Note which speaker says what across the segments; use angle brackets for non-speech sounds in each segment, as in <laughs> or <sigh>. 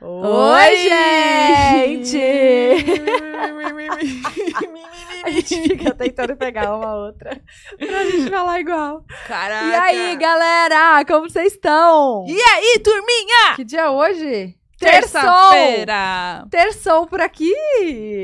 Speaker 1: Oi, <laughs> gente!
Speaker 2: <laughs> a gente fica tentando pegar uma outra pra gente falar igual.
Speaker 1: Caraca!
Speaker 2: E aí, galera, como vocês estão?
Speaker 1: E aí, turminha?
Speaker 2: Que dia é hoje?
Speaker 1: Terça-feira!
Speaker 2: Terçou por aqui!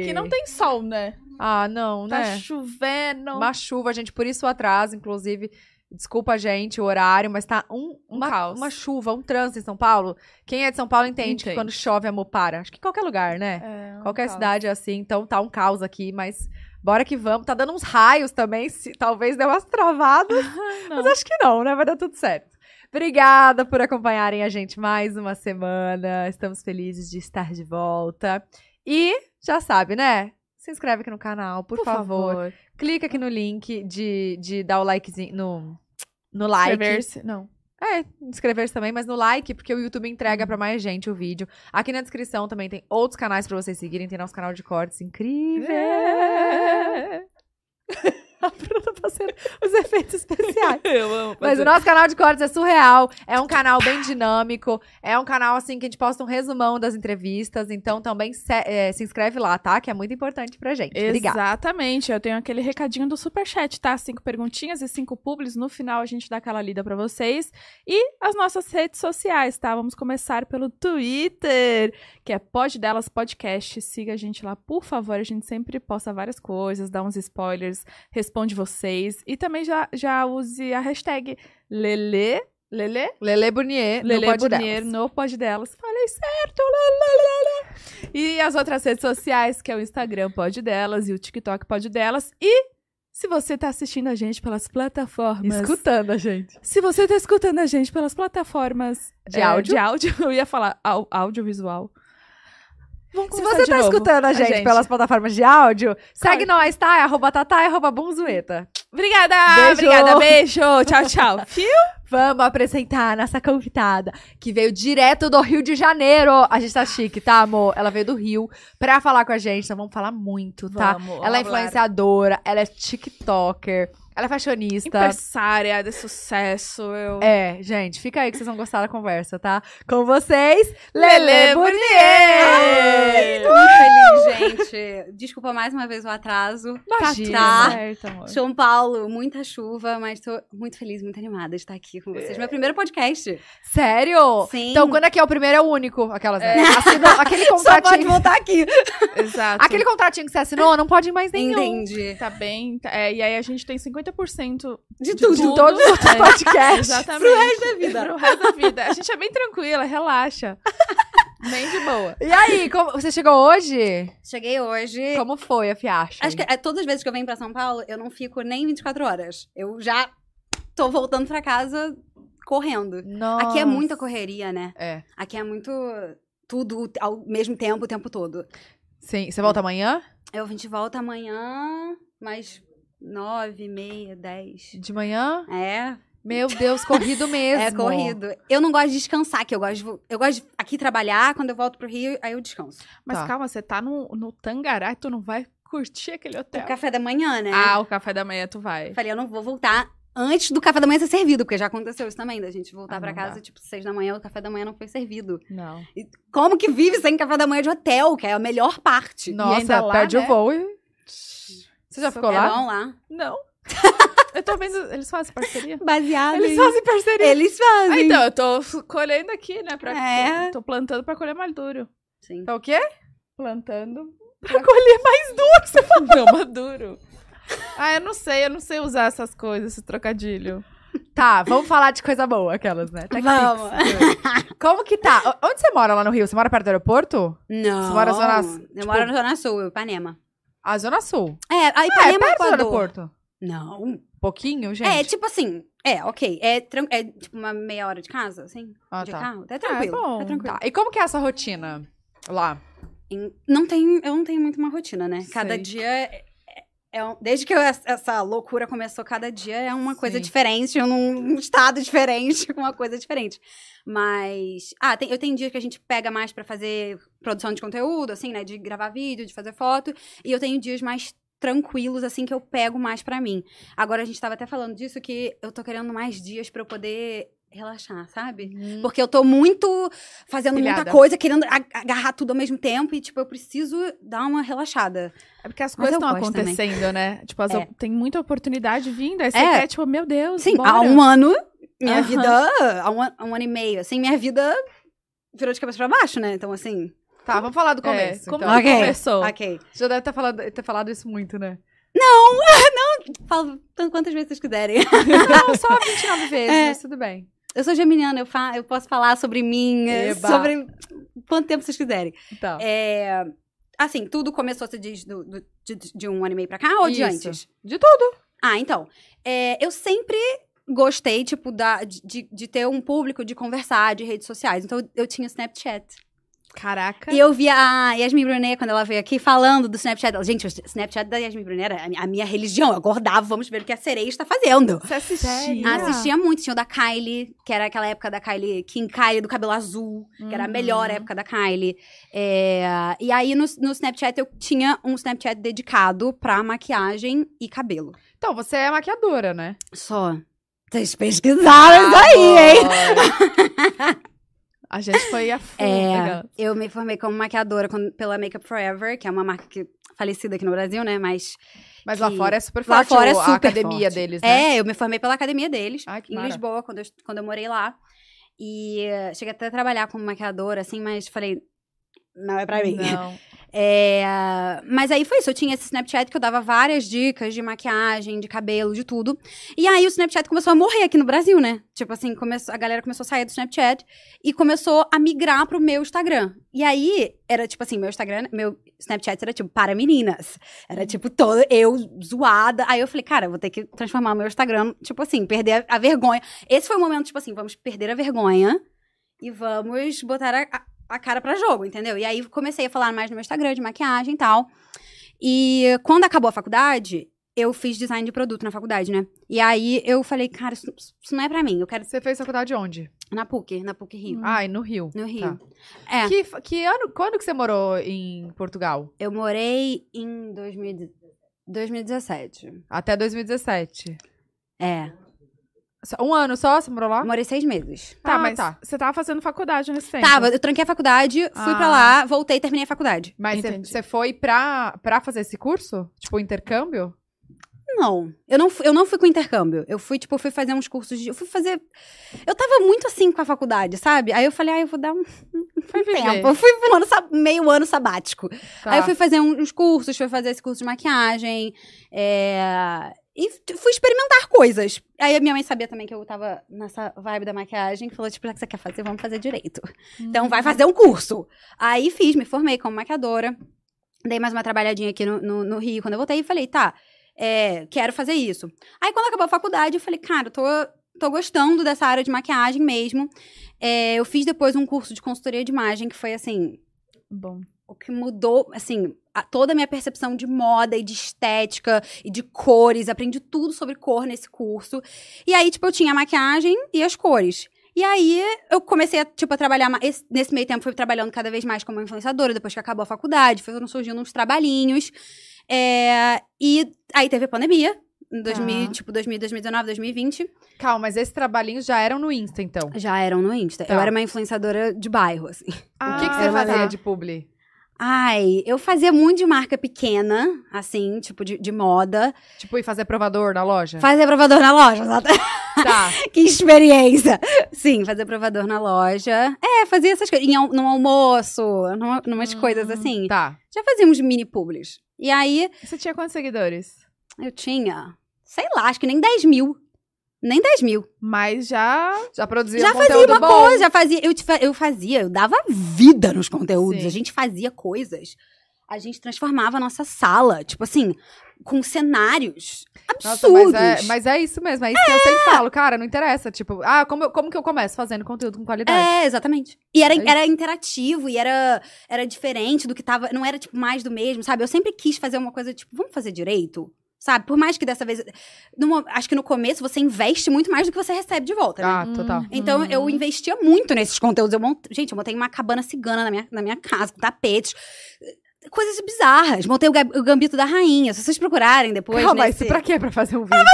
Speaker 1: Que não tem sol, né?
Speaker 2: Ah, não,
Speaker 1: Tá
Speaker 2: né?
Speaker 1: chovendo.
Speaker 2: Uma chuva, gente, por isso o atraso, inclusive. Desculpa, gente, o horário, mas tá um,
Speaker 1: Um
Speaker 2: uma,
Speaker 1: caos.
Speaker 2: uma chuva, um trânsito em São Paulo. Quem é de São Paulo entende, que
Speaker 1: Entende.
Speaker 2: quando chove a para. Acho que em qualquer lugar, né?
Speaker 1: É, um
Speaker 2: Qualquer
Speaker 1: caos.
Speaker 2: cidade é assim, então tá um caos aqui, mas bora que vamos. Tá dando uns raios também, se- talvez dê umas <laughs> travadas,
Speaker 1: Ah, não.
Speaker 2: mas acho que não, né? Vai dar tudo certo. Obrigada por acompanharem a gente mais uma semana. Estamos felizes de estar de volta. E já sabe, né? Se inscreve aqui no canal, por, favor. Clica aqui no link de, de dar o likezinho no, no like.
Speaker 1: Escrever-se- Não.
Speaker 2: É, inscrever-se também, mas no like, porque o YouTube entrega pra mais gente o vídeo. Aqui na descrição também tem outros canais pra vocês seguirem, tem nosso canal de cortes incrível. É. <laughs> A Bruna tá fazendo os efeitos especiais.
Speaker 1: Eu amo.
Speaker 2: <laughs> Mas o nosso canal de cortes é surreal, é um canal bem dinâmico, é um canal assim que a gente posta um resumão das entrevistas, então também se, eh, se inscreve lá, tá? Que é muito importante pra gente. Obrigada.
Speaker 1: Exatamente, eu tenho aquele recadinho do Superchat, tá? Cinco perguntinhas e cinco publis. No final a gente dá aquela lida pra vocês. E as nossas redes sociais, tá? Vamos começar pelo Twitter, que é Pod Delas Podcast. Siga a gente lá, por favor. A gente sempre posta várias coisas, dá uns spoilers, responde vocês. E também já, já use a hashtag Lele. Lele?
Speaker 2: Lele Burnier,
Speaker 1: Lele
Speaker 2: no Pod
Speaker 1: Burnier
Speaker 2: Delas.
Speaker 1: no pod delas. Falei certo! lá, lá, lá, lá. E as outras redes sociais, que é o Instagram pod delas e o TikTok pod delas. E se você tá assistindo a gente pelas plataformas.
Speaker 2: Escutando a gente.
Speaker 1: Se você tá escutando a gente pelas plataformas
Speaker 2: De
Speaker 1: eh,
Speaker 2: áudio?
Speaker 1: de áudio, <laughs> eu ia falar au- audiovisual. Vamos
Speaker 2: Se
Speaker 1: começar
Speaker 2: você
Speaker 1: de
Speaker 2: tá
Speaker 1: novo.
Speaker 2: escutando a gente, pelas plataformas de áudio, segue
Speaker 1: Corre.
Speaker 2: nós, tá? É arroba tatá, é arroba bunzoeta.
Speaker 1: Obrigada!
Speaker 2: Beijo!
Speaker 1: Obrigada, beijo! Tchau,
Speaker 2: <laughs>
Speaker 1: tchau! Viu?
Speaker 2: Vamos apresentar a nossa convidada, que veio direto do Rio de Janeiro. A gente tá chique, tá, amor? Ela veio do Rio pra falar com a gente, então vamos falar muito, tá? ela é
Speaker 1: Vamos, vamos lá.
Speaker 2: influenciadora, ela é tiktoker, ela é fashionista.
Speaker 1: Empresária de sucesso, eu.
Speaker 2: É, gente, fica aí que vocês vão gostar da conversa, tá? Com vocês, Lele
Speaker 1: Lele
Speaker 2: Burnier!
Speaker 3: Muito feliz, gente. Desculpa mais uma vez o atraso.
Speaker 2: Imagina. né?
Speaker 3: Tá.
Speaker 1: certo,
Speaker 2: <laughs>
Speaker 1: amor.
Speaker 3: São Paulo, muita chuva, mas tô muito feliz, muito animada de estar aqui com vocês. Meu primeiro podcast.
Speaker 2: Sério?
Speaker 3: Sim.
Speaker 2: Então, quando aqui é o primeiro, é o único. Aquelas, né? Assinou aquele
Speaker 3: <laughs> Só pode
Speaker 2: contratinho. <laughs>
Speaker 3: voltar aqui.
Speaker 1: Exato.
Speaker 2: Aquele contratinho que você assinou, não pode ir mais nenhum.
Speaker 3: Entendi.
Speaker 1: Tá bem. tá- é, e aí a gente tem 50%
Speaker 3: De
Speaker 2: Então, De
Speaker 3: tudo.
Speaker 2: todos os outros
Speaker 1: É,
Speaker 2: podcasts.
Speaker 1: Exatamente. Pro resto da vida. Pro resto da vida. A gente é bem tranquila, relaxa. Bem de boa.
Speaker 2: E aí, como- você chegou hoje?
Speaker 3: Cheguei hoje.
Speaker 2: Como foi a fiacha?
Speaker 3: Acho que é, todas as vezes que eu venho pra São Paulo, eu não fico nem 24 horas. Eu já tô voltando pra casa correndo.
Speaker 2: Nossa.
Speaker 3: Aqui é muita correria, né?
Speaker 2: É.
Speaker 3: Aqui é muito tudo ao mesmo tempo, o tempo todo.
Speaker 2: Sim, você volta amanhã?
Speaker 3: Eu, a gente volta amanhã, mais nove, meia, dez.
Speaker 2: De manhã?
Speaker 3: É,
Speaker 2: Meu Deus, corrido mesmo.
Speaker 3: <laughs> é corrido. Eu não gosto de descansar aqui, eu gosto de, vo- eu gosto de aqui trabalhar, quando eu volto pro Rio, aí eu descanso.
Speaker 1: Mas
Speaker 2: Tá.
Speaker 1: calma, você tá no, no Tangará e tu não vai curtir aquele
Speaker 2: É.
Speaker 1: hotel.
Speaker 3: O café da manhã, né?
Speaker 1: Ah, o café da manhã tu vai.
Speaker 3: Eu falei, eu não vou voltar antes do café da manhã ser servido, porque já aconteceu isso também, da gente voltar
Speaker 1: Ah,
Speaker 3: pra
Speaker 1: não
Speaker 3: casa,
Speaker 1: dá.
Speaker 3: tipo, seis da manhã, o café da manhã não foi servido.
Speaker 1: Não.
Speaker 3: Como que vive sem café da manhã de hotel, que é a melhor parte?
Speaker 1: E ainda
Speaker 2: Nossa,
Speaker 1: lá,
Speaker 2: perde
Speaker 1: né?
Speaker 2: o voo. e- Você já ficou
Speaker 3: é
Speaker 2: lá?
Speaker 3: bom lá.
Speaker 1: Não.
Speaker 2: <laughs>
Speaker 1: Eu tô vendo. Eles fazem parceria?
Speaker 3: Baseado
Speaker 2: Eles
Speaker 3: em-
Speaker 2: fazem parceria.
Speaker 3: Eles fazem.
Speaker 1: Ah, então, eu tô colhendo aqui, né? Pra,
Speaker 3: É.
Speaker 1: Tô plantando pra colher maduro.
Speaker 3: Sim.
Speaker 2: Tá o quê?
Speaker 1: <laughs> Plantando
Speaker 2: Pra colher mais. <laughs>
Speaker 1: Não, maduro. Ah, eu não sei, eu não sei usar essas coisas, esse trocadilho.
Speaker 2: Tá, vamos falar de coisa boa, aquelas, né? Tech
Speaker 3: Vamos.
Speaker 2: Pix. Como que tá? O- Onde você mora lá no Rio? Você mora perto do aeroporto?
Speaker 3: Não.
Speaker 2: Você mora na Zona Sul,
Speaker 3: Eu moro na Zona Sul, Ipanema.
Speaker 2: A Zona Sul.
Speaker 3: É, a
Speaker 2: Ah, é
Speaker 3: Ipanema
Speaker 2: perto do
Speaker 3: Equador.
Speaker 2: aeroporto.
Speaker 3: Não.
Speaker 2: Pouquinho, gente?
Speaker 3: É, tipo assim. É, ok. É, tran- é tipo uma meia hora de casa, assim?
Speaker 2: ah,
Speaker 3: de
Speaker 2: tá.
Speaker 3: carro. É tranquilo.
Speaker 1: Ah, é bom.
Speaker 3: tranquilo.
Speaker 2: Tá, E como que é a sua rotina lá?
Speaker 3: Em- Não tem, eu não tenho muito uma rotina, né? Cada
Speaker 1: Sei.
Speaker 3: dia. é- é um- desde que eu- essa loucura começou, cada dia é uma coisa
Speaker 2: Sim.
Speaker 3: diferente, num estado diferente, <laughs> com uma coisa diferente. Mas. Ah, tem- eu tenho dias que a gente pega mais pra fazer produção de conteúdo, assim, né? De gravar vídeo, de fazer foto. E eu tenho dias mais tranquilos, assim, que eu pego mais pra mim. Agora a gente tava até falando disso, que eu tô querendo mais dias pra eu poder relaxar, sabe? Porque eu tô muito fazendo
Speaker 2: Pilhada.
Speaker 3: muita coisa, querendo a- agarrar tudo ao mesmo tempo e, tipo, eu preciso dar uma relaxada.
Speaker 1: É porque as
Speaker 3: Mas
Speaker 1: coisas
Speaker 3: eu
Speaker 1: estão
Speaker 3: gosto também.
Speaker 1: acontecendo, né? Tipo, as
Speaker 3: É.
Speaker 1: op- tem muita oportunidade vindo. Aí você
Speaker 3: É.
Speaker 1: quer, tipo, meu Deus,
Speaker 3: Sim,
Speaker 1: bora.
Speaker 3: há um ano, minha
Speaker 1: Aham.
Speaker 3: vida, há um, an- há um ano e meio, assim, minha vida virou de cabeça pra baixo, né? Então, assim,
Speaker 2: Tá, vamos falar do
Speaker 1: É,
Speaker 2: começo.
Speaker 1: como
Speaker 2: então.
Speaker 1: que
Speaker 3: Ok.
Speaker 1: começou?
Speaker 3: ok.
Speaker 2: Já deve ter falado, ter falado isso muito,
Speaker 3: <laughs>
Speaker 2: né?
Speaker 3: Falo tanto quantas vezes vocês quiserem. <laughs>
Speaker 2: Não, só 29 <laughs> vezes,
Speaker 3: É.
Speaker 2: mas tudo bem.
Speaker 3: Eu sou geminiana, eu, fa eu posso falar sobre mim, eh,
Speaker 2: Eba.
Speaker 3: sobre quanto tempo vocês quiserem.
Speaker 2: Então,
Speaker 3: É, assim, tudo começou, você diz, do- do- de, de um ano e meio pra cá ou de
Speaker 2: Isso.
Speaker 3: antes?
Speaker 2: de tudo.
Speaker 3: Ah, então. é, eu sempre gostei, tipo, da, de, de ter um público, de conversar, de redes sociais. Então, eu- eu tinha o Snapchat.
Speaker 1: Caraca.
Speaker 3: E eu vi a Yasmin Brunet, quando ela veio aqui, falando do Snapchat. Ela, Gente, o Snapchat da Yasmin Brunet era a mi- a minha religião. Eu acordava, vamos ver o que a sereia está fazendo.
Speaker 1: Você assistia?
Speaker 2: Sério?
Speaker 3: Assistia muito. Tinha o da Kylie, que era aquela época da Kylie, Kim Kylie, do cabelo azul. Que era a melhor época da Kylie. É, e aí, no, no Snapchat, eu tinha um Snapchat dedicado pra maquiagem e cabelo.
Speaker 2: Então, você é maquiadora, né?
Speaker 3: Só. Vocês pesquisaram isso aí, hein? <laughs>
Speaker 2: Adoro.
Speaker 1: A gente foi a fundo.
Speaker 3: É.
Speaker 2: né,
Speaker 1: legal.
Speaker 3: Eu me formei como maquiadora quando- pela Makeup Forever, que é uma marca que, falecida aqui no Brasil, né? Mas
Speaker 2: Mas lá
Speaker 3: Que-
Speaker 2: fora é super
Speaker 3: lá
Speaker 2: forte
Speaker 3: fora é
Speaker 2: o- a
Speaker 3: super
Speaker 2: academia
Speaker 3: forte.
Speaker 2: deles, né?
Speaker 3: É, eu me formei pela academia deles,
Speaker 2: Ai, que
Speaker 3: em
Speaker 2: mara.
Speaker 3: Lisboa, quando eu, est- quando eu morei lá. E eh, cheguei até a trabalhar como maquiadora, assim, mas falei, não é pra mim. <laughs>
Speaker 2: Não.
Speaker 3: É, mas aí foi isso, eu tinha esse Snapchat que eu dava várias dicas de maquiagem, de cabelo, de tudo. E aí o Snapchat começou a morrer aqui no Brasil, né? Tipo assim, começou, a galera começou a sair do Snapchat e começou a migrar pro meu Instagram. E aí, era tipo assim, meu Instagram, meu Snapchat era tipo para meninas. Era tipo toda eu zoada. Aí eu falei, cara, eu vou ter que transformar meu Instagram, tipo assim, perder a, a vergonha. Esse foi o momento, tipo assim, vamos perder a vergonha e vamos botar a, a- a cara pra jogo, entendeu? E aí comecei a falar mais no meu Instagram de maquiagem e tal. E quando acabou a faculdade, eu fiz design de produto na faculdade, né? E aí eu falei, cara, isso, isso não é pra mim, eu quero
Speaker 2: Você fez faculdade onde?
Speaker 3: na PUC, na PUC Rio.
Speaker 1: Hum. tá.
Speaker 2: Ah, e no Rio.
Speaker 3: No Rio. É.
Speaker 2: Que, fa- que ano, quando que você morou em Portugal?
Speaker 3: Eu morei em 2000 2017.
Speaker 2: Até 2017.
Speaker 3: É.
Speaker 2: Só- Um ano só você morou lá?
Speaker 3: Morei seis meses.
Speaker 1: Tá,
Speaker 2: Ah,
Speaker 1: mas
Speaker 2: tá.
Speaker 1: você tava fazendo faculdade nesse tempo.
Speaker 3: Tava, eu tranquei a faculdade, fui
Speaker 2: Ah.
Speaker 3: pra lá, voltei e terminei a faculdade.
Speaker 2: Mas você-
Speaker 1: Entendi.
Speaker 2: você foi pra, pra fazer esse curso? Tipo, intercâmbio?
Speaker 3: Não, eu não, fui, eu não fui com intercâmbio. Eu fui, tipo, eu fui fazer uns cursos de. Eu fui fazer. Eu tava muito assim com a faculdade, sabe? Aí eu falei, ah, eu vou dar um
Speaker 1: Foi viver.
Speaker 3: tempo. Eu fui um ano sab- meio ano sabático.
Speaker 2: Tá.
Speaker 3: Aí eu fui fazer um- uns cursos, fui fazer esse curso de maquiagem. é, E f- fui experimentar coisas. Aí a minha mãe sabia também que eu tava nessa vibe da maquiagem, que falou, tipo, já que você quer fazer, vamos fazer direito.
Speaker 1: Hum, Uhum.
Speaker 3: Então vai fazer um curso. Aí fiz, me formei como maquiadora. Dei mais uma trabalhadinha aqui no, no- no Rio quando eu voltei e falei, tá, é, quero fazer isso. Aí quando acabou a faculdade, eu falei, cara, eu tô, tô gostando dessa área de maquiagem mesmo. É, eu fiz depois um curso de consultoria de imagem, que foi assim,
Speaker 1: Bom.
Speaker 3: o que mudou, assim, a- toda a minha percepção de moda e de estética e de cores. Aprendi tudo sobre cor nesse curso. E aí, tipo, eu tinha a maquiagem e as cores. E aí, eu comecei a, tipo, a trabalhar. ma- esse- nesse meio tempo, fui trabalhando cada vez mais como influenciadora, depois que acabou a faculdade, foram surgindo uns trabalhinhos. É, e aí teve a pandemia, em 2000,
Speaker 2: Tá.
Speaker 3: tipo, 2000, 2019, 2020.
Speaker 2: Calma, mas esses trabalhinhos já eram no Insta, então.
Speaker 3: Já eram no Insta.
Speaker 2: Tá.
Speaker 3: Eu era uma influenciadora de bairro, assim.
Speaker 2: o que, que você
Speaker 1: Ah,
Speaker 2: fazia
Speaker 1: tá.
Speaker 2: de publi?
Speaker 3: Ai, eu fazia muito de marca pequena, assim, tipo, de, de moda.
Speaker 2: Tipo, ir fazer provador na loja?
Speaker 3: Fazer provador na loja, exato.
Speaker 2: Tá.
Speaker 3: <laughs> que experiência! Sim, fazer provador na loja. É, fazia essas coisas. Em al- Num almoço, numa, numas
Speaker 1: Hum,
Speaker 3: coisas assim.
Speaker 2: Tá.
Speaker 3: Já fazia uns mini publis. E aí,
Speaker 1: Você tinha quantos seguidores?
Speaker 3: eu tinha, sei lá, acho que nem 10 mil. Nem 10 mil.
Speaker 1: Mas já.
Speaker 2: Já produzia
Speaker 3: já
Speaker 2: um
Speaker 3: fazia
Speaker 2: conteúdo
Speaker 3: uma
Speaker 2: bom.
Speaker 3: coisa, já fazia. Eu, te fa- eu fazia, eu dava vida nos conteúdos.
Speaker 1: Sim.
Speaker 3: A gente fazia coisas. A gente transformava a nossa sala, tipo assim, com cenários
Speaker 2: Nossa,
Speaker 3: absurdos.
Speaker 2: mas é, mas é isso mesmo. É isso que eu sempre falo, cara. Não interessa. Tipo, ah, como, eu- como que eu começo fazendo conteúdo com qualidade?
Speaker 3: É, exatamente. E era,
Speaker 2: É isso.
Speaker 3: era interativo, e era, era diferente do que tava. Não era, tipo, mais do mesmo, sabe? Eu sempre quis fazer uma coisa, tipo, vamos fazer direito? Sabe? Por mais que dessa vez. numa- acho que no começo você investe muito mais do que você recebe de volta, né?
Speaker 2: Ah, total.
Speaker 1: Hum,
Speaker 3: Então
Speaker 1: Uhum.
Speaker 3: eu investia muito nesses conteúdos. Eu mont... Gente, eu montei uma cabana cigana na minha, na minha casa, com tapetes. Coisas bizarras. Montei o, ga- o gambito da rainha. Se vocês procurarem depois.
Speaker 2: Calma, é
Speaker 3: nesse...
Speaker 2: isso pra quê? Pra fazer um vídeo?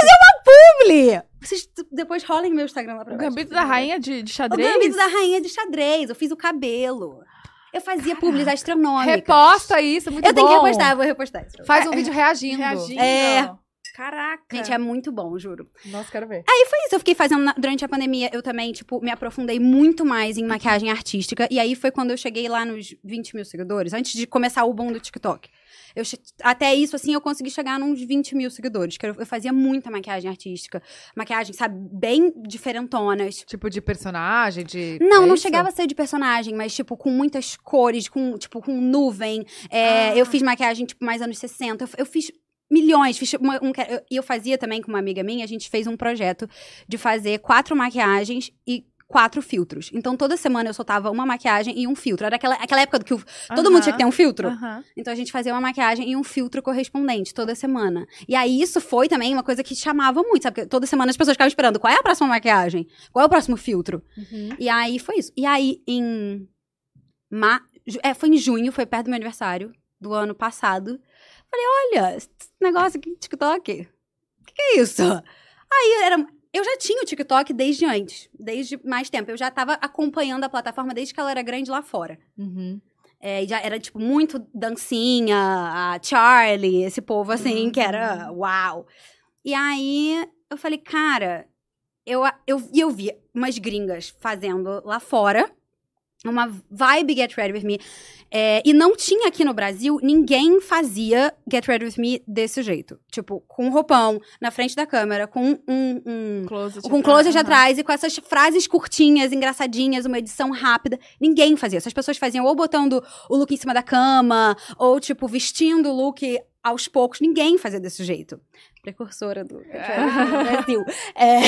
Speaker 3: Emily! Vocês t- depois rolem meu Instagram lá pra
Speaker 1: O
Speaker 3: baixo.
Speaker 1: gambito da rainha de, de
Speaker 3: O
Speaker 1: xadrez?
Speaker 3: Gambito da Rainha de xadrez. Eu fiz o cabelo. Eu fazia publis astronômicas.
Speaker 2: Reposta isso, muito
Speaker 3: Eu
Speaker 2: bom.
Speaker 3: tenho que repostar, eu vou repostar isso.
Speaker 2: Faz um vídeo reagindo.
Speaker 1: Reagindo.
Speaker 3: É.
Speaker 1: Caraca.
Speaker 3: Gente, é muito bom, juro.
Speaker 2: Nossa, quero ver.
Speaker 3: Foi isso, eu fiquei fazendo na- durante a pandemia. Eu também, tipo, me aprofundei muito mais em maquiagem artística. E aí foi quando eu cheguei lá nos 20 mil seguidores, antes de começar o boom do TikTok. Eu che- até isso, assim, eu consegui chegar nos 20 mil seguidores, que eu, eu fazia muita maquiagem artística. Maquiagem, sabe, bem diferentonas.
Speaker 2: Tipo de personagem, de...
Speaker 3: Não,
Speaker 2: é
Speaker 3: não
Speaker 2: isso?
Speaker 3: chegava a ser de personagem, mas, tipo, com muitas cores, com, tipo, com nuvem. É,
Speaker 2: Ah.
Speaker 3: Eu fiz maquiagem, tipo, mais anos 60. Eu, eu fiz milhões. Fiz uma- um que- eu- e eu fazia também com uma amiga minha, a gente fez um projeto de fazer quatro maquiagens e quatro filtros. Então, toda semana eu soltava uma maquiagem e um filtro. Era aquela, aquela época do que o- todo mundo tinha que ter um filtro.
Speaker 2: Ah.
Speaker 1: Aham.
Speaker 3: Então, a gente fazia uma maquiagem e um filtro correspondente toda semana. E aí, isso foi também uma coisa que chamava muito, sabe? Porque toda semana as pessoas ficavam esperando qual é a próxima maquiagem, qual é o próximo filtro.
Speaker 2: Uhum.
Speaker 3: E aí foi isso. E aí, em. Ma... ju- É, foi em junho, foi perto do meu aniversário do ano passado. Falei, olha, esse negócio aqui, TikTok. O que, que é isso? Aí era. Eu já tinha o TikTok desde antes, desde mais tempo. Eu já tava acompanhando a plataforma desde que ela era grande lá fora.
Speaker 2: Uhum.
Speaker 3: É, e já era, tipo, muito dancinha, a Charlie, esse povo assim, que era uau. E aí eu falei, cara, eu, eu, e eu vi umas gringas fazendo lá fora. Uma vibe Get Ready With Me. É, e não tinha aqui no Brasil, ninguém fazia Get Ready With Me desse jeito. Tipo, com roupão, na frente da câmera, com um- um
Speaker 1: Closet
Speaker 3: com close de
Speaker 1: aham.
Speaker 3: atrás e com essas frases curtinhas, engraçadinhas, uma edição rápida. Ninguém fazia isso. As pessoas faziam ou botando o look em cima da cama, ou, tipo, vestindo o look aos poucos. Ninguém fazia desse jeito.
Speaker 1: <laughs>
Speaker 3: Precursora do do Brasil. É,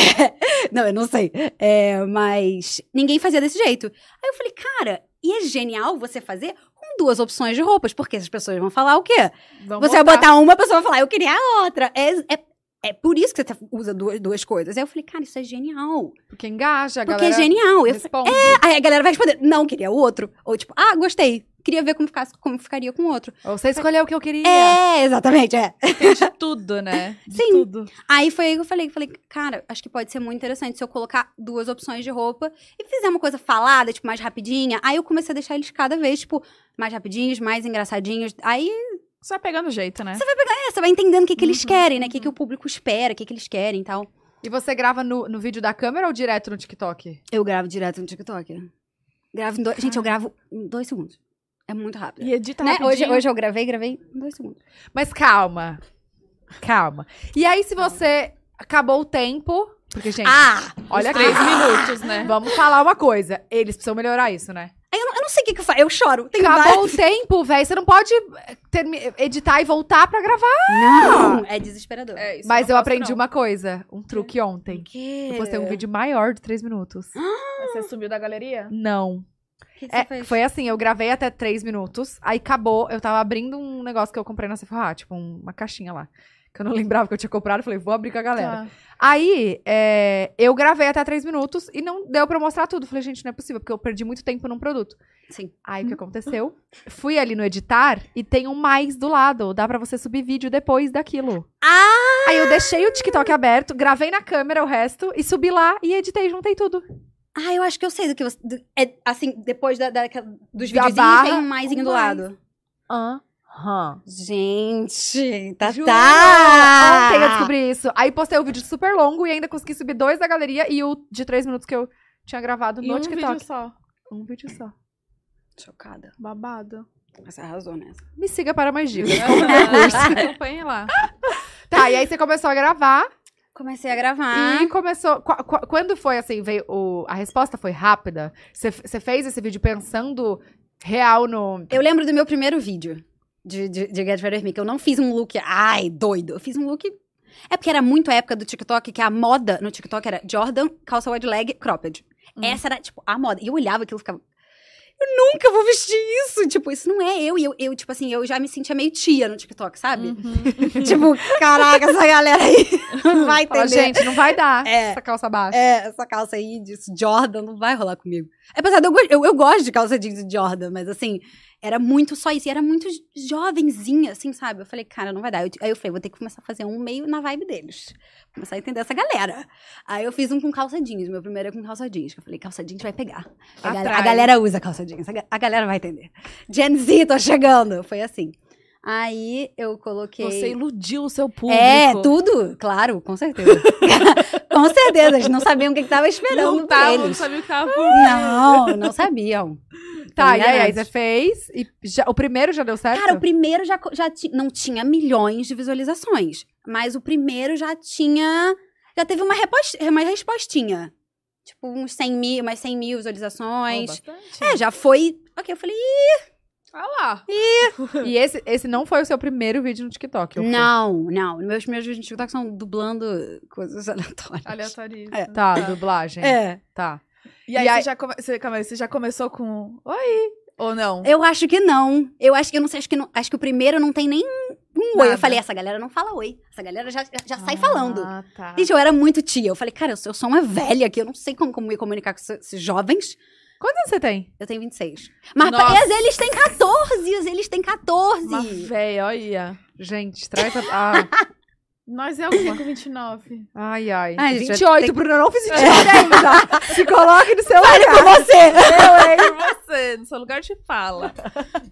Speaker 3: Não, eu não sei. É, Mas ninguém fazia desse jeito. Aí eu falei, cara, e é genial você fazer com duas opções de roupas, porque as pessoas vão falar o quê?
Speaker 1: Vamos
Speaker 3: você vai botar uma, a pessoa vai falar, eu queria a outra. É, é, é por isso que você tá- usa duas, duas coisas. Aí eu falei, cara, isso é genial.
Speaker 2: Porque engaja, a
Speaker 3: Porque
Speaker 2: galera
Speaker 3: é genial. Eu falei, "É,
Speaker 2: responde.
Speaker 3: aí a galera vai responder, não, queria o outro. Ou tipo, ah, gostei. Queria ver como, ficasse, como ficaria com o outro.
Speaker 2: Ou você escolheu o que eu queria.
Speaker 3: É, exatamente, é.
Speaker 1: Tem de tudo, né? De
Speaker 3: Sim.
Speaker 1: tudo.
Speaker 3: Aí foi aí que eu falei, falei, cara, acho que pode ser muito interessante se eu colocar duas opções de roupa e fizer uma coisa falada, tipo, mais rapidinha. Aí eu comecei a deixar eles cada vez, tipo, mais rapidinhos, mais engraçadinhos. Aí
Speaker 1: Você vai pegando jeito, né?
Speaker 3: é, você vai entendendo o que, que eles
Speaker 1: Uhum,
Speaker 3: querem, né? O que, que o público espera, o que, que eles querem e tal.
Speaker 2: E você grava no, no vídeo da câmera ou direto no TikTok?
Speaker 3: Eu gravo direto no TikTok. Gravo em dois. Gente, eu gravo em dois segundos. É muito rápido.
Speaker 1: E edita
Speaker 3: Né?
Speaker 1: rapidinho.
Speaker 3: Hoje, hoje eu gravei, gravei em dois segundos.
Speaker 2: Mas calma. Calma. E aí, se você acabou o tempo. Porque, gente,
Speaker 3: Ah!
Speaker 2: olha
Speaker 1: Olha,
Speaker 2: aqui.
Speaker 1: três minutos, né?
Speaker 2: Vamos falar uma coisa. Eles precisam melhorar isso, né?
Speaker 3: Eu não sei o que, que eu faço. Eu choro. Tem
Speaker 2: Acabou o tempo, velho. Você não pode eh, termi- editar e voltar pra gravar.
Speaker 3: Não! É
Speaker 1: <laughs>
Speaker 3: desesperador.
Speaker 1: É, isso
Speaker 2: Mas eu
Speaker 1: não faço,
Speaker 2: aprendi
Speaker 1: não.
Speaker 2: uma coisa. Um truque ontem.
Speaker 3: Que?
Speaker 2: Eu postei um vídeo maior de três minutos.
Speaker 1: Você sumiu da galeria?
Speaker 2: Não.
Speaker 3: que que
Speaker 2: É,
Speaker 3: você fez?
Speaker 2: foi assim, eu gravei até três minutos, aí acabou, eu tava abrindo um negócio que eu comprei na Sephora, tipo um- uma caixinha lá, que eu não <laughs> lembrava que eu tinha comprado, falei, vou abrir com a galera.
Speaker 1: Tá.
Speaker 2: Aí, é, eu gravei até três minutos e não deu pra eu mostrar tudo, falei, gente, não é possível, porque eu perdi muito tempo num produto.
Speaker 3: Sim.
Speaker 2: Aí, o que aconteceu? Fui ali no editar e tem um mais do lado, dá pra você subir vídeo depois daquilo.
Speaker 3: Ah!
Speaker 2: Aí eu deixei o TikTok aberto, gravei na câmera o resto e subi lá e editei, juntei tudo.
Speaker 3: Ah, eu acho que eu sei do que você. do- é, assim, depois da, daquela- dos
Speaker 2: Da
Speaker 3: videozinhos,
Speaker 2: barra,
Speaker 3: tem um maisinho
Speaker 2: um
Speaker 3: do
Speaker 2: mais.
Speaker 3: lado.
Speaker 1: Tá.
Speaker 2: Aham.
Speaker 3: Gente, tá.
Speaker 2: Juro!
Speaker 3: tá.
Speaker 2: Ontem Ah, eu descobri isso. Aí postei o vídeo super longo e ainda consegui subir dois da galeria e o de três minutos que eu tinha gravado
Speaker 1: E
Speaker 2: no
Speaker 1: um
Speaker 2: TikTok.
Speaker 1: vídeo só.
Speaker 2: Um vídeo só.
Speaker 3: Chocada.
Speaker 1: Babado.
Speaker 3: Você arrasou nessa.
Speaker 2: Me siga para mais
Speaker 3: <laughs>
Speaker 2: dicas.
Speaker 1: Acompanhe lá.
Speaker 2: tá, e aí você começou a gravar
Speaker 3: Comecei a gravar.
Speaker 2: e começou. qu- qu- quando foi assim, veio o- a resposta foi rápida? Você f- você fez esse vídeo pensando real no.
Speaker 3: Eu lembro do meu primeiro vídeo de, de, de Get Ready With Me, que eu não fiz um look, ai, doido. Eu fiz um look... É porque era muito a época do TikTok, que a moda no TikTok era Jordan, calça wide leg, cropped. Essa era, tipo, a moda. E eu olhava aquilo e ficava... eu nunca vou vestir isso. Tipo, isso não é eu. E eu, eu, tipo assim, eu já me sentia meio tia no TikTok, sabe?
Speaker 1: Uhum.
Speaker 3: Tipo, caraca, essa galera aí não vai
Speaker 2: Fala,
Speaker 3: entender.
Speaker 2: gente, não vai dar
Speaker 3: <laughs> É.
Speaker 2: essa calça baixa.
Speaker 3: É, essa calça aí de Jordan não vai rolar comigo. É, Apesar de eu, go- eu, eu gosto de calça jeans de Jordan, mas assim, era muito só isso. E era muito jo- jovenzinha, assim, sabe? Eu falei, cara, não vai dar. Eu t- aí eu falei, vou ter que começar a fazer um meio na vibe deles. Começar a entender essa galera. Aí eu fiz um com calça jeans. Meu primeiro é com calça jeans. que Eu falei, calça jeans vai pegar. A, gal- a
Speaker 1: Atrai.
Speaker 3: galera usa calça jeans. A, ga- a galera vai entender. Gen Z, tô chegando. Foi assim. Aí eu coloquei.
Speaker 1: Você iludiu o seu público. Tá
Speaker 3: É, tudo, claro, com certeza. <laughs> com certeza, eles não sabiam o que estava esperando
Speaker 1: Não tava, não
Speaker 3: deles.
Speaker 1: sabia o que tava por-
Speaker 3: Não, não sabiam.
Speaker 2: Tá, e aí, aí
Speaker 3: Enganados.
Speaker 2: você fez. E já- o primeiro já deu certo?
Speaker 3: Cara, o primeiro já, co- já ti- não tinha milhões de visualizações, mas o primeiro já tinha, já teve uma, repos- uma respostinha. Tipo, uns 100 mil, umas 100 mil visualizações.
Speaker 1: Bastante.
Speaker 3: é, já foi. Ok, eu falei,
Speaker 1: Olha lá.
Speaker 2: E esse, esse não foi o seu primeiro vídeo no TikTok. eu fui.
Speaker 3: não, não. Meus primeiros vídeos de TikTok são dublando coisas <laughs> aleatórias.
Speaker 1: Aleatorismo.
Speaker 3: É.
Speaker 2: Tá, dublagem.
Speaker 3: É.
Speaker 2: Tá.
Speaker 1: E aí,
Speaker 2: E aí-
Speaker 1: Você, já come- você, calma aí, você já começou com oi? Ou não?
Speaker 3: Eu acho que não. Eu acho que eu não sei, acho que não- acho que o primeiro não tem nem um oi.
Speaker 1: Nada.
Speaker 3: Eu falei, essa galera não fala oi. Essa galera já, já sai falando.
Speaker 1: Ah, tá.
Speaker 3: Gente, eu era muito tia. Eu falei, cara, eu sou, eu sou uma velha aqui, eu não sei como, como me comunicar com esses esses jovens.
Speaker 2: Quantos anos você tem?
Speaker 3: Eu tenho 26. Mas
Speaker 1: Nossa.
Speaker 3: pa- eles têm 14, eles têm 14.
Speaker 1: Uma véia, olha.
Speaker 2: Gente, traz a. Ah,
Speaker 1: Nós é alguma com 29.
Speaker 2: ai, ai.
Speaker 3: Ai, gente,
Speaker 2: 28,
Speaker 3: tem-
Speaker 2: Bruno, eu não fiz 28 ainda. Se coloque no seu
Speaker 3: Olha
Speaker 2: lugar.
Speaker 3: pra É. você!
Speaker 1: Eu, hein? É Você, no seu lugar de
Speaker 3: <laughs>
Speaker 1: fala.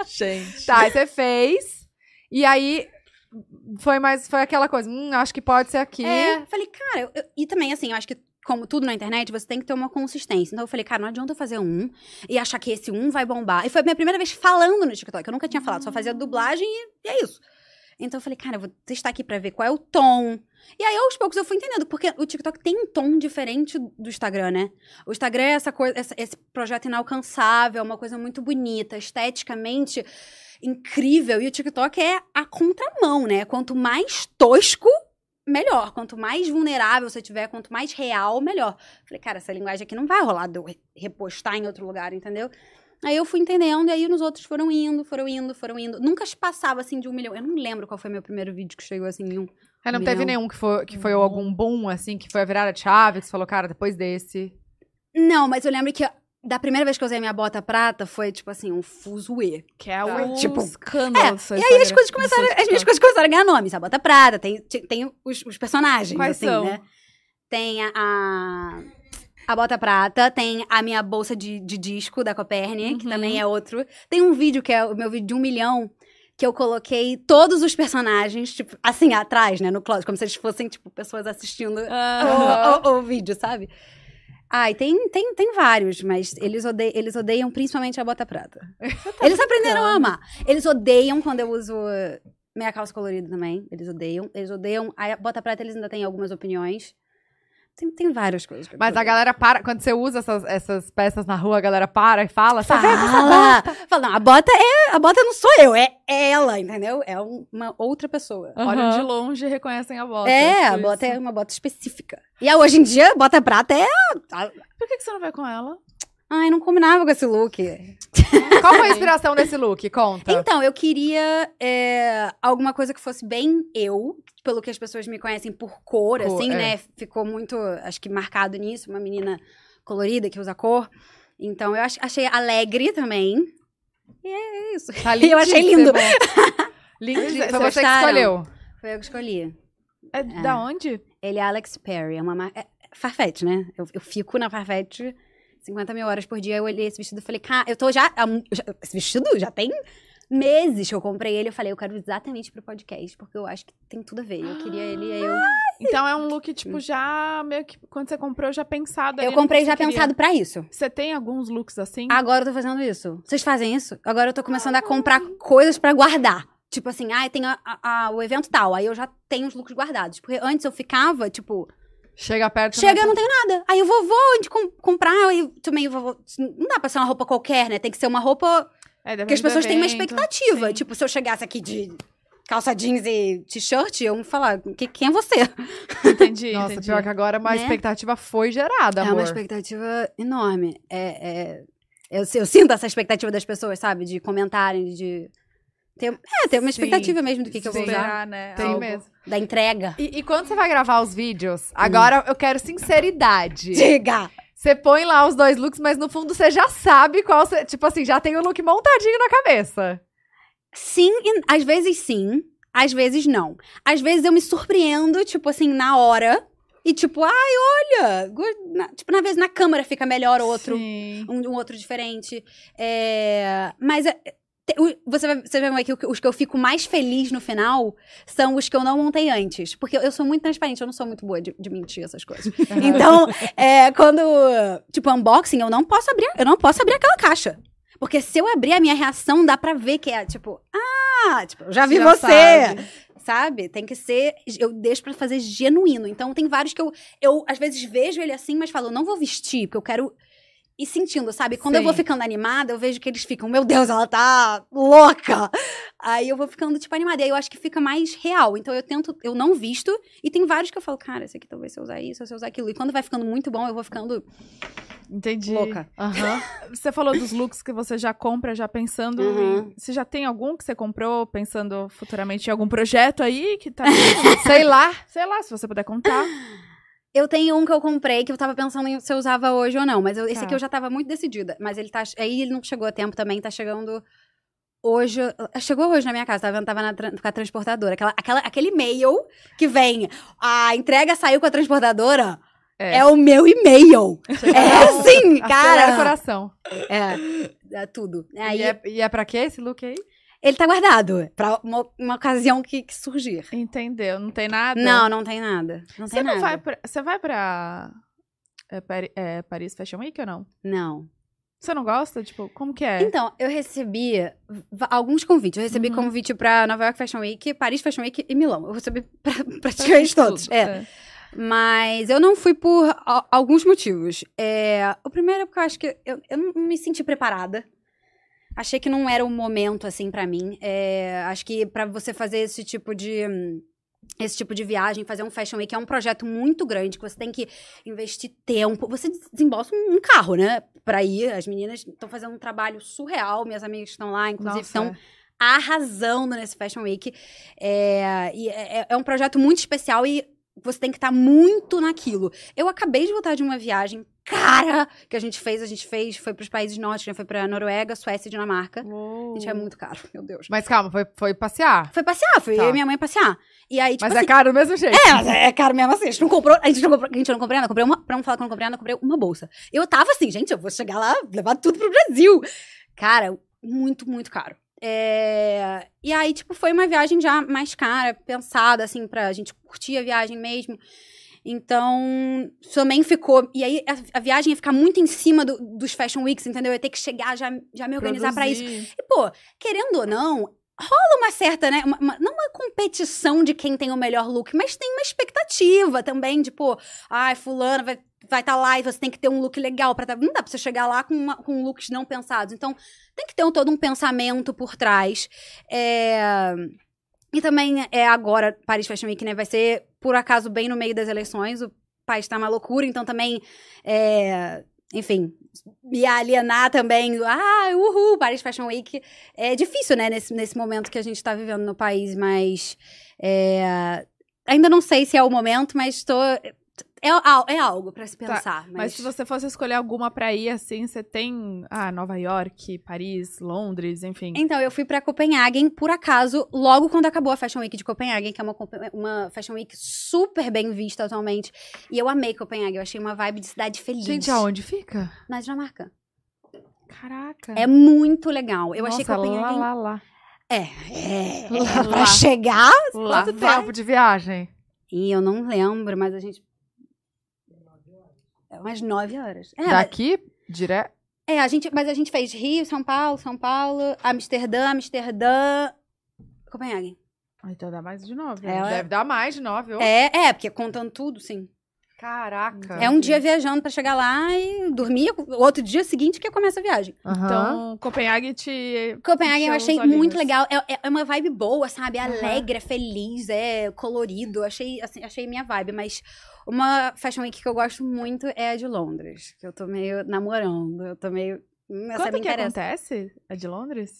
Speaker 1: Gente.
Speaker 2: Tá, aí você fez. E aí foi mais. Foi aquela coisa. Hum, acho que pode ser aqui.
Speaker 3: É, eu falei, cara, eu- eu- e também assim, eu acho que como tudo na internet, você tem que ter uma consistência. Então eu falei, cara, não adianta eu fazer um e achar que esse um vai bombar. E foi a minha primeira vez falando no TikTok, eu nunca tinha falado, só fazia dublagem e, e é isso. Então eu falei, cara, eu vou testar aqui pra ver qual é o tom. E aí aos poucos eu fui entendendo, porque o TikTok tem um tom diferente do Instagram, né? O Instagram é essa coisa, essa- esse projeto inalcançável, é uma coisa muito bonita, esteticamente incrível. E o TikTok é a contramão, né? Quanto mais tosco, melhor. Quanto mais vulnerável você tiver, quanto mais real, melhor. Falei, cara, essa linguagem aqui não vai rolar de eu re- repostar em outro lugar, entendeu? Aí eu fui entendendo, e aí os outros foram indo, foram indo, foram indo. Nunca se passava assim de um milhão. Eu não lembro qual foi meu primeiro vídeo que chegou assim em um.
Speaker 2: Aí não teve
Speaker 3: Não.
Speaker 2: nenhum que foi, que foi algum boom, assim, que foi a virada de chave, que você falou, cara, depois desse.
Speaker 3: Não, mas eu lembro que da primeira vez que eu usei minha bota prata foi tipo assim, um fuzuê.
Speaker 1: Que é
Speaker 2: Tá.
Speaker 1: o
Speaker 3: Tipo,
Speaker 1: escândalo.
Speaker 3: é,
Speaker 1: do seu
Speaker 3: E aí as
Speaker 1: Instagram,
Speaker 3: coisas
Speaker 1: do
Speaker 3: começaram,
Speaker 1: seu
Speaker 3: as minhas
Speaker 1: TikTok.
Speaker 3: coisas começaram a ganhar nome, sabe? Bota Prata, tem, ti- tem os, os personagens,
Speaker 1: Quais
Speaker 3: assim,
Speaker 1: são?
Speaker 3: né? Tem a, a, a Bota Prata, tem a minha bolsa de, de disco da Copernic, que
Speaker 1: Uhum.
Speaker 3: também é outro. Tem um vídeo que é o meu vídeo de um milhão, que eu coloquei todos os personagens, tipo, assim, atrás, né, no closet, como se eles fossem, tipo, pessoas assistindo
Speaker 1: Aham.
Speaker 3: o, o- o vídeo, sabe? Ai, tem, tem, tem vários, mas eles, ode- eles odeiam principalmente a bota prata. eles aprenderam a amar. Eles odeiam quando eu uso eh, minha calça colorida também. Eles odeiam. Eles odeiam. A bota prata, eles ainda têm algumas opiniões. Tem, tem várias coisas. que eu
Speaker 2: Mas a
Speaker 3: odeio.
Speaker 2: galera para. Quando você usa essas, essas peças na rua, a galera para e fala, sabe?
Speaker 3: Fala! Fala, não, a bota é. A bota não sou eu, é ela, entendeu? É um- uma outra pessoa.
Speaker 1: Olham de
Speaker 2: Aham.
Speaker 1: longe e reconhecem a bota.
Speaker 3: é, a
Speaker 1: tipo
Speaker 3: bota
Speaker 1: isso.
Speaker 3: é uma bota específica. E a- hoje em dia, a bota prata é. a- a-
Speaker 1: Por que, que você não vai com ela?
Speaker 3: Ai, não combinava com esse look.
Speaker 2: Qual foi a inspiração desse look? Conta.
Speaker 3: Então, eu queria é, alguma coisa que fosse bem eu, pelo que as pessoas me conhecem por cor,
Speaker 2: Cor,
Speaker 3: assim,
Speaker 2: é.
Speaker 3: né? Ficou muito, acho que marcado nisso, uma menina colorida que usa cor. Então, eu ach- achei alegre também. E é isso.
Speaker 2: Tá
Speaker 3: <laughs> Eu achei
Speaker 2: lindíssimo.
Speaker 3: lindo.
Speaker 2: Lindíssimo. Foi
Speaker 3: Vocês
Speaker 2: você que
Speaker 3: gostaram?
Speaker 2: escolheu.
Speaker 3: Foi eu que escolhi.
Speaker 1: É, da onde?
Speaker 3: Ele é Alex Perry, é uma marca... É, Farfetch, né? Eu, eu fico na Farfetch 50 mil horas por dia. Eu olhei esse vestido e falei, cara, eu tô já, há mu- já- Esse vestido já tem meses que eu comprei ele. Eu falei, eu quero exatamente pro podcast, porque eu acho que tem tudo a ver. Eu queria ele, aí eu...
Speaker 1: Então é um look, tipo, já meio que. Quando você comprou, já pensado. ali
Speaker 3: Eu
Speaker 1: no que
Speaker 3: comprei
Speaker 1: você
Speaker 3: já
Speaker 1: queria.
Speaker 3: pensado Ah, pra isso.
Speaker 1: Você tem alguns looks assim?
Speaker 3: Agora eu tô fazendo isso. Vocês fazem isso? Agora eu tô começando a comprar coisas pra guardar. Tipo assim, ah, tem a- a- a- o evento tal. Aí eu já tenho os looks guardados. Porque antes eu ficava, tipo,
Speaker 2: Chega perto.
Speaker 3: chega, eu
Speaker 2: né?
Speaker 3: não tenho nada. Aí eu vou, vou onde com- comprar. Aí também eu vou. Não dá pra ser uma roupa qualquer, né? Tem que ser uma roupa
Speaker 1: É, depende
Speaker 3: que as
Speaker 1: do
Speaker 3: pessoas têm uma
Speaker 1: evento.
Speaker 3: expectativa.
Speaker 1: sim.
Speaker 3: Tipo, se eu chegasse aqui de calça jeans e t-shirt, eu ia falar, "Que- quem é você?
Speaker 1: Entendi.
Speaker 2: Nossa,
Speaker 1: entendi.
Speaker 2: pior que agora uma
Speaker 3: Né?
Speaker 2: expectativa foi gerada,
Speaker 3: É uma
Speaker 2: amor.
Speaker 3: expectativa enorme. É, é- Eu, eu sinto essa expectativa das pessoas, sabe? De comentarem, de. Ter, é, ter uma
Speaker 2: Sim.
Speaker 3: expectativa mesmo do que, que eu vou usar.
Speaker 2: Esperar, né?
Speaker 1: Tem
Speaker 2: algo.
Speaker 1: mesmo.
Speaker 3: Da entrega.
Speaker 2: E, e quando você vai gravar os vídeos, agora eu quero sinceridade.
Speaker 3: Diga!
Speaker 2: Você põe lá os dois looks, mas no fundo você já sabe qual. você- tipo assim, já tem o look montadinho na cabeça.
Speaker 3: Sim, e às vezes sim, às vezes não. Às vezes eu me surpreendo, tipo assim, na hora. E tipo, ai, olha! go- na- tipo, na vez na câmera fica melhor outro.
Speaker 1: Sim.
Speaker 3: um, um outro diferente. É, mas é, te- o- você vai, você vai ver que o que- os que eu fico mais feliz no final são os que eu não montei antes. Porque eu, eu sou muito transparente, eu não sou muito boa de, de mentir essas coisas. <laughs> então, é, quando. Tipo, unboxing, eu não posso abrir. Eu não posso abrir aquela caixa. Porque se eu abrir a minha reação, dá pra ver que é tipo, ah, tipo, eu já vi
Speaker 2: Já
Speaker 3: você
Speaker 2: sabe.
Speaker 3: sabe? Tem que ser. Eu deixo pra fazer genuíno. Então, tem vários que eu, eu, às vezes, vejo ele assim, mas falo, eu não vou vestir, porque eu quero ir sentindo, sabe? Quando eu
Speaker 2: Sim.
Speaker 3: vou ficando animada, eu vejo que eles ficam, meu Deus, ela tá louca! Aí eu vou ficando, tipo, animada. E aí eu acho que fica mais real. Então, eu tento, eu não visto. E tem vários que eu falo, cara, esse aqui talvez se eu usar isso, se eu usar aquilo. E quando vai ficando muito bom, eu vou ficando
Speaker 1: Entendi.
Speaker 3: louca.
Speaker 2: Aham.
Speaker 1: Você falou dos looks que você já compra, já pensando.
Speaker 3: Uhum.
Speaker 1: em- Você já tem algum que você comprou, pensando futuramente em algum projeto aí que tá.
Speaker 2: Sei lá.
Speaker 1: Sei lá, se você puder
Speaker 3: <laughs>
Speaker 1: contar.
Speaker 3: Eu tenho um que eu comprei que eu tava pensando em se eu usava hoje ou não, mas eu- esse
Speaker 1: Tá.
Speaker 3: aqui eu já tava muito decidida. Mas ele tá. Aí ele não chegou a tempo também, tá chegando hoje. ah, Chegou hoje na minha casa, tava, tava na, tran- com a transportadora. Aquela, aquela- aquele e-mail que vem. A entrega saiu com a transportadora.
Speaker 1: É.
Speaker 3: É, o meu e-mail. É
Speaker 1: <laughs>
Speaker 3: assim,
Speaker 2: Acelera o
Speaker 3: cara.
Speaker 2: coração.
Speaker 3: É, é tudo. Aí
Speaker 2: E, é, e é pra quê esse look aí?
Speaker 3: ele tá guardado pra uma, uma ocasião que, que surgir.
Speaker 1: Entendeu? Não tem nada?
Speaker 3: Não, não tem nada. Não
Speaker 1: Então. Você
Speaker 3: tem
Speaker 1: não
Speaker 3: nada.
Speaker 1: vai pra. Você vai pra. é, Pari- é, Paris Fashion Week ou não?
Speaker 3: Não.
Speaker 1: Você não gosta? Tipo, como que é?
Speaker 3: Então, eu recebi v- alguns convites. Eu recebi
Speaker 1: Uhum.
Speaker 3: convite pra Nova York Fashion Week, Paris Fashion Week e Milão. Eu recebi pra, <laughs> praticamente todos. É. Mas eu não fui por a- alguns motivos. É, o primeiro é porque eu acho que eu, eu não me senti preparada. Achei que não era o momento, assim, pra mim. É, acho que pra você fazer esse tipo de. hum, Esse tipo de viagem, fazer um Fashion Week é um projeto muito grande, que você tem que investir tempo. Você des- desembolsa um um carro, né? Pra ir. As meninas estão fazendo um trabalho surreal, minhas amigas estão lá, inclusive,
Speaker 1: Nossa,
Speaker 3: estão
Speaker 1: é.
Speaker 3: arrasando nesse Fashion Week. É, e é, é um projeto muito especial e você tem que estar muito naquilo. Eu acabei de voltar de uma viagem cara que a gente fez. A gente fez, foi pros países norte, né? Foi pra Noruega, Suécia e Dinamarca.
Speaker 1: Uou.
Speaker 2: Hum.
Speaker 3: Gente, é muito caro, meu Deus.
Speaker 2: Mas calma, foi, foi passear.
Speaker 3: Foi passear, foi
Speaker 2: Tá.
Speaker 3: eu e minha mãe passear. E aí, tipo
Speaker 2: Mas é
Speaker 3: assim,
Speaker 2: caro do mesmo jeito.
Speaker 3: é, mas é caro mesmo assim. A gente não comprou, a gente não comprou, a gente eu não comprei nada. Eu Comprei uma, pra não falar que eu não comprei nada, eu comprei uma bolsa. Eu tava assim, gente, eu vou chegar lá, levar tudo pro Brasil. Cara, muito, muito caro. É, E aí, tipo, foi uma viagem já mais cara, pensada, assim, pra gente curtir a viagem mesmo. Então, também ficou. E aí, a, a viagem ia ficar muito em cima do- dos Fashion Weeks, entendeu? Eu ia ter que chegar, já, já me organizar pra isso.
Speaker 1: Produzir.
Speaker 3: E, pô, querendo ou não, rola uma certa, né? uma- uma- não uma competição de quem tem o melhor look, mas tem uma expectativa também de, pô, ai, fulano vai vai estar lá e você tem que ter um look legal para tá... não dá pra você chegar lá com, uma- com looks não pensados então tem que ter um- todo um pensamento por trás É, e também é agora Paris Fashion Week né vai ser por acaso bem no meio das eleições o país tá uma loucura então também é, enfim me alienar também ah uhul, Paris Fashion Week é difícil, né, nesse, nesse momento que a gente tá vivendo no país, mas. é, ainda não sei se é o momento, mas tô. É, al- é algo pra se
Speaker 1: Tá,
Speaker 3: pensar.
Speaker 1: Mas se você fosse escolher alguma pra ir assim, você tem. Ah, Nova York, Paris, Londres, enfim.
Speaker 3: Então, eu fui pra Copenhagen, por acaso, logo quando acabou a Fashion Week de Copenhagen, que é uma, compe- uma Fashion Week super bem vista atualmente. E eu amei Copenhagen, eu achei uma vibe de cidade feliz.
Speaker 2: Gente, aonde fica?
Speaker 3: Na Dinamarca.
Speaker 1: Caraca.
Speaker 3: É muito legal. Eu achei
Speaker 1: Nossa,
Speaker 3: Copenhagen.
Speaker 1: Lá, lá, lá.
Speaker 3: É, é.
Speaker 1: Lá,
Speaker 3: pra
Speaker 1: lá.
Speaker 3: chegar.
Speaker 1: Lá.
Speaker 2: Quanto tempo de viagem?
Speaker 3: E eu não lembro, mas a gente. É umas nove horas. É, mas-
Speaker 2: Daqui, direto.
Speaker 3: É, a gente, mas a gente fez Rio, São Paulo, São Paulo, Amsterdã, Amsterdã, Copenhague.
Speaker 1: Ah, Então dá mais de nove.
Speaker 3: É,
Speaker 1: né?
Speaker 2: Deve dar mais de nove. ô.
Speaker 3: É, é, porque contando tudo, sim.
Speaker 2: Caraca.
Speaker 3: É um dia viajando pra chegar lá e dormir, o outro dia seguinte que começa a viagem.
Speaker 2: Aham.
Speaker 1: Então, Copenhague te.
Speaker 3: Copenhague
Speaker 1: Encheu
Speaker 3: eu
Speaker 1: os
Speaker 3: achei
Speaker 1: olhinhos.
Speaker 3: muito legal. É, é- é uma vibe boa, sabe? É
Speaker 1: Aham.
Speaker 3: Alegre, é feliz, é colorido. Achei, assim, achei minha vibe, mas uma Fashion Week que eu gosto muito é a de Londres, que eu tô meio namorando. Eu tô meio Hum, essa
Speaker 1: Quanto
Speaker 3: me
Speaker 1: que
Speaker 3: interessa.
Speaker 1: acontece? É de Londres?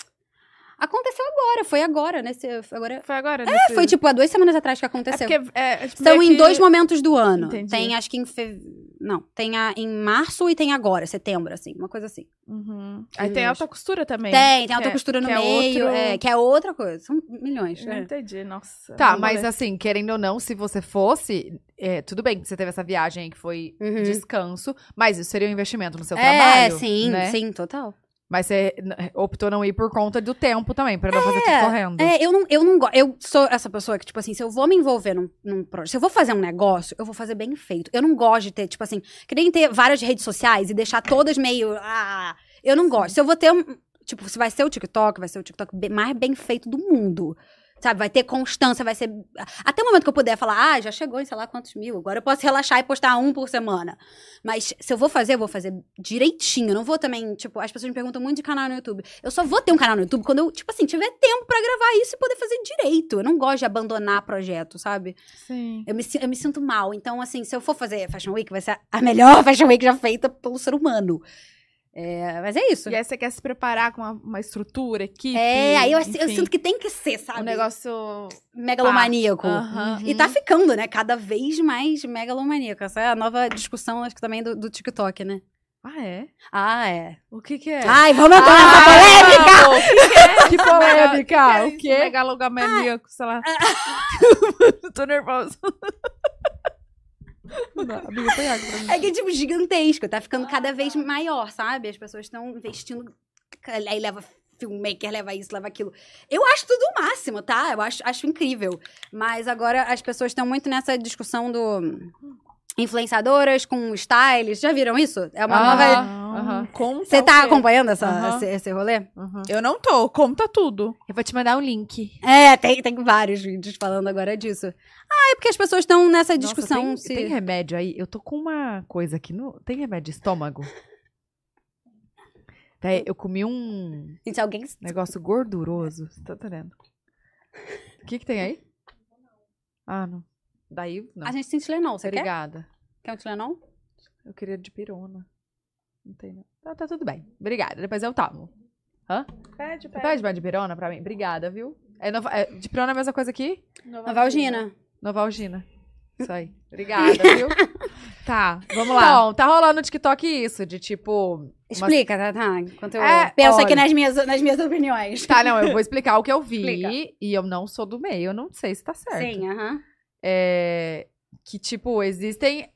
Speaker 3: Aconteceu agora, foi agora, nesse. Agora.
Speaker 1: Foi agora, nesse...
Speaker 3: Foi tipo há duas semanas atrás que
Speaker 1: É
Speaker 3: aconteceu.
Speaker 1: porque, é, tipo,
Speaker 3: São
Speaker 1: meio
Speaker 3: em
Speaker 1: que-
Speaker 3: dois momentos do ano.
Speaker 1: Entendi.
Speaker 3: Tem acho que em fe... Não, tem a, em março e tem agora, setembro, assim, uma coisa assim.
Speaker 1: Uhum. Aí
Speaker 3: Sim,
Speaker 1: tem
Speaker 3: mas-
Speaker 1: alta costura também.
Speaker 3: Tem, tem
Speaker 1: Que
Speaker 3: alta
Speaker 1: é-
Speaker 3: costura no
Speaker 1: que é
Speaker 3: meio,
Speaker 1: outro-
Speaker 3: é, que é outra coisa. São milhões.
Speaker 1: Não
Speaker 3: é.
Speaker 1: entendi, nossa.
Speaker 2: Tá,
Speaker 1: Não
Speaker 2: mas
Speaker 1: falei.
Speaker 2: assim, querendo ou não, se você fosse, é, tudo bem que você teve essa viagem aí que foi
Speaker 1: É.
Speaker 3: Uhum.
Speaker 2: descanso, mas isso seria um investimento no seu
Speaker 3: É,
Speaker 2: trabalho.
Speaker 3: sim,
Speaker 2: né?
Speaker 3: sim, total.
Speaker 2: Mas você n- optou não ir por conta do tempo também, pra não fazer
Speaker 3: É,
Speaker 2: tudo correndo.
Speaker 3: É, eu não, eu não gosto. Eu sou essa pessoa que, tipo assim, se eu vou me envolver num, num projeto, se eu vou fazer um negócio, eu vou fazer bem feito. Eu não gosto de ter, tipo assim, que nem ter várias redes sociais e deixar todas meio. Ah, eu não gosto. Se eu vou ter um. Tipo, se vai ser o TikTok, vai ser o TikTok be- mais bem feito do mundo. Sabe, vai ter constância, vai ser. Até o momento que eu puder falar, ah, já chegou em sei lá quantos mil, agora eu posso relaxar e postar um por semana. Mas se eu vou fazer, eu vou fazer direitinho. Eu não vou também, tipo, as pessoas me perguntam muito de canal no YouTube. Eu só vou ter um canal no YouTube quando eu, tipo assim, tiver tempo pra gravar isso e poder fazer direito. Eu não gosto de abandonar projeto, sabe?
Speaker 1: Sim.
Speaker 3: Eu me, si- eu me sinto mal. Então, assim, se eu for fazer Fashion Week, vai ser a melhor <laughs> Fashion Week já feita pelo ser humano. É, mas é isso.
Speaker 1: E aí você quer se preparar com uma, uma estrutura, equipe.
Speaker 3: É, aí eu, eu
Speaker 1: enfim,
Speaker 3: sinto que tem que ser, sabe?
Speaker 1: Um negócio.
Speaker 3: megalomaníaco.
Speaker 1: Aham.
Speaker 3: E tá ficando, né? Cada vez mais megalomaníaco. Essa é a nova discussão, acho que também do, do TikTok, né?
Speaker 1: Ah, é?
Speaker 3: Ah, é.
Speaker 1: O que que é?
Speaker 3: Ai, vamos
Speaker 2: Ah,
Speaker 3: entrar nessa
Speaker 1: Ai,
Speaker 3: polêmica!
Speaker 1: não, o que que
Speaker 3: <laughs>
Speaker 1: é?
Speaker 2: Que polêmica!
Speaker 1: o quê? Megalomaníaco, sei lá. <laughs>
Speaker 3: Ah,
Speaker 1: Tô nervosa.
Speaker 2: Não, amiga, põe água pra mim.
Speaker 3: É que é, tipo gigantesco, tá ficando cada vez maior, sabe? As pessoas estão investindo, aí leva filmmaker, leva isso, leva aquilo. Eu acho tudo o máximo, tá? Eu acho, acho incrível. Mas agora as pessoas estão muito nessa discussão do influenciadoras com styles. Já viram isso? É uma
Speaker 2: Ah,
Speaker 3: nova.
Speaker 1: Aham. Conta
Speaker 3: Você
Speaker 1: o
Speaker 3: tá
Speaker 1: quê?
Speaker 3: acompanhando essa,
Speaker 1: Aham.
Speaker 3: esse, esse rolê?
Speaker 2: Uhum.
Speaker 1: Eu não tô, conta tudo.
Speaker 2: Eu vou te mandar um link.
Speaker 3: É, tem, tem vários vídeos falando agora disso. Ah, é porque as pessoas estão nessa discussão.
Speaker 2: Nossa,
Speaker 3: se...
Speaker 2: tem, tem remédio aí? Eu tô com uma coisa aqui. No... Tem remédio de <laughs> estômago? Tá, eu comi um
Speaker 3: Gente, alguém.
Speaker 2: negócio gorduroso. Você tá entendendo? O que que tem aí? Ah, não. Ah, Daí, não.
Speaker 3: A gente tem Tilenol, você quer?
Speaker 2: Tá. Obrigada.
Speaker 3: Quer um Tilenol?
Speaker 2: Eu queria de pirona. Não tem, não. Tá, tá tudo bem. Obrigada. Depois eu tomo.
Speaker 1: Pede,
Speaker 2: Você pede mais de pirona pra mim? Obrigada, viu? É, nova... é, de pirona é a mesma coisa aqui?
Speaker 3: Novalgina.
Speaker 2: Novalgina. Isso aí. Obrigada, viu?
Speaker 1: Tá.
Speaker 2: Vamos lá. Então, <laughs> tá rolando no TikTok isso, de tipo.
Speaker 3: Explica, tá, tá. Enquanto eu
Speaker 2: É,
Speaker 3: penso
Speaker 2: olha.
Speaker 3: aqui nas minhas, nas minhas opiniões.
Speaker 2: Tá, não, eu vou explicar o que eu vi.
Speaker 3: Explica.
Speaker 2: E eu não sou do meio, eu não sei se tá certo.
Speaker 3: Sim, aham.
Speaker 2: é, que, tipo, existem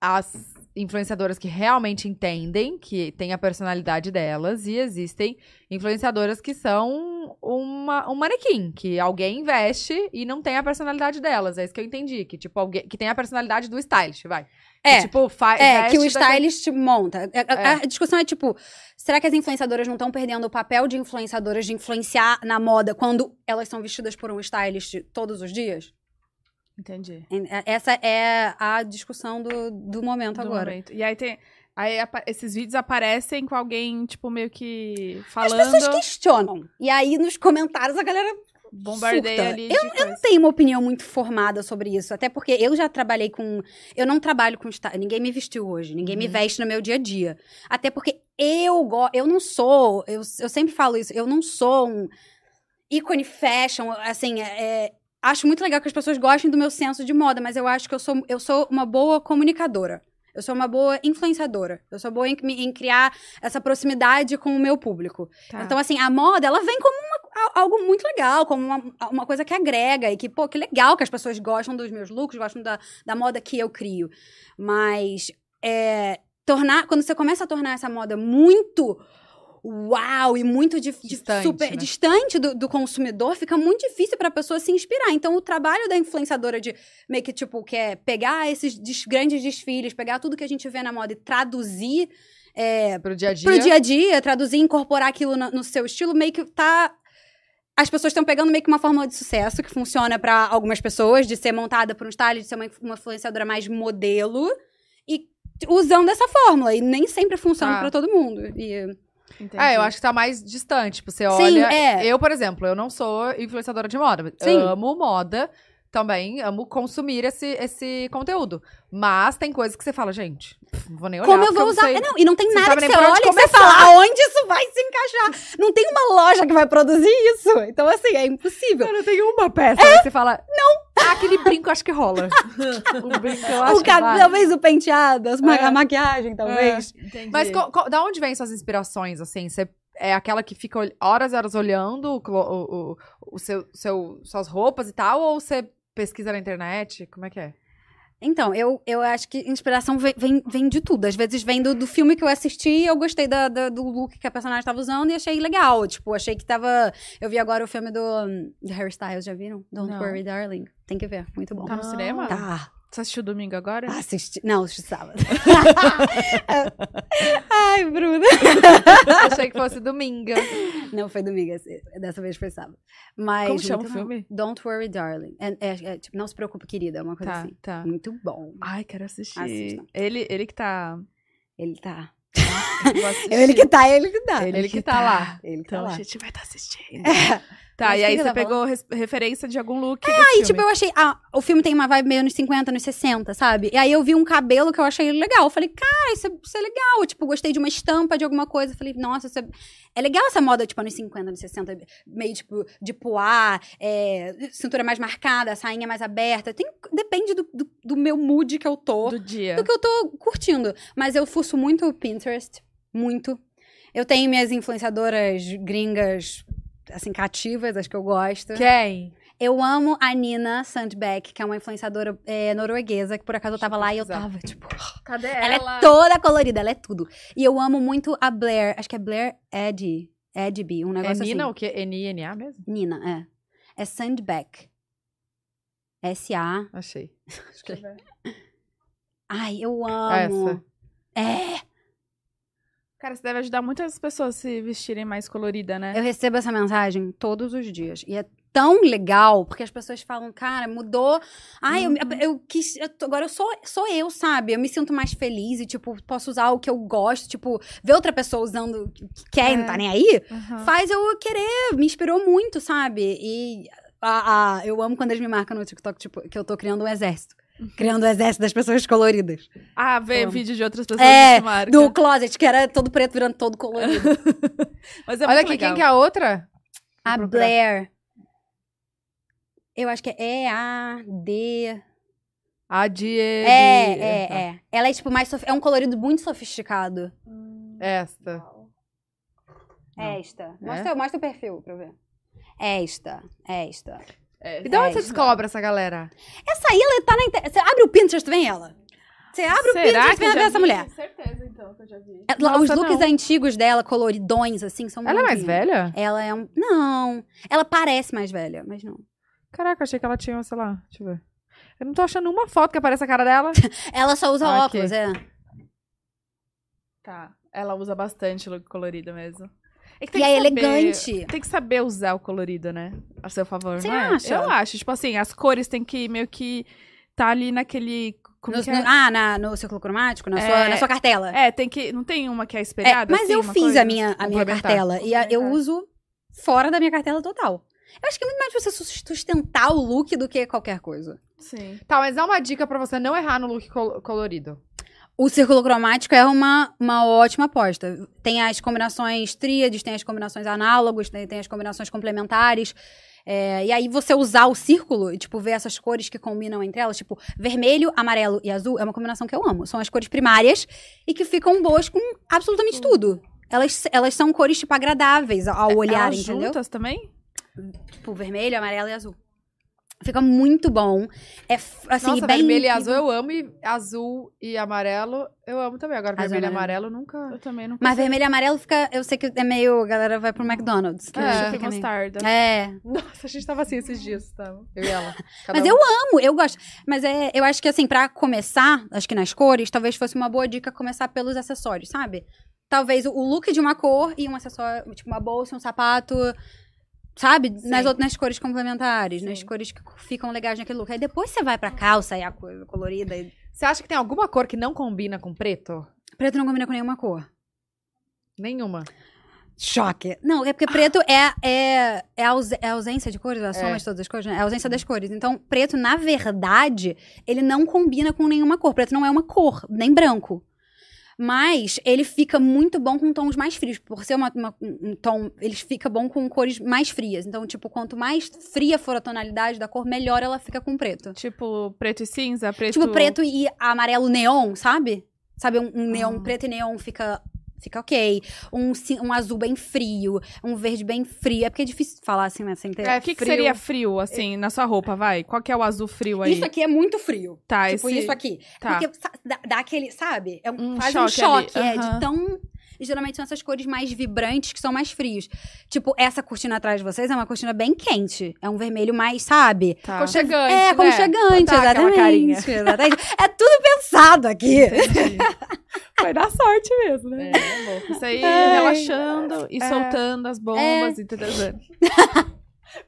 Speaker 2: as influenciadoras que realmente entendem, que tem a personalidade delas, e existem influenciadoras que são uma, um manequim, que alguém veste e não tem a personalidade delas. É isso que eu entendi. Que, tipo, alguém que tem a personalidade do stylist, vai.
Speaker 3: É.
Speaker 2: Que, tipo, faz.
Speaker 3: É, que o stylist monta. A, a-
Speaker 2: É.
Speaker 3: a discussão é tipo, será que as influenciadoras não estão perdendo o papel de influenciadoras de influenciar na moda quando elas são vestidas por um stylist todos os dias?
Speaker 1: Entendi.
Speaker 3: En- é- Essa é a discussão do, do momento
Speaker 1: Do
Speaker 3: agora.
Speaker 1: momento. E aí tem. Aí apa- esses vídeos aparecem com alguém, tipo, meio que falando.
Speaker 3: As pessoas questionam. E aí, nos comentários, a galera
Speaker 1: Bombardeia
Speaker 3: surta.
Speaker 1: ali.
Speaker 3: Eu-
Speaker 1: de coisa.
Speaker 3: tem uma opinião muito formada sobre isso. Até porque eu já trabalhei com. Eu não trabalho com. esta- Ninguém me vestiu hoje. Ninguém me
Speaker 2: Uhum.
Speaker 3: veste no meu dia a dia. Até porque eu go... Eu não sou. Eu, eu sempre falo isso. Eu não sou um ícone fashion. Assim, é- é, acho muito legal que as pessoas gostem do meu senso de moda, mas eu acho que eu sou, eu sou uma boa comunicadora. Eu sou uma boa influenciadora. Eu sou boa em, em criar essa proximidade com o meu público.
Speaker 1: Tá.
Speaker 3: Então, assim, a moda, ela vem como uma- a- algo muito legal, como uma, uma coisa que agrega e que, pô, que legal que as pessoas gostam dos meus looks, gostam da, da moda que eu crio. Mas, é, tornar, quando você começa a tornar essa moda muito uau e muito dif- dif-
Speaker 2: Distante,
Speaker 3: super
Speaker 2: né?
Speaker 3: distante do, do consumidor, fica muito difícil para a pessoa se inspirar. Então, o trabalho da influenciadora de meio que, tipo, que é pegar esses des- grandes desfiles, pegar tudo que a gente vê na moda e traduzir é,
Speaker 2: Pro dia a dia.
Speaker 3: pro dia a dia, traduzir, incorporar aquilo no, no seu estilo, meio que tá. As pessoas estão pegando meio que uma fórmula de sucesso que funciona pra algumas pessoas, de ser montada por um style, de ser uma, inf- uma influenciadora mais modelo, e t- usando essa fórmula. E nem sempre funciona
Speaker 2: Tá.
Speaker 3: pra todo mundo. E,
Speaker 1: Entendi.
Speaker 2: É, eu acho que tá mais distante. Tipo, você
Speaker 3: Sim,
Speaker 2: olha.
Speaker 3: é.
Speaker 2: Eu, por exemplo, eu não sou influenciadora de moda. mas
Speaker 3: Sim.
Speaker 2: Amo moda. também amo consumir esse, esse conteúdo. Mas tem coisas que você fala, gente, pff, não vou nem olhar.
Speaker 3: Como eu
Speaker 2: porque
Speaker 3: vou usar?
Speaker 2: Não, sei.
Speaker 3: É, Não, e não tem
Speaker 2: Você
Speaker 3: nada
Speaker 2: sabe
Speaker 3: que
Speaker 2: nem
Speaker 3: você
Speaker 2: por onde
Speaker 3: olha e você
Speaker 2: começar.
Speaker 3: fala aonde isso vai se encaixar. Não tem uma loja que vai produzir isso. Então, assim, é impossível.
Speaker 2: Cara, tem uma peça que você fala, não. Ah, aquele brinco eu acho que
Speaker 3: <laughs>
Speaker 2: rola. o brinco eu acho
Speaker 3: O
Speaker 2: que
Speaker 3: cabelo,
Speaker 2: vai.
Speaker 3: talvez o penteado, as ma-
Speaker 2: É.
Speaker 3: a maquiagem, talvez.
Speaker 1: Entendi.
Speaker 2: Mas co- co- da onde vêm suas inspirações, assim? Você é aquela que fica ol- horas e horas olhando o, clo- o, o- o seu, seu- suas roupas e tal? Ou você pesquisa na internet? Como é que é?
Speaker 3: Então, eu, eu acho que inspiração ve- vem, vem de tudo. Às vezes vem do, do filme que eu assisti, eu gostei da, da- do look que a personagem estava usando e achei legal. Tipo, achei que tava. Eu vi agora o filme do, hum, do Harry Styles, já viram? Don't
Speaker 1: Não.
Speaker 3: Worry, Darling. Tem que ver, muito bom.
Speaker 1: Tá no
Speaker 2: Não.
Speaker 1: cinema?
Speaker 3: Tá.
Speaker 1: Você assistiu domingo agora?
Speaker 3: Assisti. Não, assisti
Speaker 1: <laughs>
Speaker 3: sábado. Ai, Bruna.
Speaker 2: Achei que fosse
Speaker 3: <laughs>
Speaker 2: domingo.
Speaker 3: Não, foi domingo. esse- Dessa vez foi sábado. Mas.
Speaker 1: Como chama o
Speaker 3: muito bom.
Speaker 1: filme?
Speaker 3: Don't Worry, Darling. É, é- é, tipo, não se preocupe, querida. É uma coisa
Speaker 1: Tá,
Speaker 3: assim.
Speaker 1: tá.
Speaker 3: Muito bom.
Speaker 1: Ai, quero assistir.
Speaker 3: Assistam.
Speaker 1: Ele, ele que tá.
Speaker 3: <laughs> Ele tá.
Speaker 1: Vou assistir.
Speaker 3: Ele que tá, ele que tá.
Speaker 1: Ele,
Speaker 2: Ele
Speaker 1: que,
Speaker 2: que
Speaker 1: tá,
Speaker 2: tá
Speaker 1: lá.
Speaker 3: Ele que
Speaker 1: Então
Speaker 3: tá lá. É.
Speaker 1: a gente vai estar assistindo. Tá,
Speaker 2: Mas
Speaker 1: e
Speaker 2: o que
Speaker 1: aí
Speaker 2: que
Speaker 1: você
Speaker 2: tá
Speaker 1: pegou res- referência de algum look. É,
Speaker 3: E, tipo, eu achei. ah, o filme tem uma vibe meio nos 50, nos 60, sabe? E aí eu vi um cabelo que eu achei legal. Eu falei, cara, isso é, isso é legal. Tipo, gostei de uma estampa de alguma coisa. Eu falei, nossa, isso é, é legal essa moda, tipo, anos 50, anos 60. Meio, tipo, de poá, é, cintura mais marcada, sainha mais aberta. Tem- depende do, do, do meu mood que eu tô, do,
Speaker 1: do dia.
Speaker 3: que eu tô curtindo. Mas eu fuço muito o Pinterest. Muito. Eu tenho minhas influenciadoras gringas, assim, cativas, as que eu gosto.
Speaker 2: Quem?
Speaker 3: Eu amo a Nina Sandbeck, que é uma influenciadora é, norueguesa, que por acaso eu
Speaker 2: Deixa eu
Speaker 3: tava lá e eu
Speaker 2: pesquisar.
Speaker 3: tava, tipo.
Speaker 2: Cadê
Speaker 3: Ela, é toda colorida, ela é tudo. E eu amo muito a Blair, acho que é Blair Eddy. Edby, um
Speaker 2: É
Speaker 3: negócio
Speaker 2: Nina
Speaker 3: assim.
Speaker 2: o quê? N-I-N-A mesmo?
Speaker 3: Nina, é. É Sandbeck. S-A.
Speaker 2: Achei.
Speaker 3: Ai, eu amo.
Speaker 2: Essa.
Speaker 3: É,
Speaker 1: Cara, você deve ajudar muitas pessoas a se vestirem mais colorida, né?
Speaker 3: eu recebo essa mensagem todos os dias. E é tão legal, porque as pessoas falam, cara, mudou. Ai, eu-
Speaker 1: Uhum.
Speaker 3: eu, quis. eu tô- agora eu sou, sou eu, sabe? Eu me sinto mais feliz e, tipo, posso usar o que eu gosto. Tipo, ver outra pessoa usando o que quer e não tá
Speaker 1: É.
Speaker 3: nem aí,
Speaker 1: Aham.
Speaker 3: faz eu querer. Me inspirou muito, sabe? E a, a- eu amo quando eles me marcam no TikTok, tipo, que eu tô criando um exército. Criando o exército das pessoas coloridas.
Speaker 1: Ah, ver
Speaker 3: Amo.
Speaker 1: vídeo de outras pessoas
Speaker 3: É,
Speaker 1: que te marca.
Speaker 3: Do closet, que era todo preto virando todo colorido.
Speaker 1: Mas é
Speaker 2: Olha
Speaker 1: muito
Speaker 2: aqui,
Speaker 1: legal.
Speaker 2: quem que é a outra?
Speaker 3: a
Speaker 2: procurar.
Speaker 3: Blair. Eu acho que é E-A-D.
Speaker 2: A de...
Speaker 3: É, é,
Speaker 2: tá.
Speaker 3: é. Ela é, tipo, mais. sof- É um colorido muito sofisticado.
Speaker 2: Esta. Não.
Speaker 3: Esta.
Speaker 2: É?
Speaker 3: Mostra, mostra o perfil pra eu ver. É Esta, esta.
Speaker 2: E de onde
Speaker 3: É,
Speaker 2: você descobre essa galera?
Speaker 3: Essa aí, ela tá na internet. Você abre o Pinterest, vem ela. Você abre o
Speaker 1: Será
Speaker 3: Pinterest,
Speaker 1: que
Speaker 3: vem
Speaker 1: eu já
Speaker 3: essa
Speaker 1: vi?
Speaker 3: mulher.
Speaker 1: Certeza, então, que eu já vi.
Speaker 3: Ela- Os
Speaker 1: Nossa,
Speaker 3: looks
Speaker 1: não.
Speaker 3: antigos dela, coloridões, assim, são
Speaker 2: Ela é
Speaker 3: muito
Speaker 2: mais
Speaker 3: lindos.
Speaker 2: velha?
Speaker 3: Ela é um. Não. Ela parece mais velha, mas não.
Speaker 2: Caraca, achei que ela tinha, sei lá, deixa eu ver. Eu não tô achando uma foto que aparece a cara dela.
Speaker 3: Ela só usa
Speaker 2: Ah, aqui.
Speaker 3: óculos, é.
Speaker 1: <laughs> Tá. Ela usa bastante look colorido mesmo. É que tem
Speaker 3: E
Speaker 1: que
Speaker 3: é
Speaker 1: saber-
Speaker 3: elegante.
Speaker 1: Tem que saber usar o colorido, né? A seu favor,
Speaker 3: Você
Speaker 1: não é?
Speaker 3: acha?
Speaker 1: Eu acho. Tipo assim, as cores tem que meio que tá ali naquele... Como
Speaker 3: No-
Speaker 1: que é?
Speaker 3: no- ah, na- no círculo cromático, na,
Speaker 1: É.
Speaker 3: sua, na sua cartela.
Speaker 1: É, tem que... Não tem uma que é
Speaker 3: É,
Speaker 1: espelhada?
Speaker 3: mas
Speaker 1: assim,
Speaker 3: eu
Speaker 1: uma
Speaker 3: fiz
Speaker 1: coisa?
Speaker 3: a minha, a minha
Speaker 2: Complementar.
Speaker 3: cartela. E a- eu
Speaker 1: Complementar.
Speaker 3: uso fora da minha cartela total. Eu acho que é muito mais pra você sus- sustentar o look do que qualquer coisa.
Speaker 1: Sim.
Speaker 2: Tá, mas dá uma dica pra você não errar no look col- colorido.
Speaker 3: O círculo cromático é uma, uma ótima aposta. Tem as combinações tríades, tem as combinações análogos, tem, tem as combinações complementares. É, e aí você usar o círculo e, tipo, ver essas cores que combinam entre elas. Tipo, vermelho, amarelo e azul é uma combinação que eu amo. São as cores primárias e que ficam boas com absolutamente tudo. Elas, elas são cores, tipo, agradáveis
Speaker 2: É,
Speaker 3: ao olhar,
Speaker 1: Elas
Speaker 3: entendeu?
Speaker 2: tá-
Speaker 1: juntas também?
Speaker 3: Tipo, vermelho, amarelo e azul. Fica muito bom. É, f- assim,
Speaker 2: Nossa,
Speaker 3: bem...
Speaker 2: vermelho e azul eu amo, e azul e amarelo eu amo também. Agora,
Speaker 3: Azul e
Speaker 2: vermelho e
Speaker 3: amarelo.
Speaker 2: amarelo nunca. <laughs>
Speaker 1: Eu também não
Speaker 3: Mas vermelho e amarelo fica... Eu sei que é meio... A galera vai pro McDonald's. Que
Speaker 2: É.
Speaker 1: É,
Speaker 3: fica
Speaker 1: chupei
Speaker 3: meio-
Speaker 1: mostarda.
Speaker 3: É.
Speaker 2: Nossa, a gente tava assim esses dias, tava. Eu e ela. Cada
Speaker 3: <laughs> Mas
Speaker 2: um.
Speaker 3: eu amo, eu gosto. Mas é, eu acho que, assim, pra começar, acho que nas cores, talvez fosse uma boa dica começar pelos acessórios, sabe? Talvez o- o look de uma cor e um acessório, tipo, uma bolsa, um sapato, sabe? Nas outras nas cores complementares, nas
Speaker 1: Sim.
Speaker 3: cores que ficam legais naquele look. Aí depois você vai pra calça e a coisa colorida. e-
Speaker 2: Você acha que tem alguma cor que não combina com preto?
Speaker 3: Preto não combina com nenhuma cor.
Speaker 2: Nenhuma.
Speaker 3: Choque. Não, é porque preto é, é, é, aus- é ausência de cores, é a soma de todas as cores, né? É a ausência das cores. Então, preto, na verdade, ele não combina com nenhuma cor. Preto não é uma cor, nem branco. Mas ele fica muito bom com tons mais frios. Por ser uma, uma- um um tom, ele fica bom com cores mais frias. Então, tipo, quanto mais fria for a tonalidade da cor, melhor ela fica com preto.
Speaker 1: Tipo, preto e cinza, preto...
Speaker 3: Tipo, preto e amarelo neon, sabe? Sabe, um, um neon
Speaker 1: Ah.
Speaker 3: preto e neon fica, fica ok. Um, ci- um azul bem frio, um verde bem frio. É porque é difícil falar assim, né? Sem ter...
Speaker 2: É,
Speaker 1: O que, que
Speaker 2: frio.
Speaker 1: seria frio, assim, na sua roupa, vai? Qual que é o azul frio aí?
Speaker 3: Isso aqui é muito frio.
Speaker 1: Tá,
Speaker 3: tipo,
Speaker 1: esse...
Speaker 3: isso aqui.
Speaker 1: Tá.
Speaker 3: Porque sa- dá, dá aquele, sabe? É um,
Speaker 1: Um
Speaker 3: faz um
Speaker 1: choque
Speaker 3: choque,
Speaker 1: ali,
Speaker 3: é,
Speaker 1: aham.
Speaker 3: de tão... Geralmente são essas cores mais vibrantes que são mais frios. Tipo, essa cortina atrás de vocês é uma cortina bem quente. É um vermelho mais, sabe?
Speaker 1: Tá.
Speaker 2: Aconchegante,
Speaker 3: É,
Speaker 2: né?
Speaker 3: <laughs> aconchegante,
Speaker 2: Botar aquela
Speaker 3: exatamente.
Speaker 2: carinha.
Speaker 3: exatamente. É tudo
Speaker 1: <laughs>
Speaker 3: pensado aqui.
Speaker 1: Entendi. Foi da sorte mesmo,
Speaker 3: Hum.
Speaker 1: né?
Speaker 2: É, é louco.
Speaker 1: Isso aí,
Speaker 3: Ai. é.
Speaker 1: relaxando e soltando as bombas e tentando.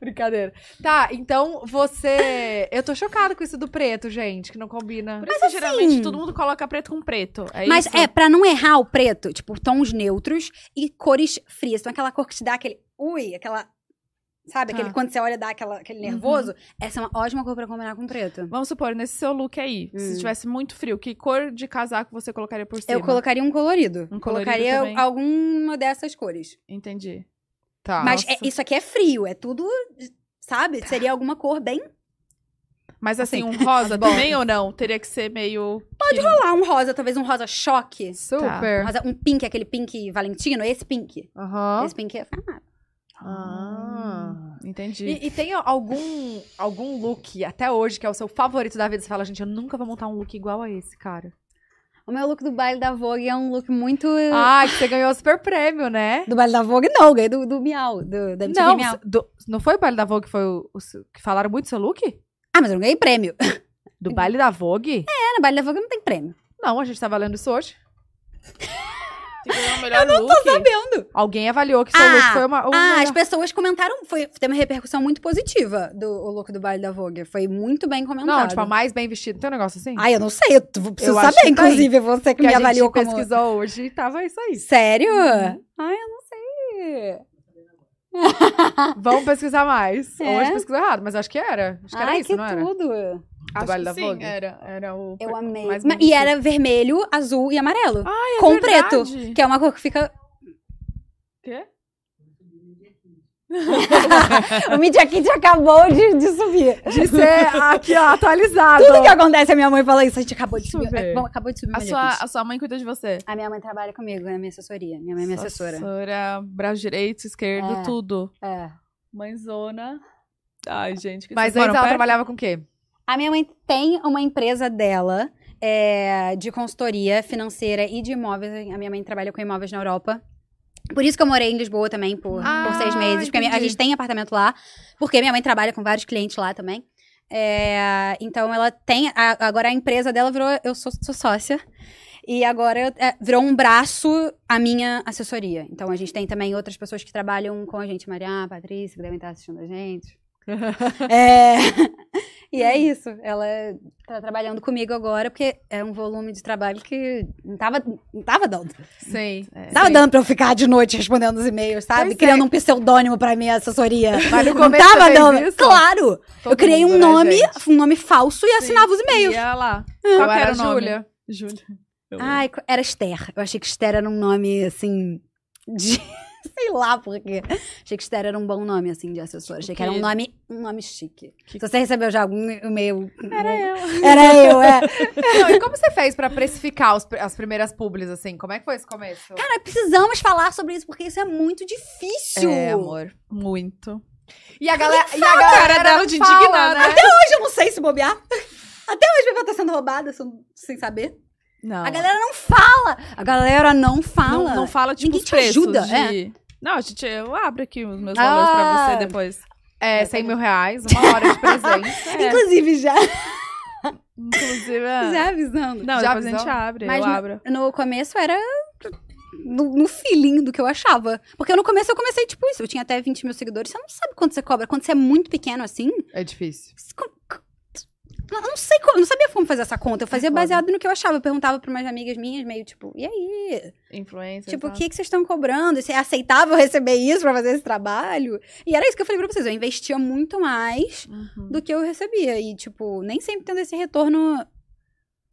Speaker 2: Brincadeira. Tá, então você. Eu tô chocada com isso do preto, gente, que não combina.
Speaker 1: Por isso, geralmente, todo mundo coloca preto com preto. É
Speaker 3: assim, Mas
Speaker 1: isso?
Speaker 3: é, pra não errar o preto, tipo, tons neutros e cores frias. Então, aquela cor que te dá aquele. Ui, aquela. Sabe,
Speaker 1: Tá.
Speaker 3: aquele quando você olha dá aquela, aquele
Speaker 1: Uhum.
Speaker 3: nervoso. Essa é uma ótima cor pra combinar com preto.
Speaker 1: Vamos supor, nesse seu look aí, se
Speaker 3: Hum.
Speaker 1: tivesse muito frio, que cor de casaco você colocaria por cima?
Speaker 3: Eu colocaria um colorido.
Speaker 1: né? Um colorido
Speaker 3: colocaria
Speaker 1: também.
Speaker 3: alguma dessas cores.
Speaker 1: Entendi.
Speaker 2: Tá.
Speaker 3: Mas
Speaker 1: nossa. Tá.
Speaker 3: é- isso aqui é frio, é tudo. Sabe? Seria alguma cor bem.
Speaker 1: Mas assim, um
Speaker 2: <laughs>
Speaker 1: rosa também ou não? Teria que ser meio... Pode
Speaker 3: Sei lá, um rosa, talvez um rosa choque. Um,
Speaker 2: Super.
Speaker 3: rosa, um pink, aquele pink Valentino, esse pink.
Speaker 2: Aham.
Speaker 3: Esse pink é. Ah,
Speaker 2: Ah.
Speaker 1: Entendi.
Speaker 2: E, e tem algum, algum look até hoje que é o seu favorito da vida? Você fala, gente, eu nunca vou montar um look igual a esse, cara.
Speaker 3: o meu look do baile da Vogue é um look muito.
Speaker 2: Ah, que você ganhou o super prêmio, né?
Speaker 3: Do baile da Vogue, não, ganhei do, do Miau, do, da MTV
Speaker 2: Não,
Speaker 3: Miau.
Speaker 2: do- não foi o baile da Vogue que, foi o, o seu- que falaram muito do seu look?
Speaker 3: Ah, mas eu não ganhei prêmio. É,
Speaker 2: Do baile da Vogue?
Speaker 3: no baile da Vogue não tem prêmio.
Speaker 2: Não, a gente tava lendo isso <laughs> hoje. Tipo, é
Speaker 1: o melhor eu não look.
Speaker 3: sabendo.
Speaker 2: Alguém avaliou que seu
Speaker 3: Ah,
Speaker 2: look foi uma. um, o
Speaker 3: Ah, as
Speaker 2: melhor.
Speaker 3: pessoas comentaram, foi, teve uma repercussão muito positiva do o look do baile da Vogue. Foi muito bem comentado.
Speaker 1: ah,
Speaker 2: Não, tipo, a mais bem vestida. Tem um negócio assim?
Speaker 3: Ai, eu não sei, eu t- vou- preciso
Speaker 2: Eu acho
Speaker 3: saber,
Speaker 2: que tem.
Speaker 3: inclusive, você que,
Speaker 2: que
Speaker 3: me
Speaker 2: a
Speaker 3: avaliou
Speaker 2: gente
Speaker 3: como...
Speaker 2: pesquisou hoje e tava isso aí.
Speaker 3: Sério?
Speaker 2: Uhum.
Speaker 3: Ai, eu não sei.
Speaker 2: Vamos pesquisar mais.
Speaker 3: É?
Speaker 2: Hoje pesquisou errado, mas acho que era. Acho que era
Speaker 3: Ai,
Speaker 2: isso,
Speaker 3: que
Speaker 2: não era?
Speaker 3: tudo.
Speaker 1: Ah, Acho
Speaker 2: Trabalho
Speaker 1: que
Speaker 2: da
Speaker 1: sim, é.
Speaker 2: Vogue?
Speaker 1: era. Era o...
Speaker 3: Eu amei.
Speaker 1: mais
Speaker 3: Ma-
Speaker 1: bonito.
Speaker 3: E era vermelho, azul e amarelo.
Speaker 1: Ai, é
Speaker 3: com
Speaker 1: verdade.
Speaker 3: preto, que é uma cor que fica...
Speaker 1: Quê?
Speaker 3: <laughs> o Media Kit acabou de- de
Speaker 2: <laughs>
Speaker 3: subir.
Speaker 2: De ser aqui, ó, atualizado.
Speaker 3: Tudo que acontece, a minha mãe fala isso. A gente acabou de
Speaker 1: Deixa eu
Speaker 3: subir. É
Speaker 1: ver.
Speaker 3: Bom, acabou de subir
Speaker 1: A
Speaker 3: meu
Speaker 1: sua,
Speaker 3: jaquete.
Speaker 1: a sua mãe cuida de você?
Speaker 3: A minha mãe trabalha comigo, é minha assessoria. Minha mãe é minha
Speaker 1: Sua
Speaker 3: assessora.
Speaker 1: Assessora, braço direito, esquerdo,
Speaker 3: É.
Speaker 1: tudo.
Speaker 3: É.
Speaker 1: Mãezona. Ai, gente. Que
Speaker 2: Mas
Speaker 1: vocês
Speaker 2: antes
Speaker 1: moram
Speaker 2: ela
Speaker 1: perto?
Speaker 2: trabalhava com o quê?
Speaker 3: A minha mãe tem uma empresa dela é, de consultoria financeira e de imóveis. A minha mãe trabalha com imóveis na Europa. Por isso que eu morei em Lisboa também por,
Speaker 1: Ah,
Speaker 3: por seis meses. Porque a, minha- a
Speaker 1: entendi.
Speaker 3: gente tem apartamento lá. Porque minha mãe trabalha com vários clientes lá também. É, então ela tem. a- agora a empresa dela virou. Eu sou, sou sócia. E agora eu- é, virou um braço a minha assessoria. Então a gente tem também outras pessoas que trabalham com a gente, Maria, Patrícia, que devem estar assistindo a
Speaker 1: <laughs>
Speaker 3: gente. É, E é
Speaker 2: Uhum.
Speaker 3: isso. Ela tá trabalhando comigo agora, porque é um volume de trabalho que não tava, não tava dando.
Speaker 2: Sim.
Speaker 1: É.
Speaker 3: Não tava dando pra eu ficar de noite respondendo os e-mails, sabe?
Speaker 2: Pois é.
Speaker 3: Criando um pseudônimo pra minha assessoria.
Speaker 2: <laughs> Mas no
Speaker 3: Não
Speaker 2: começo
Speaker 3: tava
Speaker 2: você fez
Speaker 3: dando.
Speaker 2: isso?
Speaker 3: Claro! eu
Speaker 2: Todo
Speaker 3: criei
Speaker 2: mundo,
Speaker 3: um
Speaker 2: né,
Speaker 3: nome,
Speaker 2: gente?
Speaker 3: um nome falso e assinava os e-mails.
Speaker 1: Ia lá.
Speaker 2: Qual
Speaker 1: Qual
Speaker 2: que
Speaker 1: era
Speaker 2: era
Speaker 1: o nome?
Speaker 2: Júlia?
Speaker 1: Júlia. Eu-
Speaker 3: Ai, co- era Esther. Eu achei que Esther era um nome, assim, de... <laughs> Sei lá por quê. Achei que Esther era um bom nome, assim, de
Speaker 2: Tipo
Speaker 3: assessora. Achei que era um
Speaker 1: que-
Speaker 3: nome, um nome chique.
Speaker 1: Que-
Speaker 3: Se você recebeu já algum e-mail...
Speaker 1: Era eu.
Speaker 3: <laughs> Era eu, é.
Speaker 2: Não, e como você fez pra precificar os pr- as primeiras publis, assim? Como é que foi esse começo?
Speaker 3: Cara, precisamos falar sobre isso, porque isso é muito difícil.
Speaker 2: É, amor.
Speaker 1: Muito.
Speaker 2: E a galera. E a galera
Speaker 1: cara dela
Speaker 2: não
Speaker 1: de
Speaker 2: fala,
Speaker 1: indignada.
Speaker 2: né?
Speaker 3: Hoje eu não sei se bobear. <laughs> Até hoje eu vou estar sendo roubada sem- sem saber.
Speaker 1: Não.
Speaker 3: A galera não fala! A galera não fala.
Speaker 1: Não, não fala, tipo,
Speaker 3: Ninguém
Speaker 1: os
Speaker 3: te
Speaker 1: preços
Speaker 3: ajuda, é.
Speaker 1: de... Não, gente, eu abro aqui os meus valores pra
Speaker 3: Ah.
Speaker 1: você depois.
Speaker 2: É, 100 mil reais, uma hora de presente. <laughs>
Speaker 1: É,
Speaker 3: Inclusive, já,
Speaker 1: inclusive, é.
Speaker 3: <laughs> já avisando.
Speaker 1: Não,
Speaker 2: Já
Speaker 1: depois a gente
Speaker 2: avisou?
Speaker 1: abre,
Speaker 3: Mas
Speaker 1: eu
Speaker 3: não-
Speaker 1: abro.
Speaker 3: No começo era no, no feeling do que eu achava. Porque no começo eu comecei, tipo, isso. Eu tinha até 20 mil seguidores. Você não sabe quanto você cobra. Quando você é muito pequeno assim,
Speaker 2: É difícil.
Speaker 3: você co- co- Eu não sei como, não sabia como fazer essa conta. Eu fazia
Speaker 2: foda.
Speaker 3: baseado no que eu achava. Eu perguntava para umas amigas minhas, meio tipo, e aí?
Speaker 1: Influencer. e
Speaker 3: Tipo, o
Speaker 1: tal.
Speaker 3: que, que vocês estão cobrando? Se é aceitável receber isso pra fazer esse trabalho? E era isso que eu falei pra vocês. Eu investia muito mais
Speaker 1: Uhum.
Speaker 3: do que eu recebia. E, tipo, nem sempre tendo esse retorno.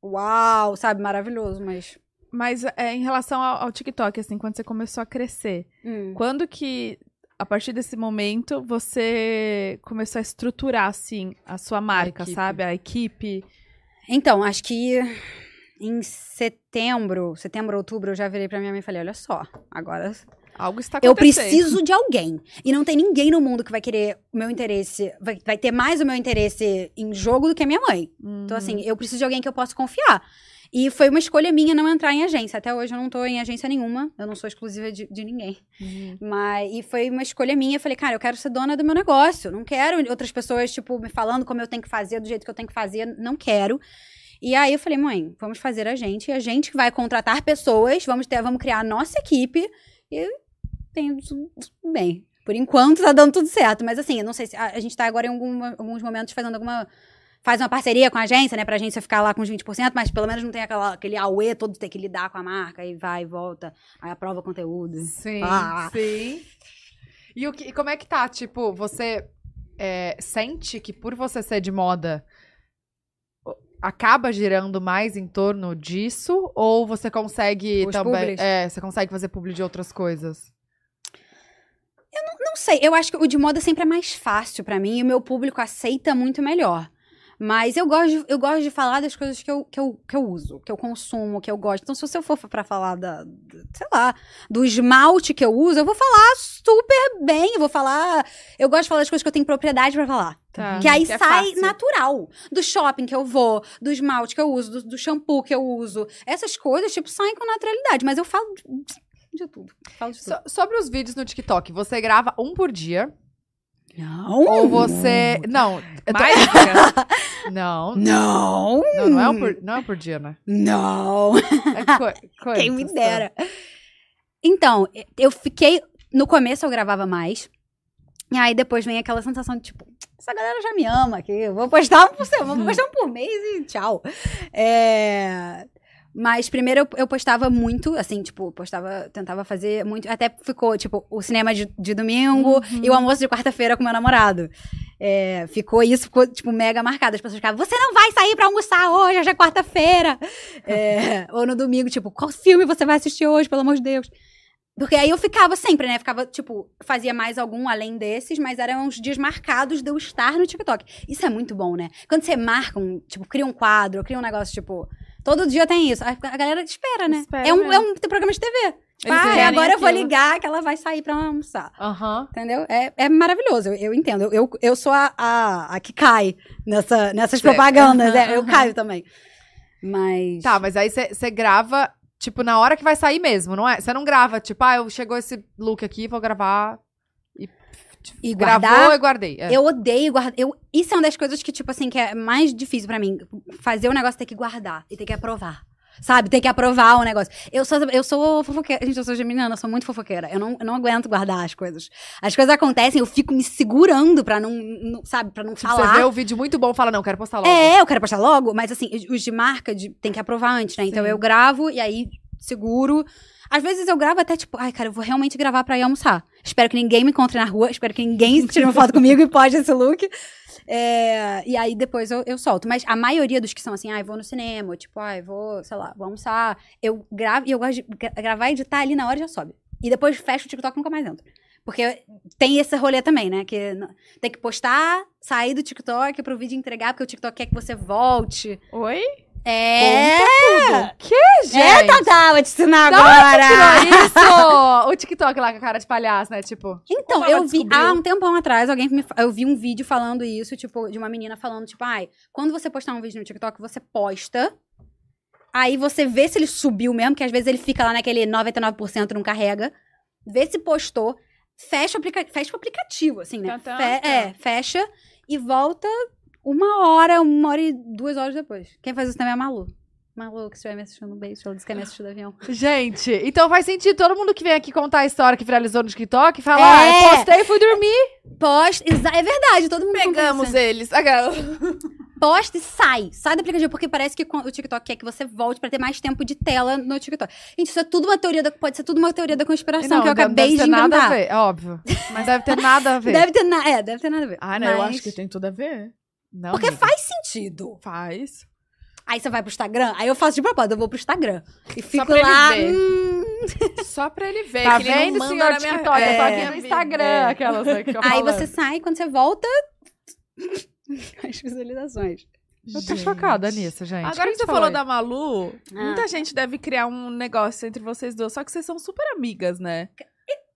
Speaker 3: Uau, sabe? Maravilhoso, mas.
Speaker 1: Mas é, em relação ao, ao TikTok, assim, quando você começou a crescer,
Speaker 3: hum.
Speaker 1: quando que, a partir desse momento, você começou a estruturar, assim, a sua marca,
Speaker 2: equipe.
Speaker 1: sabe? A equipe.
Speaker 3: Então, acho que em setembro, setembro, outubro, eu já virei pra minha mãe e falei: olha só, agora
Speaker 1: Algo está acontecendo.
Speaker 3: Eu preciso de alguém. E não tem ninguém no mundo que vai querer o meu interesse. Vai, vai ter mais o meu interesse em jogo do que a minha mãe.
Speaker 1: Uhum.
Speaker 3: Então, assim, eu preciso de alguém que eu possa confiar. E foi uma escolha minha não entrar em agência. Até hoje eu não tô em agência nenhuma. Eu não sou exclusiva de, de ninguém.
Speaker 1: Uhum.
Speaker 3: Mas, e foi uma escolha minha. Eu falei, cara, eu quero ser dona do meu negócio. Não quero outras pessoas, tipo, me falando como eu tenho que fazer, do jeito que eu tenho que fazer. Não quero. E aí eu falei, mãe, vamos fazer a gente. E a gente vai contratar pessoas, vamos ter, vamos criar a nossa equipe. E tem tudo bem. Por enquanto tá dando tudo certo. Mas assim, eu não sei se. A, a gente tá agora em alguma- alguns momentos fazendo alguma. Faz uma parceria com a agência, né? Pra agência ficar lá com os 20%, mas pelo menos não tem aquela, aquele auê todo de ter que lidar com a marca e vai e volta. Aí aprova conteúdo.
Speaker 2: Sim,
Speaker 3: Ah.
Speaker 2: sim. E, o que, e como é que tá? Tipo, você é, sente que por você ser de moda, o- acaba girando mais em torno disso? Ou você consegue
Speaker 3: Os
Speaker 2: também...
Speaker 3: publis?
Speaker 2: É, você consegue fazer publi de outras coisas?
Speaker 3: Não sei, eu acho que o de moda sempre é mais fácil pra mim e o meu público aceita muito melhor. Mas eu gosto, de- eu gosto de falar das coisas que eu, que, eu, que eu uso, que eu consumo, que eu gosto. Então, se você for pra falar da, da- sei lá, do esmalte que eu uso, eu vou falar super bem. Eu vou falar. Eu gosto de falar das coisas que eu tenho propriedade pra falar.
Speaker 1: Tá.
Speaker 3: Que aí
Speaker 1: é
Speaker 3: sai
Speaker 1: fácil.
Speaker 3: natural. Do shopping que eu vou, do esmalte que eu uso, do, do shampoo que eu uso. Essas coisas, tipo, saem com naturalidade. Mas eu falo de, de tudo. Falo de tudo.
Speaker 2: So- sobre os vídeos no TikTok, você grava um por dia?
Speaker 3: Não!
Speaker 2: Ou você...
Speaker 3: Um.
Speaker 2: Não, eu tô-
Speaker 3: <laughs>
Speaker 1: Mais, cara.
Speaker 2: não,
Speaker 3: Não!
Speaker 2: não, não é um por, não é um por dia, né?
Speaker 3: Não!
Speaker 2: É qu-
Speaker 3: <laughs> Quem me
Speaker 2: quantos?
Speaker 3: dera. Então, eu fiquei. No começo eu gravava mais. E aí depois vem aquela sensação de tipo, essa galera já me ama aqui. Eu vou postar um por semana, vou postar um por mês e tchau. É, Mas primeiro eu, eu postava muito, assim, tipo, postava, tentava fazer muito. Até ficou, tipo, o cinema de, de domingo e o almoço de quarta-feira com meu namorado. É, ficou isso, ficou, tipo, mega marcado. As pessoas ficavam, você não vai sair pra almoçar hoje, hoje é quarta-feira.
Speaker 1: <laughs>
Speaker 3: É, ou no domingo, tipo, qual filme você vai assistir hoje, pelo amor de Deus? Porque aí eu ficava sempre, né? Ficava, tipo, fazia mais algum além desses, mas eram uns dias marcados de eu estar no TikTok. Isso é muito bom, né? Quando você marca um, tipo, cria um quadro, cria um negócio, tipo, todo dia tem isso. A a galera espera, né?
Speaker 1: Espera,
Speaker 3: é, um,
Speaker 1: né?
Speaker 3: é um programa de TV. Tipo,
Speaker 1: Eles
Speaker 3: ah,
Speaker 1: querem
Speaker 3: agora eu vou
Speaker 1: aquilo.
Speaker 3: ligar que ela vai sair pra almoçar.
Speaker 2: Aham.
Speaker 3: Entendeu? É, é maravilhoso, eu, eu entendo. Eu, eu, eu sou a, a, a que cai nessa, nessas
Speaker 2: Certo.
Speaker 3: propagandas.
Speaker 1: Aham,
Speaker 3: é, eu
Speaker 1: aham.
Speaker 3: caio também. Mas.
Speaker 2: Tá, mas aí você grava, tipo, na hora que vai sair mesmo, não é? Você não grava, tipo, ah, eu chegou esse look aqui, vou gravar. tipo,
Speaker 3: e
Speaker 2: Gravou
Speaker 3: guardar.
Speaker 2: e guardei. é.
Speaker 3: Eu odeio guardar. Eu, isso é uma das coisas que, tipo assim, que é mais difícil pra mim. Fazer o negócio ter que guardar e ter que aprovar. Sabe? Ter que aprovar o negócio. Eu sou, eu sou fofoqueira. Gente, eu sou geminiana, eu sou muito fofoqueira. Eu não, eu não aguento guardar as coisas. As coisas acontecem, eu fico me segurando pra não, não- sabe, pra não
Speaker 2: Tipo,
Speaker 3: falar.
Speaker 2: você vê o vídeo muito bom, fala, não, quero postar logo.
Speaker 3: É, eu quero postar logo, mas assim, os- os de marca de- tem que aprovar antes, né? Então
Speaker 2: Sim.
Speaker 3: eu gravo e aí seguro. Às vezes eu gravo até tipo, ai, cara, eu vou realmente gravar pra ir almoçar. Espero que ninguém me encontre na rua, <laughs> espero que ninguém tire uma foto comigo e poste esse look. É, e aí depois eu, eu solto. Mas a maioria dos que são assim, ai, vou no cinema, ou, tipo, ai, vou, sei lá, vou almoçar. Eu gravo e eu gosto de gra- gravar e editar ali na hora e já sobe. E depois fecho o TikTok e nunca mais entro. Porque tem esse rolê também, né? Que n- tem que postar, sair do TikTok pro vídeo entregar, porque o TikTok quer que você volte.
Speaker 1: Oi?
Speaker 3: É!
Speaker 2: Tudo. Que, gente?
Speaker 3: É, Tatá, vou te ensinar
Speaker 2: Da
Speaker 3: agora!
Speaker 2: Tirou isso! o TikTok lá com a cara de palhaço, né? Tipo,
Speaker 3: Então,
Speaker 1: Como ela
Speaker 3: eu vi
Speaker 1: descobriu?
Speaker 3: há um tempão atrás, alguém me fa- eu vi um vídeo falando isso, tipo, de uma menina falando, tipo, ai, quando você postar um vídeo no TikTok, você posta. Aí você vê se ele subiu mesmo, que às vezes ele fica lá naquele 99% não carrega. Vê se postou, fecha o, aplica fecha o aplicativo, assim, né?
Speaker 1: Tantã.
Speaker 3: Fe- é, fecha e volta uma hora, uma hora e duas horas depois. Quem faz isso também é a Malu. Malu, que estiver me assistindo, um beijo. Ela disse que ia me assistir do avião.
Speaker 2: gente, então faz sentido. Todo mundo que vem aqui contar a história que viralizou no TikTok, fala,
Speaker 3: É.
Speaker 2: ah, eu postei e fui dormir.
Speaker 3: Posta, exa- é verdade, todo mundo compra isso, né?
Speaker 1: Pegamos eles. A galera-
Speaker 3: posta e sai. Sai do aplicativo, porque parece que o TikTok quer que você volte pra ter mais tempo de tela no TikTok. Gente, isso é tudo uma teoria da... Pode ser tudo uma teoria da
Speaker 2: E
Speaker 3: conspiração
Speaker 2: não,
Speaker 3: que eu
Speaker 2: deve-
Speaker 3: acabei
Speaker 2: deve ter
Speaker 3: de inventar.
Speaker 2: nada a ver, é óbvio. Mas deve ter nada a ver.
Speaker 3: Deve ter nada... É, deve ter nada a ver.
Speaker 1: Ah, não, eu
Speaker 3: Mas-
Speaker 1: acho que tem tudo a ver.
Speaker 2: Não,
Speaker 3: Porque
Speaker 2: amiga.
Speaker 3: faz sentido.
Speaker 1: Faz.
Speaker 3: Aí você vai pro Instagram, aí eu faço de propósito, eu vou pro Instagram. E fico
Speaker 1: pra ele
Speaker 3: lá.
Speaker 1: ver.
Speaker 3: hum,
Speaker 1: <laughs> Só pra ele ver.
Speaker 2: Tá
Speaker 1: É, que ele não
Speaker 2: vendo,
Speaker 1: manda
Speaker 2: senhor
Speaker 1: na minha-
Speaker 2: TikTok? Eu tô
Speaker 1: É.
Speaker 2: aqui no Instagram,
Speaker 1: É.
Speaker 2: aquelas né,
Speaker 1: <laughs>
Speaker 2: que eu
Speaker 3: aí
Speaker 2: falando.
Speaker 3: você sai, quando você volta. <laughs> As visualizações.
Speaker 2: Eu tô
Speaker 1: Gente.
Speaker 2: chocada nisso, gente.
Speaker 1: Agora
Speaker 2: Quem
Speaker 1: que você
Speaker 2: falou
Speaker 1: falou
Speaker 2: isso?
Speaker 1: da Malu, muita
Speaker 3: Ah.
Speaker 1: gente deve criar um negócio entre vocês duas, só que vocês são super amigas, né?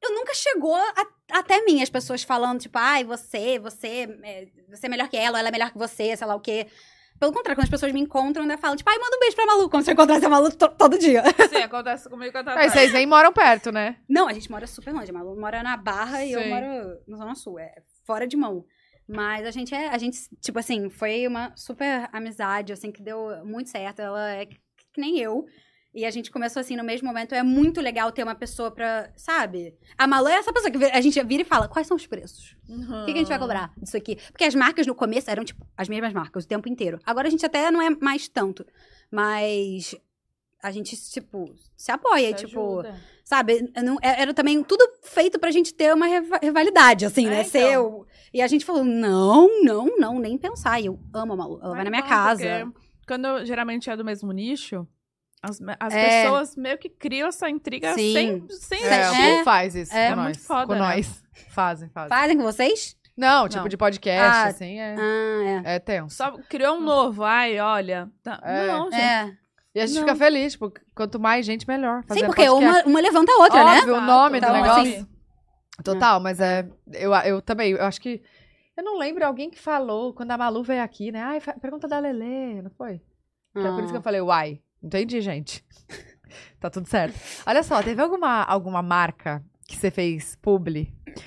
Speaker 3: Eu nunca chegou a- até mim as pessoas falando, tipo, ai, você, você, é, você é melhor que ela, ela é melhor que você, sei lá o quê. Pelo contrário, quando as pessoas me encontram, ainda falam, tipo, ai, manda um beijo pra Malu, como se eu encontrasse a Malu to- todo dia.
Speaker 1: Sim, acontece comigo com a
Speaker 2: Mas vocês nem moram perto, né?
Speaker 3: Não, a gente mora super longe. A Malu mora na Barra e eu
Speaker 1: Sim.
Speaker 3: moro na Zona Sul. É fora de mão. Mas a gente é. A gente, tipo assim, foi uma super amizade, assim, que deu muito certo. Ela é que nem eu. E a gente começou assim no mesmo momento. É muito legal ter uma pessoa pra. Sabe? A Malu é essa pessoa que a gente vira e fala: quais são os preços? O que, que a gente vai cobrar disso aqui? Porque as marcas no começo eram, tipo, as mesmas marcas o tempo inteiro. Agora a gente até não é mais tanto. Mas a gente, tipo, se apoia. tipo, Sabe? eu não- é- era também tudo feito pra gente ter uma riva- rivalidade, assim,
Speaker 1: É,
Speaker 3: né?
Speaker 2: Ah,
Speaker 1: então.
Speaker 3: Ser o- E a gente falou, não, não, não, nem pensar. E eu amo a Malu. Ela vai na minha
Speaker 2: um
Speaker 3: casa.
Speaker 1: Quando eu- geralmente é do mesmo nicho, as, me- as
Speaker 2: É.
Speaker 1: pessoas meio que criam essa intriga
Speaker 3: Sim.
Speaker 1: sem, sem
Speaker 2: É,
Speaker 1: é.
Speaker 2: o
Speaker 3: É.
Speaker 2: povo faz isso
Speaker 3: É.
Speaker 2: com
Speaker 1: É
Speaker 2: nós.
Speaker 1: muito foda,
Speaker 2: com
Speaker 1: né?
Speaker 2: nós. Fazem, fazem.
Speaker 3: Fazem com vocês?
Speaker 2: Não, tipo
Speaker 1: Não.
Speaker 2: de podcast,
Speaker 3: Ah,
Speaker 2: assim, é,
Speaker 3: Ah,
Speaker 2: é tenso.
Speaker 1: Só criou um novo. Ai, olha. tá-
Speaker 2: É.
Speaker 1: Não,
Speaker 3: é.
Speaker 1: gente.
Speaker 3: É.
Speaker 2: E a gente
Speaker 1: Não.
Speaker 2: fica feliz, tipo, quanto mais gente, melhor.
Speaker 3: Sim,
Speaker 2: fazendo
Speaker 3: porque
Speaker 2: um podcast.
Speaker 3: uma, uma levanta a outra, né?
Speaker 2: Óbvio,
Speaker 1: é
Speaker 2: o nome do
Speaker 3: Então,
Speaker 2: negócio.
Speaker 3: assim,
Speaker 2: Total, mas é. Eu, eu também, eu acho que. Eu não lembro alguém que falou quando a Malu veio aqui, né? Ai, fa- pergunta da Lelê, não foi? É por isso
Speaker 3: Hum.
Speaker 2: que eu falei, uai, entendi, gente. <laughs> tá tudo certo. Olha só, teve alguma, alguma marca que você fez publi?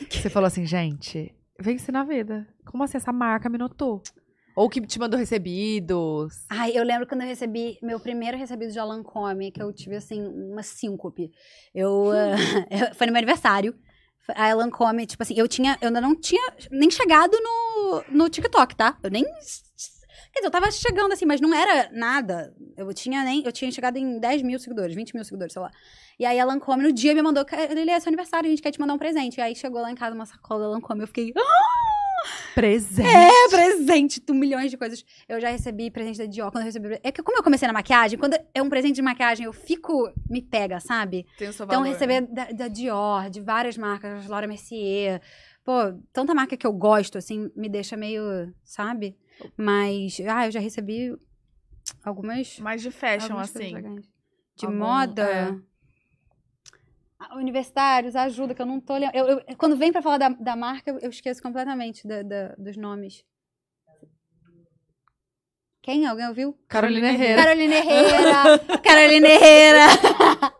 Speaker 2: Que você falou assim, gente, venci na vida. Como assim essa marca me notou? Ou que te mandou recebidos?
Speaker 3: Ai, eu lembro quando eu recebi meu primeiro recebido de Alan Come, que eu tive assim, uma síncope. <laughs> Eu. eh, foi no meu aniversário. A Alan Come, tipo assim, eu tinha. Eu ainda não tinha nem chegado no, no TikTok, tá? Eu nem. Quer dizer, eu tava chegando assim, mas não era nada. Eu tinha nem. Eu tinha chegado em 10 mil seguidores, 20 mil seguidores, sei lá. E aí a Lancome no dia me mandou, ele é seu aniversário, a gente quer te mandar um presente. E aí chegou lá em casa uma sacola da Lancome, eu fiquei,
Speaker 2: Presente.
Speaker 3: é <laughs> presente, tu milhões de coisas. Eu já recebi presente da Dior, quando eu recebi... É que como eu comecei na maquiagem, quando é um presente de maquiagem, eu fico... Me pega, sabe?
Speaker 1: Tem o seu
Speaker 3: Então,
Speaker 1: valor. né?
Speaker 3: receber da, da Dior, de várias marcas, Laura Mercier... Pô, tanta marca que eu gosto, assim, me deixa meio... Sabe? Mas... Ah, eu já recebi algumas...
Speaker 1: Mais de fashion,
Speaker 3: algumas
Speaker 1: assim.
Speaker 3: coisas legais. De
Speaker 1: Algum-
Speaker 3: moda...
Speaker 1: é.
Speaker 3: Ah, Universitários, ajuda, que eu não tô lembrando. Eu, eu- quando vem pra falar da, da marca, eu- eu esqueço completamente da- da- dos nomes. Quem? Alguém ouviu?
Speaker 2: Carolina Herrera.
Speaker 3: Carolina Herrera! <laughs> Carolina Herrera! <laughs>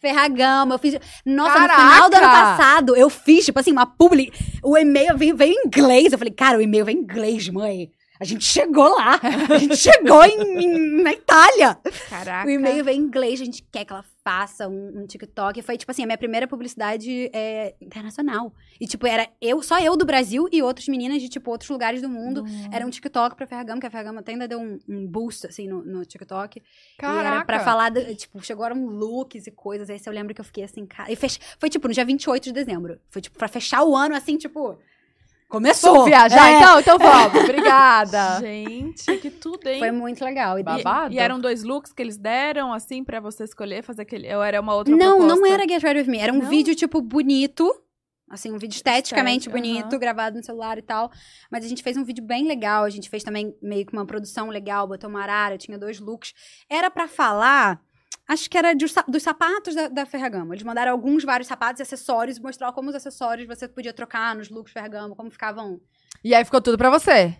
Speaker 3: Ferragamo, eu fiz. Nossa,
Speaker 2: Caraca!
Speaker 3: no final do ano passado, eu fiz, tipo assim, uma publi. O e-mail veio, veio em inglês. Eu falei, cara, o e-mail vem em inglês, mãe. A gente chegou lá. A gente chegou em- em- na Itália.
Speaker 1: Caraca.
Speaker 3: O e-mail veio em inglês, a gente quer que ela faça um, um TikTok. Foi, tipo assim, a minha primeira publicidade é, internacional. E, tipo, era eu, só eu do Brasil e outras meninas de, tipo, outros lugares do
Speaker 2: Hum.
Speaker 3: mundo. Era um TikTok pra Ferragamo, que a Ferragamo até ainda deu um, um boost, assim, no, no TikTok. E era
Speaker 2: Caraca.
Speaker 3: pra falar, do- tipo, chegaram looks e coisas. Aí eu lembro que eu fiquei assim, cara... E fech... Foi, tipo, no dia 28 de dezembro. Foi, tipo, pra fechar o ano, assim, tipo... Começou!
Speaker 2: Vamos viajar
Speaker 3: É.
Speaker 2: então? Então
Speaker 3: <laughs>
Speaker 2: vamos. Obrigada.
Speaker 1: <laughs> Gente, que tudo, hein?
Speaker 3: Foi muito legal. E-
Speaker 2: Babado.
Speaker 1: E, e eram dois looks que eles deram, assim, pra você escolher, fazer aquele. Ou era uma outra
Speaker 3: não,
Speaker 1: proposta?
Speaker 3: não era Get Ready With Me. Era um
Speaker 1: Não?
Speaker 3: vídeo, tipo, bonito. Assim, um vídeo esteticamente
Speaker 1: Estética,
Speaker 3: bonito,
Speaker 1: aham.
Speaker 3: gravado no celular e tal. Mas a gente fez um vídeo bem legal. A gente fez também meio que uma produção legal, botou uma arara, tinha dois looks. Era pra falar... Acho que era de os sa- dos sapatos da, da Ferragamo. Eles mandaram alguns, vários sapatos e acessórios. e Mostrar como os acessórios você podia trocar nos looks Ferragamo. Como ficavam.
Speaker 2: E aí ficou tudo pra você.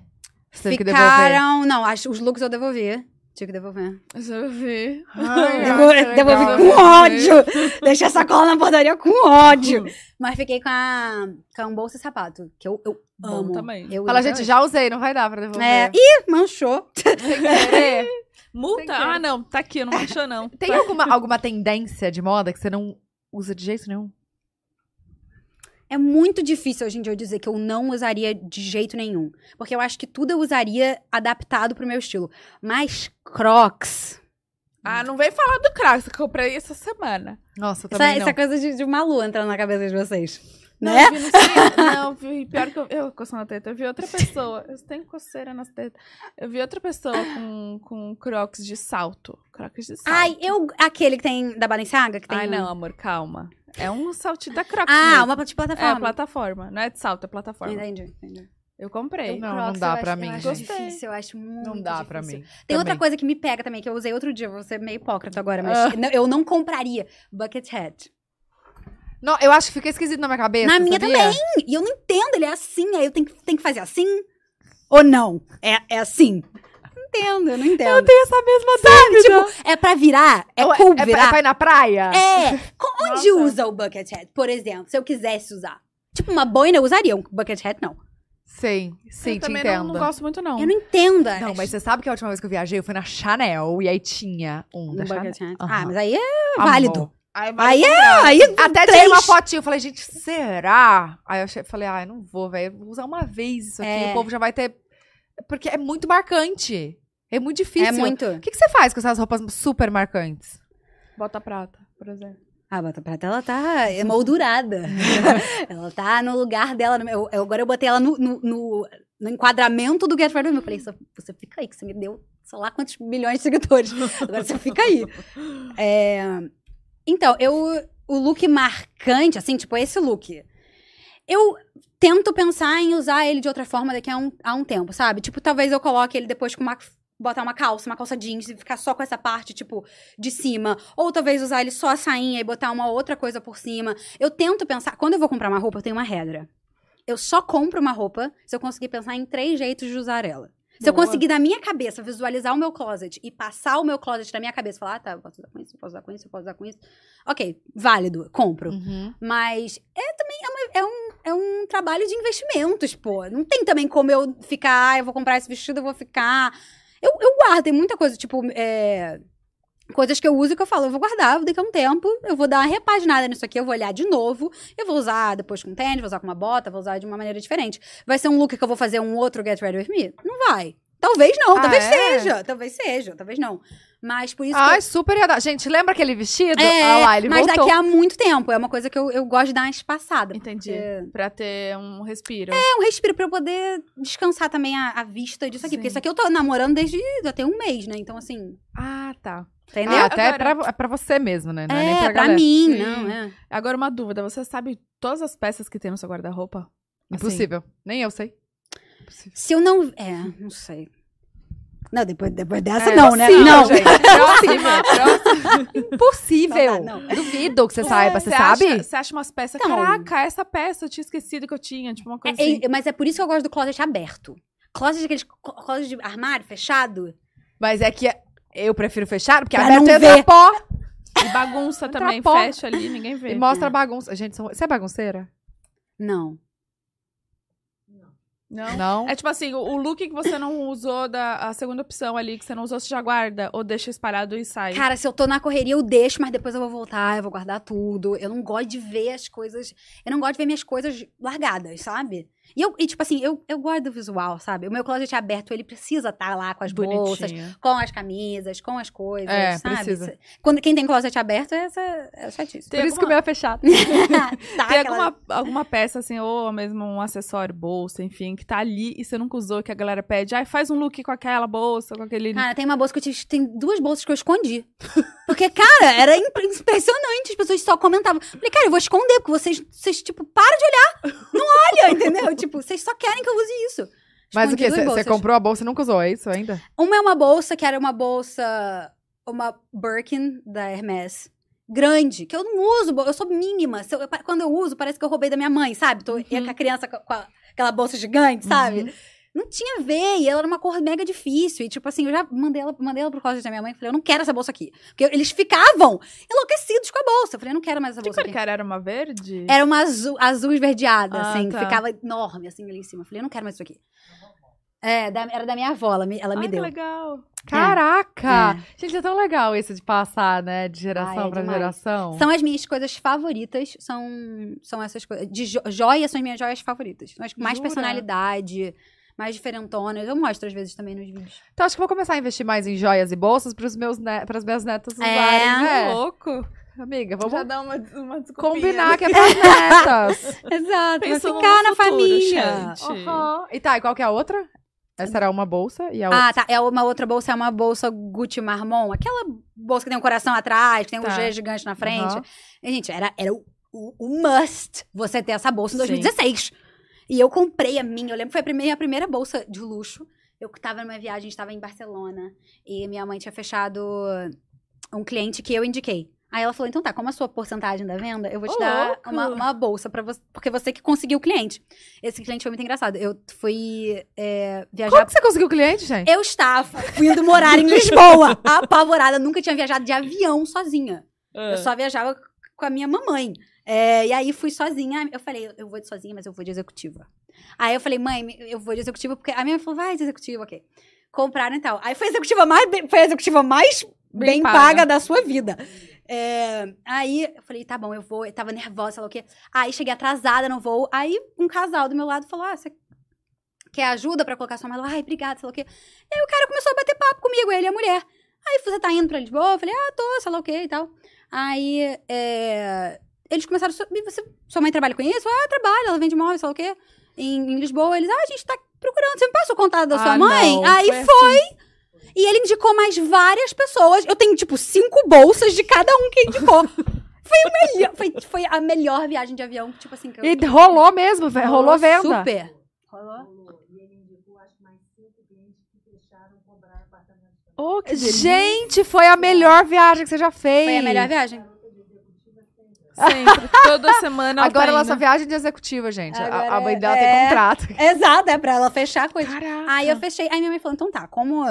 Speaker 2: Você teve que devolver.
Speaker 3: Ficaram... Não, acho- os looks eu devolvi. Tinha que devolver.
Speaker 1: Isso eu vi.
Speaker 2: Ai,
Speaker 1: Eu
Speaker 2: ai,
Speaker 1: vou-
Speaker 2: que
Speaker 3: Devolvi,
Speaker 2: legal.
Speaker 3: devolvi com ódio. Deixei a sacola na portaria com ódio. Hum. Mas fiquei com a, com a um bolsa e sapato, que eu, eu
Speaker 1: Bom
Speaker 3: amo.
Speaker 1: também.
Speaker 3: Eu
Speaker 2: Fala,
Speaker 3: uso
Speaker 2: gente,
Speaker 3: até
Speaker 2: já usei, não vai dar pra
Speaker 3: hoje.
Speaker 2: devolver.
Speaker 3: É, ih, manchou.
Speaker 2: Sem querer.
Speaker 1: Multa? Ah, não. Tá aqui, não achou, não.
Speaker 3: <laughs>
Speaker 2: Tem alguma, alguma tendência de moda que você não usa de jeito nenhum?
Speaker 3: É muito difícil hoje em dia eu dizer que eu não usaria de jeito nenhum. Porque eu acho que tudo eu usaria adaptado pro meu estilo. Mas Crocs.
Speaker 1: Ah, não vem falar do Crocs que eu comprei essa semana.
Speaker 2: Nossa, eu
Speaker 3: Essa,
Speaker 2: também
Speaker 3: essa coisa de, de Malu entrando na cabeça de vocês.
Speaker 1: Não,
Speaker 3: Né?
Speaker 1: vi, não sei. Não, vi, pior que eu, eu coçando a teta. Eu vi
Speaker 3: <laughs>
Speaker 1: outra pessoa. Eu tenho coceira nas tetas. Eu vi outra pessoa com, com crocs de salto. Crocs de salto.
Speaker 3: Ai, eu. Aquele que tem da Balenciaga? Que tem
Speaker 1: Ai,
Speaker 3: um-
Speaker 1: não, amor, calma. É um salto da crocs.
Speaker 3: Ah,
Speaker 1: mesmo.
Speaker 3: uma de
Speaker 1: É,
Speaker 3: plataforma.
Speaker 1: plataforma. Não é de salto, é plataforma.
Speaker 3: Entendi, entendi.
Speaker 1: Eu comprei.
Speaker 2: Não, não
Speaker 3: Crocs
Speaker 2: dá
Speaker 3: eu acho-
Speaker 2: pra
Speaker 3: eu
Speaker 2: mim,
Speaker 3: acho
Speaker 1: gente.
Speaker 3: difícil, eu acho muito
Speaker 2: não. Não dá
Speaker 3: difícil.
Speaker 2: pra mim.
Speaker 3: Tem
Speaker 2: Também. Ah.
Speaker 3: outra coisa que me pega também, que eu usei outro dia, vou ser meio hipócrita agora, mas não- eu não compraria bucket hat.
Speaker 2: Não, eu acho que fica esquisito na minha cabeça.
Speaker 3: Na minha
Speaker 2: sabia?
Speaker 3: também. Hum, E eu não entendo, ele é assim, aí eu tenho que, tenho que fazer assim? Ou não? É, é assim? Não entendo, eu não entendo. Eu tenho
Speaker 2: essa
Speaker 3: mesma dúvida. Tipo, é pra virar? É
Speaker 2: Ué,
Speaker 3: cool
Speaker 2: é pra, é
Speaker 3: virar?
Speaker 2: pra ir na praia? <laughs>
Speaker 3: É, co- onde
Speaker 1: Nossa.
Speaker 3: usa o bucket hat, por exemplo, se eu quisesse usar? Tipo, uma boina eu usaria, um bucket hat não.
Speaker 2: Sim, sim,
Speaker 1: eu
Speaker 2: te
Speaker 1: também
Speaker 2: entendo.
Speaker 1: Não, não gosto muito, não.
Speaker 3: Eu não entendo.
Speaker 2: Não,
Speaker 3: acho. um
Speaker 2: mas você sabe que a última vez que eu viajei, eu fui na Chanel e aí tinha um
Speaker 3: Um
Speaker 2: da Chanel.
Speaker 3: bucket hat.
Speaker 2: Aham.
Speaker 3: Ah, mas aí é
Speaker 2: Amor.
Speaker 3: válido.
Speaker 1: Ai, vai
Speaker 3: Aí é,
Speaker 1: comprar.
Speaker 3: aí
Speaker 2: Até
Speaker 3: Três.
Speaker 2: tirei uma fotinha, eu falei, gente, será? Aí eu achei- falei, ai, não vou, velho, vou usar uma vez isso aqui,
Speaker 3: É.
Speaker 2: o povo já vai ter... Porque é muito marcante, é muito difícil.
Speaker 3: é muito.
Speaker 2: O que, que você faz com essas roupas super marcantes?
Speaker 1: Bota prata, por exemplo.
Speaker 3: A bota prata, Ah, ela tá emoldurada. ela tá no lugar dela. Eu, eu- agora eu botei ela no, no, no- no enquadramento do Get Ready With Me. Eu falei, "Só- você fica aí, que você me deu sei lá quantos milhões de seguidores. Agora você fica aí. É, então, eu... O look marcante, assim, tipo, esse look. Eu tento pensar em usar ele de outra forma daqui a um, a um tempo, sabe? Tipo, talvez eu coloque ele depois com uma... Botar uma calça, uma calça jeans e ficar só com essa parte, tipo, de cima. Ou talvez usar ele só a sainha e botar uma outra coisa por cima. Eu tento pensar. Quando eu vou comprar uma roupa, eu tenho uma regra. Eu só compro uma roupa se eu conseguir pensar em três jeitos de usar ela. Se eu
Speaker 1: Boa.
Speaker 3: conseguir, na minha cabeça, visualizar o meu closet e passar o meu closet na minha cabeça, falar, ah, tá, eu posso usar com isso, eu posso usar com isso, eu posso usar com isso. Ok, válido, compro. Mas é também é, uma- é um, é um trabalho de investimentos, pô. Não tem também como eu ficar, ah, eu vou comprar esse vestido, eu vou ficar. Eu, eu guardo, tem muita coisa, tipo, é, coisas que eu uso que eu falo, eu vou guardar daqui a um tempo, eu vou dar uma repaginada nisso aqui, eu vou olhar de novo, eu vou usar depois com tênis, vou usar com uma bota, vou usar de uma maneira diferente. Vai ser um look que eu vou fazer um outro Get Ready With Me? Não vai. Talvez não,
Speaker 2: Ah,
Speaker 3: talvez
Speaker 2: é?
Speaker 3: seja, talvez seja, talvez não. Mas por isso que eu-
Speaker 2: Ai, super ia dar. Gente, lembra aquele vestido?
Speaker 3: É,
Speaker 2: ah lá, ele
Speaker 3: mas
Speaker 2: voltou.
Speaker 3: daqui a muito tempo. É uma coisa que eu, eu gosto de dar uma espaçada.
Speaker 1: Entendi.
Speaker 3: É.
Speaker 1: Pra ter um respiro.
Speaker 3: É um respiro pra eu poder descansar também a, a vista disso aqui.
Speaker 2: Sim.
Speaker 3: Porque isso aqui eu tô namorando desde já tem um mês, né? Então, assim,
Speaker 1: Ah, tá.
Speaker 3: entendeu?
Speaker 2: Ah, até
Speaker 1: Agora-
Speaker 2: é pra, é pra você mesmo, né? Não é,
Speaker 3: é,
Speaker 2: nem pra,
Speaker 3: pra,
Speaker 2: galera.
Speaker 3: mim,
Speaker 1: Sim.
Speaker 3: não, é.
Speaker 1: Agora, uma dúvida. Você sabe todas as peças que tem no seu guarda-roupa? Assim,
Speaker 2: Impossível. Nem eu sei. Impossível.
Speaker 3: Se eu não. É, não sei. Não, depois, depois dessa
Speaker 1: É,
Speaker 3: não, né?
Speaker 1: possível,
Speaker 3: não. <laughs>
Speaker 1: gente. Próxima, próxima.
Speaker 2: Impossível.
Speaker 3: Não, não.
Speaker 2: Duvido que você saiba, você sabe?
Speaker 1: acha- Você acha umas peças.
Speaker 3: Então.
Speaker 1: Caraca, essa peça eu tinha esquecido que eu tinha. Tipo, uma
Speaker 3: É,
Speaker 1: coisa assim.
Speaker 3: é, mas é por isso que eu gosto do closet aberto. Closet, aqueles clo- closet de armário fechado.
Speaker 2: Mas é que eu prefiro fechar, porque
Speaker 3: Pra
Speaker 2: aberto
Speaker 3: não
Speaker 2: entra
Speaker 3: ver.
Speaker 2: pó
Speaker 1: E bagunça também.
Speaker 2: pó.
Speaker 1: Fecha ali, ninguém vê.
Speaker 3: Uhum.
Speaker 2: e mostra a bagunça. Gente, são- você é bagunceira?
Speaker 3: Não.
Speaker 1: Não.
Speaker 2: Não.
Speaker 1: É tipo assim, o- o look que você não usou da a segunda opção ali, que você não usou, você já guarda ou deixa espalhado e sai.
Speaker 3: Cara, se eu tô na correria, eu deixo, mas depois eu vou voltar, eu vou guardar tudo. Eu não gosto de ver as coisas. Eu não gosto de ver minhas coisas largadas, sabe? E, eu, e tipo assim, eu, eu gosto do visual, sabe? O meu closet aberto, ele precisa estar lá com as bolsas,
Speaker 1: Bonitinha.
Speaker 3: com as camisas, com as coisas,
Speaker 2: É,
Speaker 3: sabe?
Speaker 2: precisa.
Speaker 3: Quando, quem tem closet aberto, é, essa, é chatice.
Speaker 1: Tem
Speaker 2: Por isso que o
Speaker 3: <laughs>
Speaker 1: alguma-
Speaker 2: meu é fechado.
Speaker 3: Tá,
Speaker 1: Tem
Speaker 3: aquela-
Speaker 1: alguma, alguma peça, assim, ou mesmo um acessório, bolsa, enfim, que tá ali e você nunca usou, que a galera pede, ai, faz um look com aquela bolsa, com aquele.
Speaker 3: Cara, tem uma bolsa que eu tive. Tem duas bolsas que eu escondi. Porque, cara, era imp- impressionante. As pessoas só comentavam. Falei, cara, eu vou esconder, porque vocês, vocês tipo, para de olhar. Não olha, entendeu? Tipo, vocês só querem que eu use isso.
Speaker 2: Mas o
Speaker 3: Escondi
Speaker 2: quê?
Speaker 3: tipo um duas
Speaker 2: Você você
Speaker 3: bolsas.
Speaker 2: comprou a bolsa e nunca usou, é isso ainda?
Speaker 3: Uma é uma bolsa que era uma bolsa. Uma Birkin da Hermès. Grande, que eu não uso, bo- eu sou mínima. Se eu- eu pa- quando eu uso, parece que eu roubei da minha mãe, sabe?
Speaker 1: Uhum.
Speaker 3: Tô ia com a criança com, a- com a- aquela bolsa gigante, sabe? Não tinha a ver, e ela era uma cor mega difícil. E, tipo assim, eu já mandei ela, mandei ela pro closet da minha mãe e falei, eu não quero essa bolsa aqui. Porque eles ficavam enlouquecidos com a bolsa. Eu falei, eu não quero mais essa
Speaker 1: Que
Speaker 3: bolsa
Speaker 1: cor
Speaker 3: aqui.
Speaker 1: que era? Era uma verde?
Speaker 3: Era uma azul, azul esverdeada,
Speaker 1: Ah,
Speaker 3: assim,
Speaker 1: tá.
Speaker 3: ficava enorme, assim, ali em cima. Eu falei, eu não quero mais isso aqui. É, da- era da minha avó, ela me, ela me
Speaker 1: Ai, que
Speaker 3: deu.
Speaker 1: legal.
Speaker 3: É.
Speaker 2: Caraca! Gente, é tão legal isso de passar, né? De geração
Speaker 3: Ah, é
Speaker 2: pra
Speaker 3: demais.
Speaker 2: geração.
Speaker 3: São as minhas coisas favoritas, são, são essas coisas. De jo joia são as minhas joias favoritas. São as com mais
Speaker 2: Jura?
Speaker 3: personalidade, mais diferentonas. Eu mostro às vezes também
Speaker 2: <laughs>
Speaker 3: nos vídeos.
Speaker 2: Então acho que eu vou começar a investir mais em joias e bolsas pros meus ne... pras minhas netas
Speaker 3: É,
Speaker 2: usarem, né?
Speaker 1: Louco.
Speaker 2: Amiga, vamos
Speaker 4: Já dá uma, uma desculpinha,
Speaker 2: combinar
Speaker 4: né?
Speaker 1: <laughs>
Speaker 2: que é pras
Speaker 3: <laughs>
Speaker 2: netas.
Speaker 3: Exato, vai
Speaker 1: Pensando
Speaker 3: ficar
Speaker 1: no
Speaker 3: na
Speaker 1: futuro,
Speaker 3: família.
Speaker 1: gente.
Speaker 2: Aham. E tá, e qual que é a outra? Essa era uma bolsa e a outra.
Speaker 3: Ah, tá. É uma outra bolsa, é uma bolsa Gucci Marmon. Aquela bolsa que tem um coração atrás, que tem
Speaker 1: Tá.
Speaker 3: um G gigante na frente.
Speaker 2: Aham.
Speaker 3: E, gente, era, era o, o- o must você ter essa bolsa em
Speaker 1: Sim.
Speaker 3: 2016. E eu comprei a minha. Eu lembro que foi a primeira, a primeira bolsa de luxo. Eu tava numa viagem, estava em Barcelona. E minha mãe tinha fechado um cliente que eu indiquei. Aí ela falou: então tá, como a sua porcentagem da venda, eu vou te
Speaker 1: Ô,
Speaker 3: dar
Speaker 1: louco!
Speaker 3: uma, uma bolsa para você. Porque você que conseguiu o cliente. Esse cliente foi muito engraçado. Eu fui é, viajar
Speaker 2: Como que você conseguiu o cliente, gente?
Speaker 3: eu estava indo morar em Lisboa, <laughs> apavorada. Nunca tinha viajado de avião sozinha.
Speaker 1: Ah.
Speaker 3: Eu só viajava com a minha mamãe. É, e aí fui sozinha. Eu falei, eu vou de sozinha, mas eu vou de executiva. Aí eu falei, mãe, me- eu vou de executiva, porque a minha mãe falou, vai de executiva, ok. Compraram e tal. Aí foi a executiva mais, bem- foi a executiva mais bem,
Speaker 2: Bem
Speaker 3: paga.
Speaker 2: paga
Speaker 3: da sua vida. É, aí eu falei, tá bom, eu vou. Eu tava nervosa, sei lá o quê. Aí cheguei atrasada no voo. Aí um casal do meu lado falou, ah, você quer ajuda pra colocar sua mala? Ai, obrigada, sei lá o quê. E aí o cara começou a bater papo comigo, ele e a mulher. Aí você tá indo pra Lisboa? Eu falei, ah, tô, sei lá o quê e tal. Aí, é, eles começaram, "Sua- e você, sua mãe trabalha com isso? Ah, trabalha, ela vende móveis, sei lá o quê, em, em Lisboa. Eles, ah, a gente tá procurando, você me passa o contato da sua
Speaker 2: Ah,
Speaker 3: mãe?
Speaker 2: não,
Speaker 3: Aí foi,
Speaker 1: assim.
Speaker 3: e ele indicou mais várias pessoas, eu tenho, tipo, cinco bolsas de cada um que <laughs> indicou. foi, o melhor, foi, foi a melhor viagem de avião, tipo assim, que eu...
Speaker 2: E rolou mesmo, velho. Rolou venda.
Speaker 3: Super. Rolou.
Speaker 1: Oh, que delícia.
Speaker 2: Gente, foi a melhor viagem que você já fez.
Speaker 3: Foi a melhor viagem.
Speaker 1: Sempre, toda
Speaker 2: <laughs>
Speaker 1: semana.
Speaker 2: Agora ela
Speaker 1: só
Speaker 2: só viagem de executiva, gente. A- a,
Speaker 3: Agora
Speaker 2: mãe dela tem
Speaker 3: é-
Speaker 2: contrato.
Speaker 3: Exato, é pra ela fechar a coisa.
Speaker 1: Caraca.
Speaker 3: Aí eu fechei. Aí minha mãe falou: então tá, como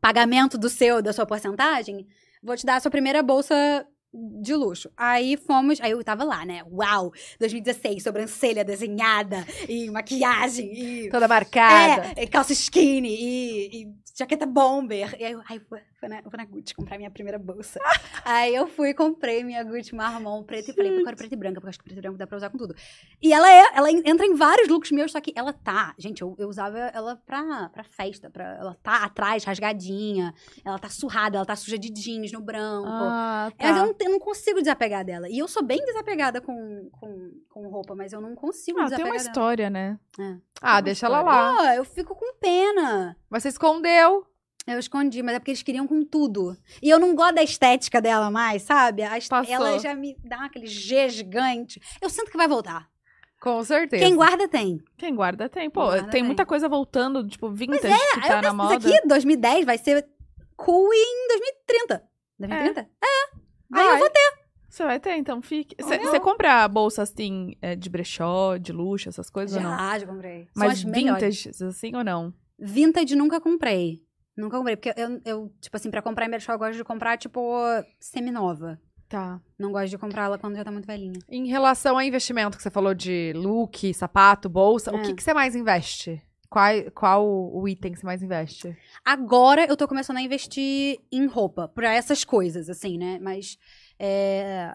Speaker 3: pagamento do seu, da sua porcentagem, vou te dar a sua primeira bolsa de luxo. Aí fomos. Aí eu tava lá, né? Uau! 2016, sobrancelha desenhada e maquiagem e.
Speaker 2: Toda marcada.
Speaker 3: É, e calça skinny e, e jaqueta bomber. E aí eu, ai, vou, vou na, vou na Gucci comprar minha primeira bolsa. <laughs> aí eu fui e comprei minha Gucci marrom preta e falei, eu quero preta e branca, porque eu acho que preta e branca dá pra usar com tudo. E ela é, ela en- entra em vários looks meus, só que ela tá, gente, eu, eu usava ela pra, pra festa, pra, ela tá atrás, rasgadinha, ela tá surrada, ela tá suja de jeans no branco. É,
Speaker 1: Ah, tá.
Speaker 3: Mas eu não, te- eu não consigo desapegar dela. E eu sou bem desapegada com, com, com roupa, mas eu não consigo
Speaker 1: Ah, tem
Speaker 3: desapegar
Speaker 1: uma
Speaker 3: dela.
Speaker 1: história, né?
Speaker 2: Ah, deixa ela lá.
Speaker 3: Pô, eu fico com pena.
Speaker 2: Mas você escondeu.
Speaker 3: Eu escondi, mas é porque eles queriam com tudo. E eu não gosto da estética dela mais, sabe? A est-
Speaker 1: Passou.
Speaker 3: Ela já me dá aquele G gigante. Eu sinto que vai voltar.
Speaker 2: Com certeza.
Speaker 3: Quem guarda tem.
Speaker 1: Quem guarda tem. Pô,
Speaker 3: Quem guarda
Speaker 1: tem
Speaker 3: tem.
Speaker 1: muita coisa voltando, tipo, vintage que
Speaker 3: Ah,
Speaker 1: tá
Speaker 3: eu
Speaker 1: na
Speaker 3: penso,
Speaker 1: moda.
Speaker 3: Isso aqui, 2010, vai ser cool em 2030. 2030?
Speaker 1: É,
Speaker 3: Aí eu vou ter.
Speaker 1: Você vai ter, então fique. Você compra bolsa assim, é, de brechó, de luxo, essas coisas ou é, não?
Speaker 3: Já, já comprei. São
Speaker 1: Mas
Speaker 3: as melhores.
Speaker 1: vintage, assim ou não?
Speaker 3: Vintage nunca comprei. Nunca comprei, porque eu, eu, tipo assim, pra comprar em brechó, eu gosto de comprar, tipo, seminova.
Speaker 1: Tá.
Speaker 3: Não gosto de comprar ela quando já tá muito velhinha.
Speaker 2: Em relação a investimento que você falou de look, sapato, bolsa, o
Speaker 3: É.
Speaker 2: que, que você mais investe? Qual, qual o item que você mais investe?
Speaker 3: Agora eu tô começando a investir em roupa, pra essas coisas, assim, né? Mas é,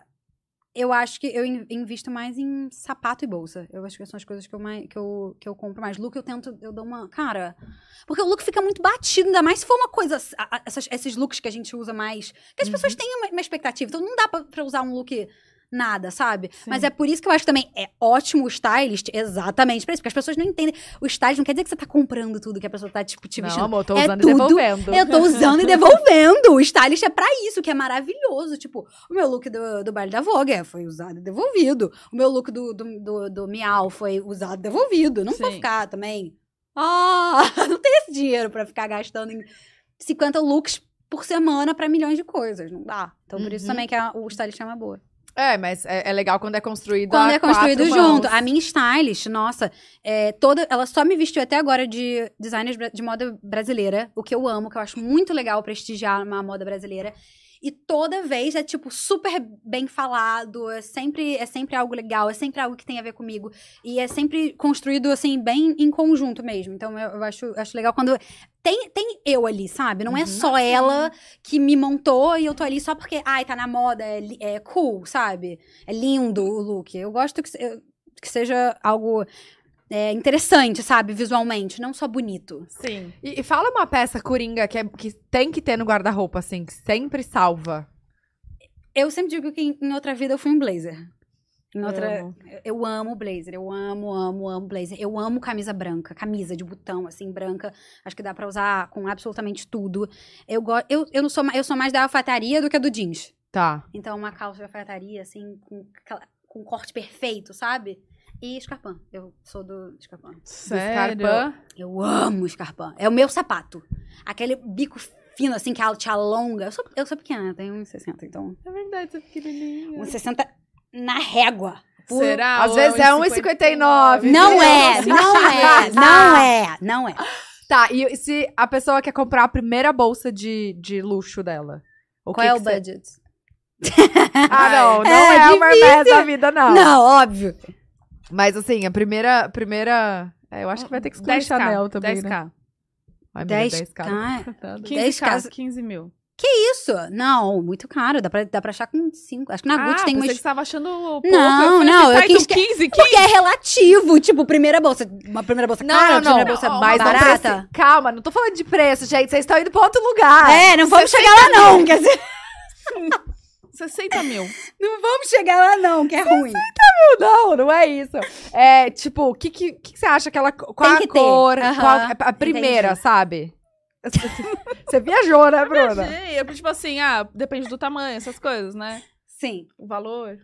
Speaker 3: eu acho que eu in- invisto mais em sapato e bolsa. Eu acho que são as coisas que eu, mais, que eu, que eu compro mais. Look eu tento, eu dou uma. Cara. Porque o look fica muito batido, ainda mais se for uma coisa. a- a- essas- esses looks que a gente usa mais. Que as pessoas têm uma, uma expectativa. Então não dá pra, pra usar um look. Nada, sabe? Mas é por isso que eu acho também é ótimo o stylist exatamente pra isso, porque as pessoas não entendem. O stylist não quer dizer que você tá comprando tudo que a pessoa tá, tipo, te
Speaker 2: não,
Speaker 3: vestindo.
Speaker 2: amor, tô
Speaker 3: é
Speaker 2: usando e
Speaker 3: tudo.
Speaker 2: devolvendo.
Speaker 3: Eu tô usando e devolvendo. O stylist é pra isso, que é maravilhoso. Tipo, o meu look do, do baile da Vogue é, foi usado e devolvido. O meu look do, do, do, do Miau foi usado e devolvido. Não vou
Speaker 1: Sim.
Speaker 3: ficar também. Ah, <laughs> não tem esse dinheiro pra ficar gastando em 50 looks por semana pra milhões de coisas. Não dá. Então, por isso
Speaker 2: Uhum.
Speaker 3: também que a- o stylist é uma boa.
Speaker 2: É, mas é, é legal quando é construído
Speaker 3: Quando
Speaker 2: a
Speaker 3: é construído
Speaker 2: quatro
Speaker 3: junto.
Speaker 2: mãos.
Speaker 3: A minha stylist, nossa, é, toda, ela só me vestiu até agora de designer de moda brasileira, o que eu amo, que eu acho muito legal prestigiar uma moda brasileira. E toda vez é, tipo, super bem falado, é sempre, é sempre algo legal, é sempre algo que tem a ver comigo. E é sempre construído, assim, bem em conjunto mesmo. Então, eu, eu acho, acho legal quando... Tem, tem eu ali, sabe?
Speaker 2: Uhum.
Speaker 3: Não é só ela que me montou e eu tô ali só porque, ai, tá na moda, é, li- é cool, sabe? É lindo o look. Eu gosto que, se- eu- que seja algo é, interessante, sabe? Visualmente, não só bonito.
Speaker 1: Sim.
Speaker 2: E, e fala uma peça coringa que, é- que tem que ter no guarda-roupa, assim, que sempre salva.
Speaker 3: Eu sempre digo que em, em outra vida eu fui um blazer. Em outra,
Speaker 2: Amo.
Speaker 3: Eu amo blazer, eu amo, amo, amo blazer. Eu amo camisa branca, camisa de botão, assim, branca. Acho que dá pra usar com absolutamente tudo. Eu, go- eu, eu, não sou, ma- eu sou mais da alfataria do que do jeans.
Speaker 2: Tá.
Speaker 3: Então, uma calça de alfataria, assim, com, aquela- com corte perfeito, sabe? E escarpão. Eu sou do escarpão.
Speaker 1: Sério?
Speaker 2: Scarpa.
Speaker 3: Eu amo escarpão. É o meu sapato. Aquele bico fino, assim, que a- te alonga. Eu sou, eu sou pequena, eu tenho 1,60, então...
Speaker 1: É verdade, você pequenininha.
Speaker 3: 1,60 na régua. Puro-
Speaker 1: Será?
Speaker 2: Às
Speaker 1: Ou
Speaker 2: vezes
Speaker 1: é
Speaker 2: é
Speaker 1: 1,59?
Speaker 2: 1,59.
Speaker 3: Não é,
Speaker 1: <laughs>
Speaker 3: não é, não é, não é.
Speaker 2: Tá, e se a pessoa quer comprar a primeira bolsa de, de luxo dela? O que que você-
Speaker 3: é budget?
Speaker 2: Ah,
Speaker 3: <laughs>
Speaker 2: não, não
Speaker 3: É,
Speaker 2: é, o Hermes da vida, não.
Speaker 3: Não,
Speaker 2: É
Speaker 3: óbvio.
Speaker 2: Mas assim, a primeira. primeira... É, eu acho que vai ter que excluir
Speaker 1: 10K,
Speaker 2: Chanel também, né?
Speaker 1: 10K.
Speaker 2: Ai, menina,
Speaker 3: 10 k
Speaker 2: coitada.
Speaker 1: 15K,
Speaker 3: 10K.
Speaker 1: 15 Tá mil.
Speaker 3: Isso, não, muito caro. Dá pra, dá pra achar com 5. Acho que na Gucci
Speaker 1: ah,
Speaker 3: tem
Speaker 1: você
Speaker 3: umas...
Speaker 1: que estava achando pouco.
Speaker 3: Não,
Speaker 1: eu falei,
Speaker 3: não,
Speaker 1: assim,
Speaker 3: eu
Speaker 1: tá,
Speaker 3: quis
Speaker 1: então 15, 15.
Speaker 3: Porque é relativo. Tipo, primeira bolsa. Uma primeira bolsa
Speaker 2: Não,
Speaker 3: cara,
Speaker 2: não, não.
Speaker 3: primeira bolsa
Speaker 2: Não,
Speaker 3: mais
Speaker 2: mas não
Speaker 3: barata.
Speaker 2: precisa- Calma, não tô falando de preço, gente. Vocês estão indo pra outro lugar.
Speaker 3: É, não vamos chegar
Speaker 2: Ah,
Speaker 3: lá não. Quer dizer,
Speaker 1: 60 mil.
Speaker 3: não vamos chegar lá não, que é ruim.
Speaker 2: Não, não é isso. É, tipo, o que, que, que que você acha que ela. Qual
Speaker 3: Tem
Speaker 2: a
Speaker 3: que ter.
Speaker 2: cor?
Speaker 3: Aham,
Speaker 2: qual- a- a primeira,
Speaker 3: entendi.
Speaker 2: sabe? <laughs> Você viajou, né, Bruna?
Speaker 1: Achei, é tipo assim, ah, depende do tamanho, essas coisas, né?
Speaker 3: Sim.
Speaker 1: O valor.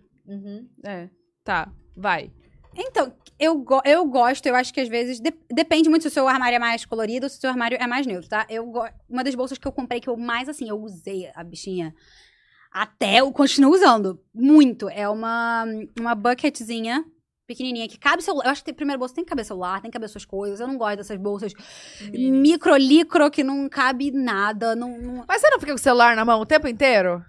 Speaker 1: É. Tá, vai.
Speaker 3: Então, eu, go- eu gosto, eu acho que às vezes. de- depende muito se o seu armário é mais colorido ou se o seu armário é mais neutro, tá? Eu go- uma das bolsas que eu comprei que eu mais, assim, eu usei a bichinha. Até eu continuo usando. Muito. É uma, uma bucketzinha pequenininha que cabe celular. Eu acho que tem- primeiro bolsa tem que caber celular, tem que caber suas coisas. Eu não gosto dessas bolsas
Speaker 2: Hum.
Speaker 3: micro, licro, que não cabe nada. Não, não-
Speaker 2: Mas você não fica com o celular na mão o tempo inteiro?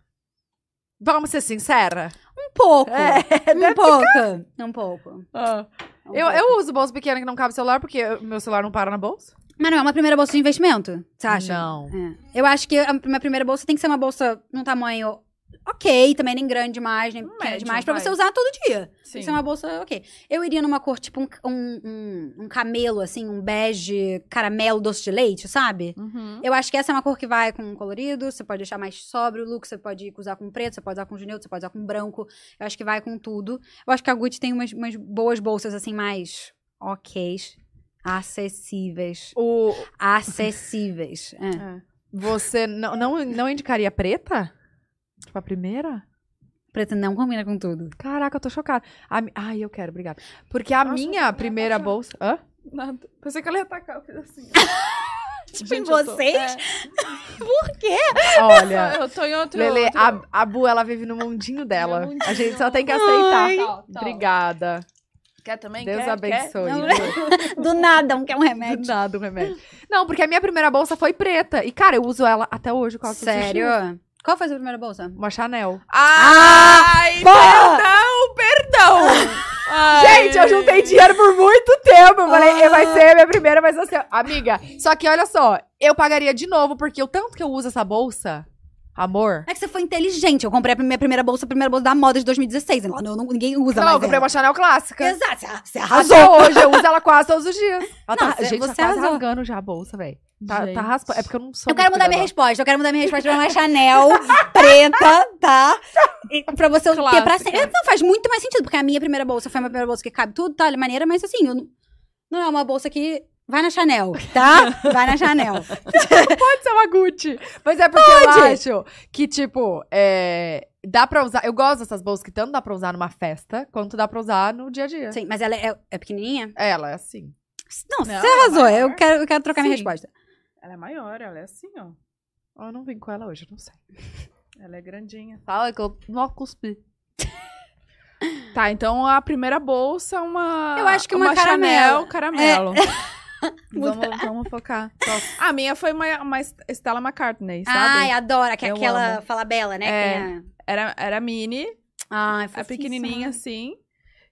Speaker 2: Vamos ser sincera.
Speaker 3: Um pouco.
Speaker 2: É,
Speaker 3: um, pouco. um pouco.
Speaker 1: Ah,
Speaker 3: Um
Speaker 2: Eu,
Speaker 3: pouco.
Speaker 2: eu uso bolsa pequena que não cabe celular porque eu- meu celular não para na bolsa.
Speaker 3: Mas não é uma primeira bolsa de investimento, você acha?
Speaker 2: Não.
Speaker 3: É. Eu acho que a minha primeira bolsa tem que ser uma bolsa num tamanho ok, também nem grande demais, nem pequena
Speaker 1: Médio,
Speaker 3: demais, pra
Speaker 1: vai.
Speaker 3: você usar todo dia. Tem
Speaker 1: sim.
Speaker 3: que ser uma bolsa ok. Eu iria numa cor tipo um, um, um- um camelo, assim, um bege, caramelo, doce de leite, sabe?
Speaker 1: Uhum.
Speaker 3: Eu acho que essa é uma cor que vai com colorido, você pode deixar mais sóbrio o look, você pode usar com preto, você pode usar com neutro, você pode usar com branco. Eu acho que vai com tudo. Eu acho que a Gucci tem umas, umas boas bolsas, assim, mais ok, acessíveis.
Speaker 2: O,
Speaker 3: Acessíveis. É.
Speaker 1: É.
Speaker 2: você não, não, não indicaria preta? Tipo, a primeira?
Speaker 3: Preto não combina com tudo.
Speaker 2: Caraca, eu tô chocada. A mi- Ai, eu quero, obrigada. Porque a
Speaker 1: Nossa, eu
Speaker 2: minha
Speaker 1: tô
Speaker 2: primeira
Speaker 1: apaixonada.
Speaker 2: bolsa.
Speaker 1: <laughs>
Speaker 2: Hã?
Speaker 1: Nada. Pensei que ela ia atacar, eu fiz assim.
Speaker 3: <laughs> Tipo,
Speaker 1: Gente,
Speaker 3: em
Speaker 1: eu tô-
Speaker 3: vocês?
Speaker 1: é.
Speaker 2: Olha.
Speaker 3: É.
Speaker 1: Eu tô em outro.
Speaker 2: Lele,
Speaker 1: outro...
Speaker 2: a, a Bu, ela vive no mundinho dela.
Speaker 1: Meu mundinho.
Speaker 2: A gente só tem que aceitar.
Speaker 1: Ai. Tal, tal.
Speaker 2: Obrigada.
Speaker 1: Quer também?
Speaker 2: Deus
Speaker 1: Quer?
Speaker 2: abençoe.
Speaker 3: Não, Do nada, um quer um
Speaker 2: <laughs> Do
Speaker 3: remédio.
Speaker 2: nada o remédio. Não, porque a minha primeira bolsa foi preta. E, cara, eu uso ela até hoje. com a calça
Speaker 3: Sério?
Speaker 2: sushi.
Speaker 3: Qual foi a sua primeira bolsa?
Speaker 2: Uma Chanel.
Speaker 3: Ah!
Speaker 1: Ai,
Speaker 3: porra!
Speaker 1: perdão! Ai.
Speaker 2: Gente, eu juntei dinheiro por muito tempo. Eu falei, "É, vai
Speaker 3: Ah.
Speaker 2: ser a minha primeira, mas assim, amiga. Só que olha só, eu pagaria de novo, porque o tanto que eu uso essa bolsa, amor.
Speaker 3: É que você foi inteligente. Eu comprei a minha primeira bolsa, a primeira bolsa da moda de 2016. Ela, Então, não, não- ninguém usa
Speaker 2: Não,
Speaker 3: é mais.
Speaker 2: eu comprei
Speaker 3: ela.
Speaker 2: uma Chanel clássica.
Speaker 3: Exato, você arra- você arrasou.
Speaker 2: Até hoje, eu uso ela quase todos os
Speaker 3: <laughs>
Speaker 2: dias. Ela tá,
Speaker 3: Não, você-
Speaker 2: gente, tá
Speaker 3: você
Speaker 2: quase
Speaker 3: arrasou.
Speaker 2: rasgando já a bolsa, velho. Tá,
Speaker 1: Gente.
Speaker 2: tá raspando. É porque eu não sou.
Speaker 3: Eu quero
Speaker 2: muito
Speaker 3: mudar minha
Speaker 2: cuidadosa.
Speaker 3: resposta. Eu quero mudar minha resposta pra uma Chanel <laughs> preta, tá? E pra você ter pra
Speaker 1: Clássica.
Speaker 3: sempre. Não, faz muito mais sentido, porque a minha primeira bolsa foi uma primeira bolsa que cabe tudo, tá? Ela é maneira, mas assim, eu não, não é uma bolsa que. Vai na Chanel, tá? Vai
Speaker 2: <laughs>
Speaker 3: na Chanel.
Speaker 2: Pode ser uma Gucci. Mas é porque eu acho que, tipo, é, dá pra usar. Eu gosto dessas bolsas que tanto dá pra usar numa festa, quanto dá pra usar no dia a dia.
Speaker 3: Sim, mas ela é, é pequenininha?
Speaker 2: Ela é assim.
Speaker 3: Não,
Speaker 1: Não,
Speaker 3: você
Speaker 1: ela é
Speaker 3: arrasou.
Speaker 1: maior.
Speaker 3: Eu quero, eu quero trocar minha
Speaker 1: Sim.
Speaker 3: resposta.
Speaker 1: Ela é maior, ela é assim, ó.
Speaker 2: Eu não vim com ela hoje, eu não sei.
Speaker 1: Ela é grandinha.
Speaker 2: Fala que eu não cuspi.
Speaker 1: Tá, então a primeira bolsa é uma.
Speaker 3: Eu acho que uma
Speaker 1: Chanel
Speaker 3: caramelo. É.
Speaker 1: caramelo. <laughs> Vamos, vamos focar. Ah, A minha foi uma, uma Stella McCartney,
Speaker 3: Ai,
Speaker 1: sabe?
Speaker 3: adora, que é
Speaker 1: Eu
Speaker 3: aquela
Speaker 1: amo.
Speaker 3: falabela, né?
Speaker 1: É.
Speaker 3: Que é-
Speaker 1: Era, era mini,
Speaker 3: Ai,
Speaker 1: a
Speaker 3: fofiça.
Speaker 1: pequenininha assim.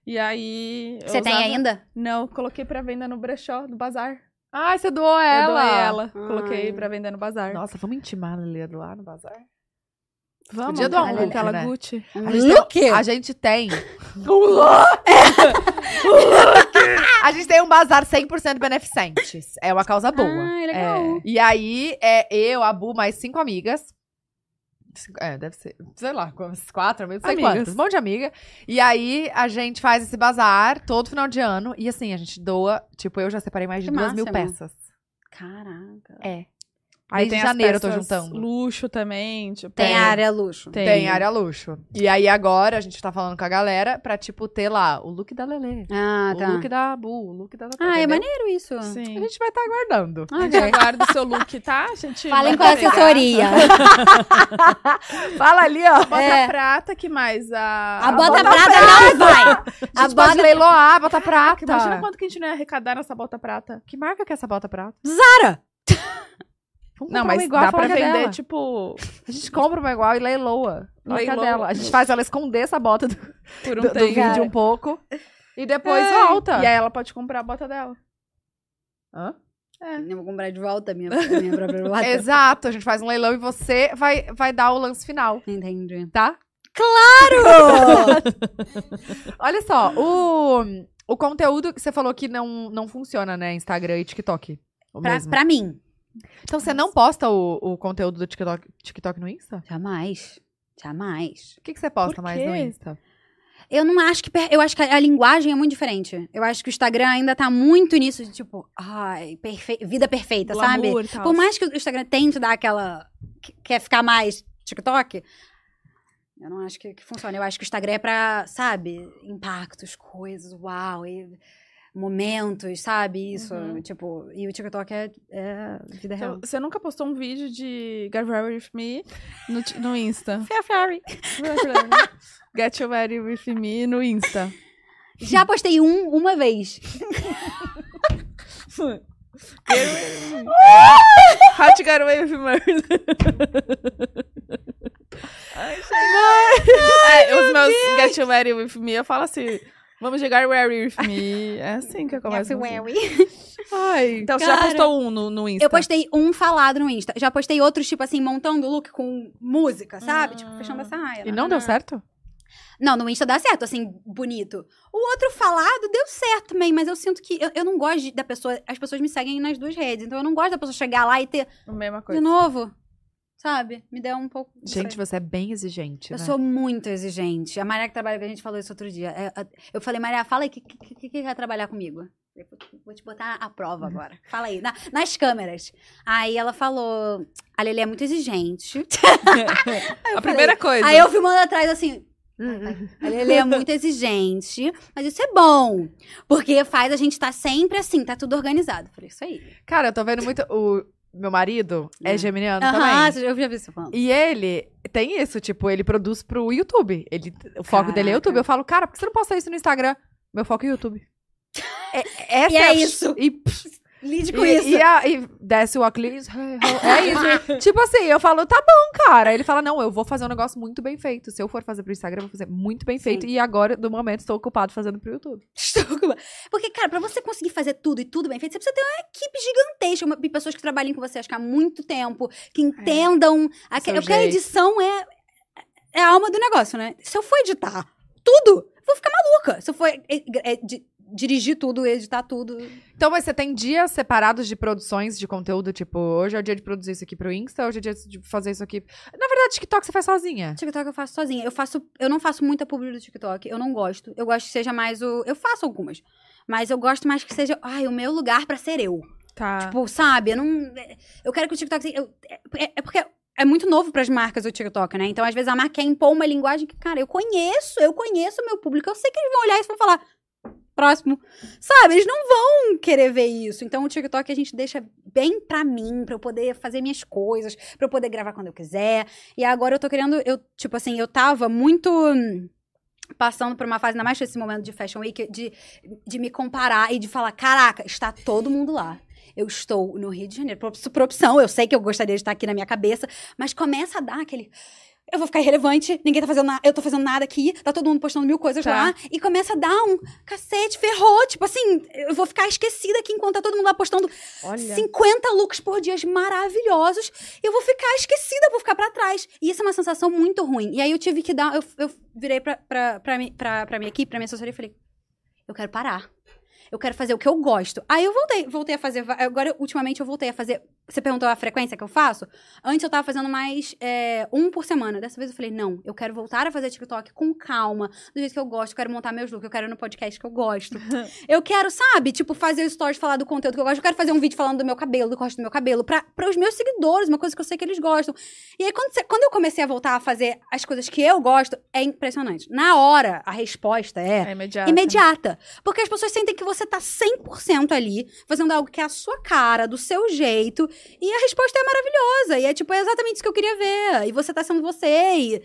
Speaker 1: E aí. eu
Speaker 3: Você tem
Speaker 1: usava-
Speaker 3: ainda?
Speaker 1: Não, coloquei pra venda no brechó do bazar.
Speaker 2: Ai, você doou
Speaker 1: Eu
Speaker 2: ela.
Speaker 1: doei ela.
Speaker 3: Ai.
Speaker 1: Coloquei pra vender no bazar.
Speaker 2: Nossa, vamos intimar a Liliana lá no bazar?
Speaker 1: Vamos,
Speaker 2: Podia
Speaker 3: doar um
Speaker 1: com
Speaker 3: look,
Speaker 1: aquela
Speaker 2: né?
Speaker 1: Gucci.
Speaker 2: A gente tem-
Speaker 3: No quê?
Speaker 2: A gente tem.
Speaker 1: Lula!
Speaker 2: <laughs> A gente tem um bazar 100% beneficentes. É uma
Speaker 1: Ah,
Speaker 2: causa boa.
Speaker 3: Ai, legal.
Speaker 2: É. E aí, é eu, a Bu, mais cinco amigas. Cinco- É, deve ser, sei lá, umas quatro amigas, não sei
Speaker 1: Amigas.
Speaker 2: quantas, um monte de amiga. E aí, a gente faz esse bazar todo final de ano. E assim, a gente doa, tipo, eu já separei mais de
Speaker 3: Que
Speaker 2: duas mil
Speaker 3: máximo.
Speaker 2: peças.
Speaker 3: Caraca.
Speaker 2: É.
Speaker 1: Aí
Speaker 2: Desde
Speaker 1: tem
Speaker 2: janeiro
Speaker 1: as
Speaker 2: eu tô
Speaker 1: peças
Speaker 2: juntando.
Speaker 1: Luxo também. Tipo,
Speaker 3: Tem
Speaker 1: é,
Speaker 3: a área luxo.
Speaker 1: Tem.
Speaker 2: Tem área luxo. E aí, agora, a gente tá falando com a galera pra, tipo, ter lá o look da Lelê,
Speaker 3: Ah,
Speaker 2: o
Speaker 3: tá.
Speaker 2: look da Bu, o look da Tatá,
Speaker 3: Ah, é
Speaker 2: entendeu?
Speaker 3: maneiro isso.
Speaker 2: A
Speaker 1: Sim.
Speaker 2: gente vai estar aguardando.
Speaker 1: A gente aguarda o seu look, tá, gente? Manda
Speaker 3: Falem com a
Speaker 1: ver.
Speaker 3: assessoria.
Speaker 2: <laughs> Fala ali, ó.
Speaker 1: Bota
Speaker 3: <laughs> É.
Speaker 1: prata, que mais? A,
Speaker 3: A bota
Speaker 2: bota
Speaker 3: prata não vai.
Speaker 2: A
Speaker 3: A
Speaker 2: gente pode
Speaker 3: bota...
Speaker 2: leiloar, bota prata.
Speaker 1: Imagina quanto que a gente não ia arrecadar nessa bota prata.
Speaker 2: Que marca que é essa bota prata?
Speaker 3: Zara!
Speaker 2: Vamos
Speaker 1: Não,
Speaker 2: comprar
Speaker 1: mas
Speaker 2: uma igual
Speaker 1: dá
Speaker 2: a
Speaker 1: pra
Speaker 2: pra
Speaker 1: vender,
Speaker 2: dela.
Speaker 1: tipo,
Speaker 2: A gente compra uma igual e leiloa. a Marca
Speaker 1: Leiloa.
Speaker 2: dela. A gente faz ela esconder essa bota do,
Speaker 1: por um
Speaker 2: do- do
Speaker 1: tempo.
Speaker 2: vídeo um pouco. E depois
Speaker 1: É.
Speaker 2: volta.
Speaker 1: E aí ela pode comprar a bota dela.
Speaker 2: Hã?
Speaker 3: Eu vou comprar de volta a minha, a minha própria bota.
Speaker 2: Exato, a gente faz um leilão e você vai, vai dar o lance final,
Speaker 3: Entendi.
Speaker 2: tá? Olha só, o, o conteúdo que você falou que não, não funciona, né? Instagram e TikTok. O
Speaker 3: <laughs> pra,
Speaker 2: mesmo.
Speaker 3: pra mim.
Speaker 2: Então você não posta o, o conteúdo do TikTok, TikTok no Insta?
Speaker 3: Jamais. Jamais.
Speaker 2: O que, que você posta
Speaker 1: Por
Speaker 2: mais no
Speaker 1: quê?
Speaker 2: Insta?
Speaker 3: Eu não acho que. per- Eu acho que a linguagem é muito diferente. Eu acho que o Instagram ainda tá muito nisso de tipo, ai, perfe... vida perfeita, sabe?
Speaker 1: Glamour e tal.
Speaker 3: Por mais que o Instagram tente dar aquela. que- Quer ficar mais TikTok. Eu não acho que, que funciona. Eu acho que o Instagram é pra, sabe, impactos, coisas, uau, e momentos, sabe? Isso.
Speaker 1: Uhum.
Speaker 3: Tipo, e o TikTok é, é vida
Speaker 1: Então,
Speaker 3: real.
Speaker 1: você nunca postou um vídeo de Get Ready With Me no, ti- no
Speaker 3: <laughs>
Speaker 1: Insta? <laughs> Get Ready With Me no Insta.
Speaker 3: Já postei um uma vez.
Speaker 1: How to Get Away With Murder. <laughs> É, os meus Get Ready With Me, eu falo assim... Vamos jogar Ready With Me. É assim que eu começo. meu vídeo.
Speaker 2: Ai,
Speaker 1: Então, você já
Speaker 3: Cara.
Speaker 1: postou um no, no Insta?
Speaker 3: Eu postei um falado no Insta. Já postei outros, tipo assim, montando o look com música, sabe? Tipo, fechando a
Speaker 1: Ah.
Speaker 3: saia.
Speaker 2: E
Speaker 3: né?
Speaker 2: não deu certo?
Speaker 3: Não, no Insta dá certo, assim, bonito. O outro falado deu certo também, mas eu sinto que eu, eu não gosto de- da pessoa. As pessoas me seguem nas duas redes, então eu não gosto da pessoa chegar lá e ter
Speaker 1: A mesma
Speaker 3: de
Speaker 1: coisa.
Speaker 3: novo. Sabe? Me deu um pouco. não
Speaker 2: Gente,
Speaker 3: sei.
Speaker 2: você é bem exigente,
Speaker 3: eu
Speaker 2: né?
Speaker 3: sou muito exigente. A Maria que trabalha com a gente falou isso outro dia. É, a- Eu falei, Maria, fala aí, o que, que, que, que quer trabalhar comigo? Eu Vou te botar à prova agora. Fala aí, na- nas câmeras. Aí ela falou, a Lelê é muito exigente.
Speaker 1: a primeira coisa.
Speaker 2: é.
Speaker 3: Aí eu filmando atrás, assim, a Lelê é muito exigente, mas isso é bom. Porque faz a gente estar sempre assim, tá tudo organizado. Falei, isso aí.
Speaker 2: Cara, eu tô vendo muito. O meu marido é,
Speaker 3: É.
Speaker 2: geminiano
Speaker 3: Aham,
Speaker 2: também.
Speaker 3: eu já vi você falando.
Speaker 2: E ele tem isso, tipo, ele produz pro YouTube. Ele, o foco dele é
Speaker 3: Caraca.
Speaker 2: YouTube. Eu falo, cara, por que você não posta isso no Instagram? Meu foco é YouTube. É, essa
Speaker 3: <laughs> E é
Speaker 2: a-
Speaker 3: isso.
Speaker 2: E, pff,
Speaker 3: Lide com
Speaker 2: e,
Speaker 3: isso.
Speaker 2: e a- e desce o óculos. <laughs> É isso. tipo assim, eu falo, tá bom, cara. Ele fala, não, eu vou fazer um negócio muito bem feito. Se eu for fazer pro Instagram, eu vou fazer muito bem
Speaker 3: Sim.
Speaker 2: feito. E agora, do momento, estou ocupado fazendo pro YouTube.
Speaker 3: <laughs> Estou ocupado. Porque, cara, pra você conseguir fazer tudo e tudo bem feito, você precisa ter uma equipe gigantesca, uma, e pessoas que trabalhem com você acho que há muito tempo, que entendam. aque-
Speaker 2: Seu
Speaker 3: porque a
Speaker 2: jeito.
Speaker 3: edição é, é a alma do negócio, né? Se eu for editar tudo, eu vou ficar maluca. Se eu for eh, eh, di- dirigir tudo, editar tudo.
Speaker 2: Então, mas você tem dias separados de produções de conteúdo? Tipo, hoje é o dia de produzir isso aqui pro Insta, hoje é o dia de fazer isso aqui. Na verdade, TikTok você faz sozinha.
Speaker 3: TikTok eu faço sozinha. Eu faço, eu não faço muita publi do TikTok. Eu não gosto. Eu gosto que seja mais o. Eu faço algumas. Mas eu gosto mais que seja, ai, o meu lugar pra ser eu.
Speaker 1: Tá.
Speaker 3: Tipo, sabe? Eu não. Eu quero que o TikTok. seja- eu- é, é porque é muito novo pras marcas o TikTok, né? Então, às vezes, a marca quer impor uma linguagem que, cara, eu conheço, eu conheço o meu público. Eu sei que eles vão olhar isso e vão falar. Próximo. Sabe? Eles não vão querer ver isso. Então, o TikTok a gente deixa bem pra mim, pra eu poder fazer minhas coisas, pra eu poder gravar quando eu quiser. E agora eu tô querendo. Eu, tipo assim, eu tava muito. hum, passando por uma fase, ainda mais nesse momento de Fashion Week, de, de me comparar e de falar, caraca, está todo mundo lá. Eu estou no Rio de Janeiro, por, por opção, eu sei que eu gostaria de estar aqui na minha cabeça, mas começa a dar aquele... Eu vou ficar irrelevante, ninguém tá fazendo nada, eu tô fazendo nada aqui, tá todo mundo postando mil coisas
Speaker 2: Tá.
Speaker 3: lá, e começa a dar um cacete, ferrou, tipo assim, eu vou ficar esquecida aqui enquanto tá todo mundo lá postando
Speaker 2: Olha.
Speaker 3: 50 looks por dia maravilhosos, eu vou ficar esquecida, vou ficar pra trás. E isso é uma sensação muito ruim. E aí eu tive que dar, eu, eu virei pra, pra, pra, mi- pra, pra minha equipe, pra minha assessoria e falei, eu quero parar. Eu quero fazer o que eu gosto. Aí eu voltei, voltei a fazer. va- Agora, ultimamente, eu voltei a fazer. Você perguntou a frequência que eu faço? Antes eu tava fazendo mais é, um por semana. Dessa vez eu falei, não, eu quero voltar a fazer TikTok com calma, do jeito que eu gosto, eu quero montar meus looks, eu quero ir no podcast que eu gosto. eu quero, sabe, tipo, fazer stories, falar do conteúdo que eu gosto, eu quero fazer um vídeo falando do meu cabelo, do corte do meu cabelo, pra, pra os meus seguidores, uma coisa que eu sei que eles gostam. E aí, quando, você- quando eu comecei a voltar a fazer as coisas que eu gosto, é impressionante. Na hora, a resposta é
Speaker 1: É imediato.
Speaker 3: imediata. Porque as pessoas sentem que você tá 100% ali, fazendo algo que é a sua cara, do seu jeito, e a resposta é maravilhosa. E é tipo, é exatamente isso que eu queria ver. E você tá sendo você, e,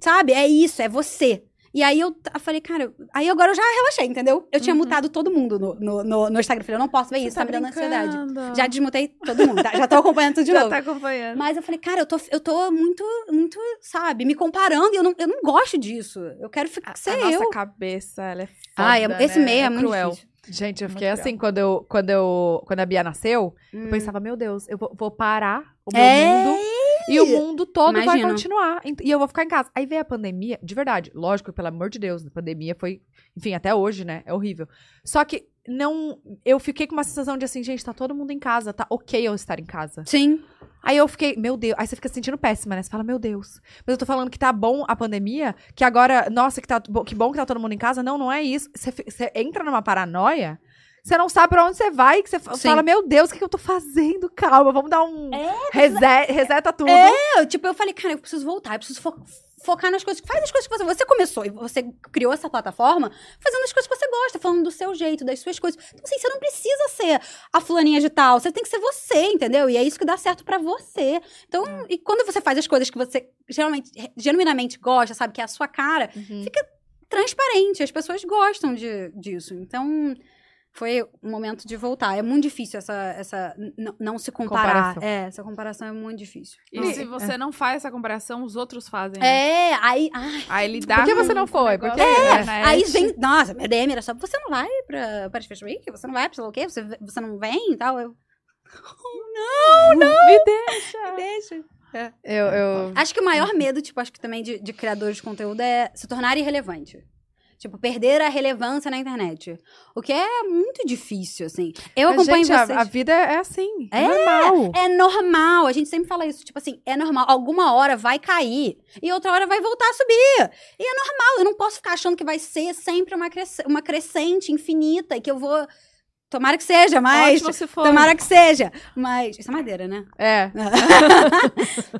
Speaker 3: sabe? É isso, é você. E aí eu t- falei, cara, aí agora eu já relaxei, entendeu? Eu tinha
Speaker 1: Uhum.
Speaker 3: mutado todo mundo no, no, no, no Instagram. Falei, eu não posso ver
Speaker 1: Você
Speaker 3: isso, tá, me dando ansiedade.
Speaker 1: brincando.
Speaker 3: Já desmutei todo mundo, tá? já tô acompanhando tudo de
Speaker 1: <laughs> Já
Speaker 3: novo.
Speaker 1: tá acompanhando.
Speaker 3: Mas eu falei, cara, eu tô, eu tô muito, muito, sabe, me comparando e eu não, eu não gosto disso. Eu quero ficar, ser
Speaker 1: a
Speaker 3: eu.
Speaker 1: nossa cabeça, ela é foda,
Speaker 3: Ai, é- esse
Speaker 1: né?
Speaker 3: meio é, muito
Speaker 1: cruel.
Speaker 3: difícil.
Speaker 2: Gente, eu
Speaker 1: Muito
Speaker 2: fiquei
Speaker 1: legal.
Speaker 2: assim quando eu, quando eu, quando a Bia nasceu, eu
Speaker 3: Hum.
Speaker 2: pensava, meu Deus, eu vou, vou parar o meu
Speaker 3: É.
Speaker 2: mundo e o mundo todo vai
Speaker 3: Imagino.
Speaker 2: continuar. Ent- E eu vou ficar em casa. Aí veio a pandemia, de verdade, lógico, pelo amor de Deus, a pandemia foi, enfim, até hoje, né? É horrível. Só que não, eu fiquei com uma sensação de assim, gente, tá todo mundo em casa, tá OK eu estar em casa.
Speaker 3: Sim.
Speaker 2: Aí eu fiquei, meu Deus. Aí você fica se sentindo péssima, né? Você fala, meu Deus. Mas eu tô falando que tá bom a pandemia, que agora, nossa, que, tá, bo- que bom que tá todo mundo em casa. Não, não é isso. Você, fi- você entra numa paranoia, você não sabe pra onde você vai, que você fa-
Speaker 3: Sim.
Speaker 2: fala, meu Deus, o que, que eu tô fazendo? <laughs> Calma, vamos dar um.
Speaker 3: É,
Speaker 2: rese- reseta tudo.
Speaker 3: Eu, tipo, eu falei, cara, eu preciso voltar, eu preciso fo- focar nas coisas. Faz as coisas que você. Você começou e você criou essa plataforma fazendo as coisas que você gosta, falando do seu jeito, das suas coisas. Então, assim, você não precisa ser a fulaninha de tal. Você tem que ser você, entendeu? E é isso que dá certo pra você. Então, e quando você faz as coisas que você geralmente, genuinamente gosta, sabe, que é a sua cara,
Speaker 2: Uhum.
Speaker 3: transparente. As pessoas gostam de, disso. Então. Foi o momento de voltar. É muito difícil essa. essa n- n- não se comparar.
Speaker 2: Comparação.
Speaker 3: É, essa comparação é muito difícil.
Speaker 1: E
Speaker 3: Nossa.
Speaker 1: se você não faz essa comparação, os outros fazem. né?
Speaker 3: É, aí. ai,
Speaker 1: Aí ele dá.
Speaker 2: Por que você não foi? Por
Speaker 1: Porque
Speaker 2: que- É,
Speaker 1: né?
Speaker 3: aí vem. Nossa, minha DM era só. Você não vai pra Paris Fashion Week? Você não vai pra sei lá o quê? Você, você não vem e tal? Eu. "Oh,
Speaker 1: Me deixa.
Speaker 3: Deixa. É.
Speaker 2: Eu, eu...
Speaker 3: Acho que o maior medo, tipo, acho que também de, de criadores de conteúdo é se tornar irrelevante. Tipo, perder a relevância na internet. O que é muito difícil, assim. Eu
Speaker 2: Mas,
Speaker 3: acompanho
Speaker 2: gente, a-
Speaker 3: vocês.
Speaker 2: A, vida é assim. É,
Speaker 3: É,
Speaker 2: normal.
Speaker 3: É normal, a gente sempre fala isso, tipo assim, é normal, alguma hora vai cair e outra hora vai voltar a subir. E é normal, eu não posso ficar achando que vai ser sempre uma, cres- uma crescente infinita e que eu vou. Tomara que seja, mas.
Speaker 1: Ótimo se for.
Speaker 3: Tomara que seja. Mas. Isso é madeira, né? <laughs>
Speaker 2: É.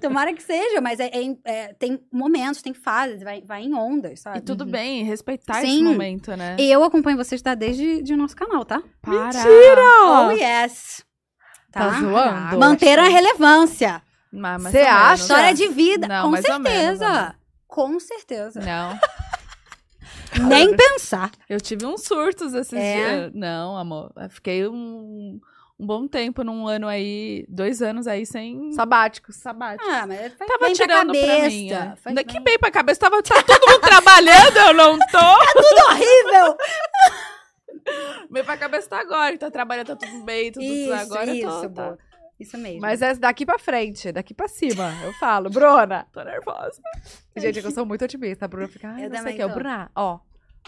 Speaker 3: Tomara que seja, mas é, é- é- tem momentos, tem fases, vai, vai em ondas,
Speaker 1: E
Speaker 3: sabe?
Speaker 1: tudo bem, respeitar esse
Speaker 3: Sim.
Speaker 1: momento, né?
Speaker 3: E eu acompanho vocês tá, desde de nosso canal, tá?
Speaker 1: Mentira!
Speaker 3: Oh, yes!
Speaker 2: Tá zoando?
Speaker 3: Manter a relevância.
Speaker 2: Cê acha?
Speaker 3: História de vida,
Speaker 1: Não,
Speaker 3: com
Speaker 1: mais ou menos,
Speaker 3: certeza.
Speaker 1: mais ou menos.
Speaker 3: com certeza.
Speaker 1: Não.
Speaker 2: <laughs>
Speaker 3: Nem pensar.
Speaker 1: Eu tive uns surtos esses
Speaker 3: É?
Speaker 1: dias. Não, amor. Eu fiquei um, um bom tempo, num ano aí, dois anos aí sem.
Speaker 2: Sabáticos. Sabáticos.
Speaker 3: Ah, mas faz
Speaker 1: Tava
Speaker 3: bem
Speaker 1: tirando
Speaker 3: pra
Speaker 1: pra,
Speaker 3: cabeça.
Speaker 1: mim. é.
Speaker 3: Faz
Speaker 1: Ainda
Speaker 3: bem.
Speaker 1: que bem pra cabeça. Tava, tá todo mundo trabalhando, eu não
Speaker 2: <laughs>
Speaker 1: tô.
Speaker 3: Tudo horrível!
Speaker 1: Bem pra cabeça tá agora. Tá trabalhando, tá tudo bem, <laughs> tudo
Speaker 3: isso,
Speaker 1: agora. eu
Speaker 3: isso,
Speaker 1: tô, tá.
Speaker 3: boa. Isso mesmo.
Speaker 2: Mas é daqui pra frente, daqui pra cima. Eu falo, Bruna.
Speaker 3: <laughs>
Speaker 1: Tô nervosa.
Speaker 2: Gente, é que eu sou muito otimista. A Bruna fica, ai,
Speaker 3: Eu
Speaker 2: não sei o
Speaker 3: também
Speaker 2: que. Eu,
Speaker 3: tô.
Speaker 2: Bruna, ó,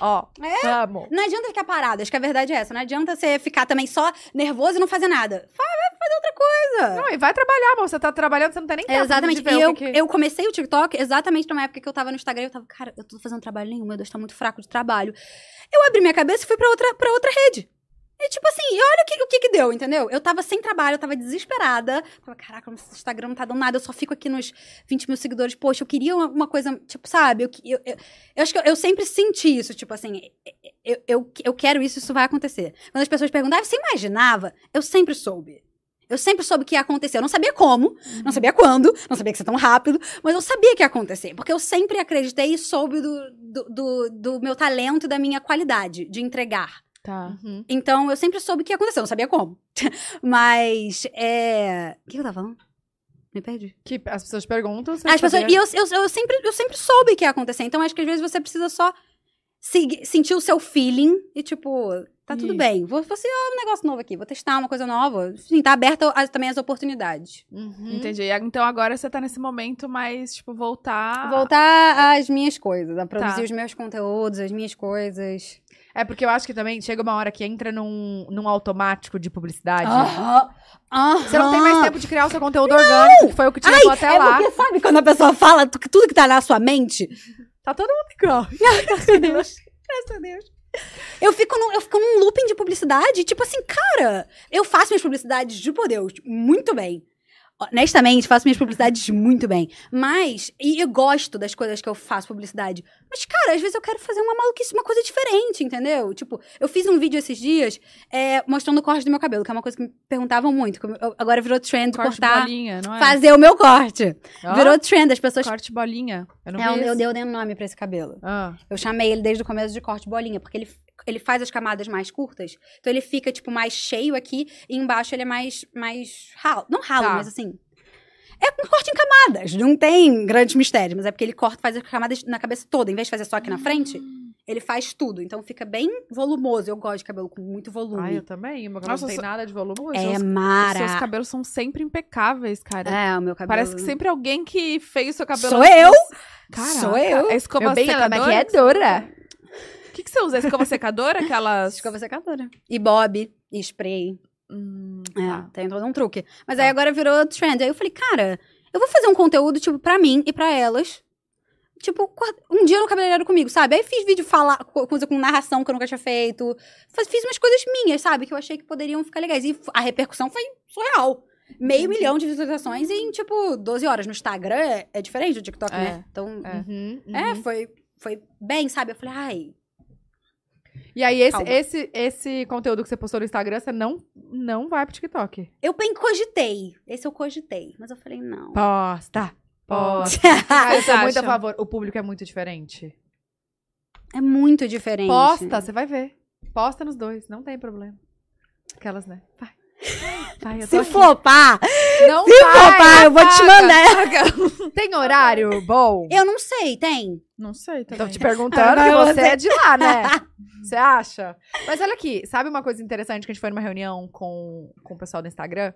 Speaker 2: ó,
Speaker 3: É.
Speaker 2: vamos.
Speaker 3: Não adianta ficar parado, acho que a verdade é essa. Não adianta você ficar também só nervoso e não fazer nada. Fa- Vai fazer outra coisa.
Speaker 2: Não, e vai trabalhar, amor. Você tá trabalhando, você não tem nem tempo
Speaker 3: É,
Speaker 2: de
Speaker 3: Exatamente.
Speaker 2: ver
Speaker 3: E
Speaker 2: o
Speaker 3: eu,
Speaker 2: que que-
Speaker 3: eu comecei o TikTok exatamente numa época que eu tava no Instagram. Eu tava, cara, eu tô fazendo trabalho nenhum, meu Deus, tá muito fraco de trabalho. Eu abri minha cabeça e fui pra outra, pra outra rede. E tipo assim, e olha o que, o que que deu, entendeu? Eu tava sem trabalho, eu tava desesperada. Tava, caraca, esse Instagram não tá dando nada, eu só fico aqui nos 20 mil seguidores. Poxa, eu queria uma, uma coisa, tipo, sabe? Eu, que- eu, eu, eu acho que eu, eu sempre senti isso, tipo assim, eu, eu, eu quero isso, isso vai acontecer. Quando as pessoas perguntam, ah, você imaginava? Eu sempre soube. Eu sempre soube que ia acontecer. Eu não sabia como, não sabia quando, não sabia que ia ser tão rápido, mas eu sabia que ia acontecer. Porque eu sempre acreditei e soube do, do, do, do meu talento e da minha qualidade de entregar.
Speaker 1: Tá.
Speaker 2: Uhum.
Speaker 3: Então eu sempre soube que ia acontecer, eu não sabia como. <laughs> mas, é. O que eu tava falando? Me perdi. Ah,
Speaker 2: Que as pessoas perguntam. você
Speaker 3: As pessoas,
Speaker 2: sabia?
Speaker 3: e eu, eu, eu, sempre, eu sempre soube que ia acontecer. Então, acho que às vezes você precisa só segui- sentir o seu feeling e, tipo, tá tudo
Speaker 1: Isso.
Speaker 3: bem. Vou, vou ser um negócio novo aqui, vou testar uma coisa nova. Enfim, tá aberta a- também as oportunidades.
Speaker 2: Uhum.
Speaker 1: Entendi. E a- Então agora você tá nesse momento mais, tipo, voltar.
Speaker 3: Voltar
Speaker 2: Ah.
Speaker 3: às minhas coisas, a produzir
Speaker 1: Tá.
Speaker 3: os meus conteúdos, as minhas coisas.
Speaker 2: É porque eu acho que também chega uma hora que entra num, num automático de publicidade.
Speaker 3: Aham. Aham.
Speaker 2: Você não tem mais tempo de criar o seu conteúdo orgânico, que foi o que te levou até
Speaker 3: ah. É
Speaker 2: lá.
Speaker 3: porque sabe quando a pessoa fala tu- que tudo que tá na sua mente?
Speaker 2: Tá todo mundo igual.
Speaker 3: <laughs> Graças a Deus. Eu fico, num, eu fico num looping de publicidade, tipo assim, cara, eu faço minhas publicidades, juro por Deus, tipo, muito bem. Honestamente, faço minhas publicidades muito bem. Mas, e eu gosto das coisas que eu faço publicidade. Mas, cara, às vezes eu quero fazer uma maluquice, uma coisa diferente, entendeu? Tipo, eu fiz um vídeo esses dias é, mostrando o corte do meu cabelo, que é uma coisa que me perguntavam muito. que eu- agora virou trend
Speaker 1: Corte
Speaker 3: cortar,
Speaker 1: bolinha, não é?
Speaker 3: fazer o meu corte.
Speaker 2: Ó,
Speaker 3: Virou trend, as pessoas
Speaker 1: Corte bolinha.
Speaker 2: Eu não
Speaker 3: é, eu,
Speaker 2: vi
Speaker 3: eu
Speaker 2: isso.
Speaker 3: dei um nome pra esse cabelo.
Speaker 2: Ah,
Speaker 3: Eu chamei ele desde o começo de corte bolinha, porque ele, ele faz as camadas mais curtas. Então ele fica, tipo, mais cheio aqui e embaixo ele é mais, mais ralo. Não ralo,
Speaker 2: Tá.
Speaker 3: mas assim. É um corte em camadas, não tem grandes mistérios, mas é porque ele corta, faz as camadas na cabeça toda. Em vez de fazer só aqui na frente, ele faz tudo. Então fica bem volumoso. Eu gosto de cabelo com muito volume.
Speaker 2: Ai, eu também. O meu cabelo
Speaker 1: Nossa,
Speaker 2: não tem
Speaker 1: só-
Speaker 2: nada de volume. os
Speaker 3: é
Speaker 2: seus-
Speaker 3: mara.
Speaker 1: Seus cabelos são sempre impecáveis, cara.
Speaker 3: É, o meu cabelo.
Speaker 1: Parece que sempre alguém que fez o seu cabelo.
Speaker 3: Sou eu!
Speaker 1: Caraca,
Speaker 3: Sou eu.
Speaker 1: É escova
Speaker 2: Meu
Speaker 3: né?
Speaker 2: bem, ela é
Speaker 1: secadora?
Speaker 2: maquiadora.
Speaker 1: O que, que você usa? Escova secadora? Aquelas.
Speaker 3: Escova secadora. E bob, e spray.
Speaker 1: Hum,
Speaker 3: É,
Speaker 1: tá.
Speaker 3: tem todo um truque. Mas
Speaker 1: Tá.
Speaker 3: aí agora virou trend. Aí eu falei, cara, eu vou fazer um conteúdo, tipo, pra mim e pra elas. Tipo, qua- um dia no cabeleireiro comigo, sabe? Aí fiz vídeo falar, co- coisa com narração que eu nunca tinha feito. Faz- Fiz umas coisas minhas, sabe? Que eu achei que poderiam ficar legais. E f- a repercussão foi surreal. Meio milhão de visualizações em, tipo, 12 horas. No Instagram é, é diferente do TikTok,
Speaker 1: É,
Speaker 3: né? Então,
Speaker 1: é.
Speaker 2: Uhum, uhum.
Speaker 3: é, foi, foi bem, sabe? Eu falei, ai,
Speaker 2: E aí, esse,
Speaker 3: Calma.
Speaker 2: esse, esse conteúdo que você postou no Instagram, você não, não vai pro TikTok.
Speaker 3: eu bem cogitei. Esse eu cogitei. Mas eu falei, não.
Speaker 2: Posta. Posta.
Speaker 1: Ah,
Speaker 2: eu sou
Speaker 1: vocês
Speaker 2: muito a
Speaker 1: acham?
Speaker 2: favor. O público é muito diferente.
Speaker 3: <laughs> é muito diferente.
Speaker 2: Posta, você vai ver. Posta nos dois, não tem problema. Aquelas, né? Vai. Vai, eu tô
Speaker 3: Se
Speaker 2: aqui.
Speaker 3: flopar,
Speaker 2: Não
Speaker 3: se
Speaker 2: vai,
Speaker 3: flopar, eu vou te
Speaker 2: apaga.
Speaker 3: mandar.
Speaker 2: Tem horário bom?
Speaker 3: Eu não sei, tem.
Speaker 1: Não sei também.
Speaker 2: Tô te perguntando,
Speaker 3: Ah,
Speaker 2: que
Speaker 3: mas
Speaker 2: você
Speaker 3: você-
Speaker 2: é de lá,
Speaker 3: <laughs>
Speaker 2: né? Você acha? Mas olha aqui, sabe uma coisa interessante que a gente foi numa reunião com, com o pessoal do Instagram?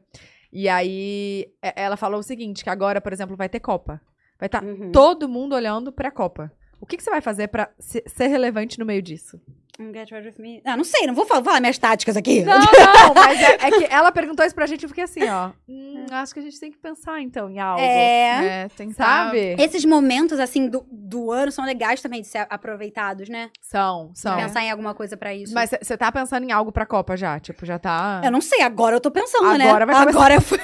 Speaker 2: E aí é- ela falou o seguinte, que agora, por exemplo, vai ter Copa. Vai estar
Speaker 3: Uhum.
Speaker 2: todo mundo olhando pra Copa. O que, que você vai fazer pra se- ser relevante no meio disso?
Speaker 3: Get rid of me. Ah, não sei, não vou falar, falar minhas táticas aqui.
Speaker 2: Não, não, <laughs> mas é, é que ela perguntou isso pra gente e eu fiquei assim, ó. Hum, acho que a gente tem que pensar, então, em algo.
Speaker 3: É.
Speaker 1: É, tem que
Speaker 2: Sabe?
Speaker 3: Esses momentos, assim, do, do ano são legais também de ser aproveitados, né?
Speaker 2: São,
Speaker 3: De
Speaker 2: são.
Speaker 3: Pensar em alguma coisa pra isso.
Speaker 2: Mas você tá pensando em algo pra Copa já? Tipo, já tá.
Speaker 3: Eu não sei, agora eu tô pensando, né?
Speaker 2: Agora vai começar.
Speaker 3: Agora eu, fui-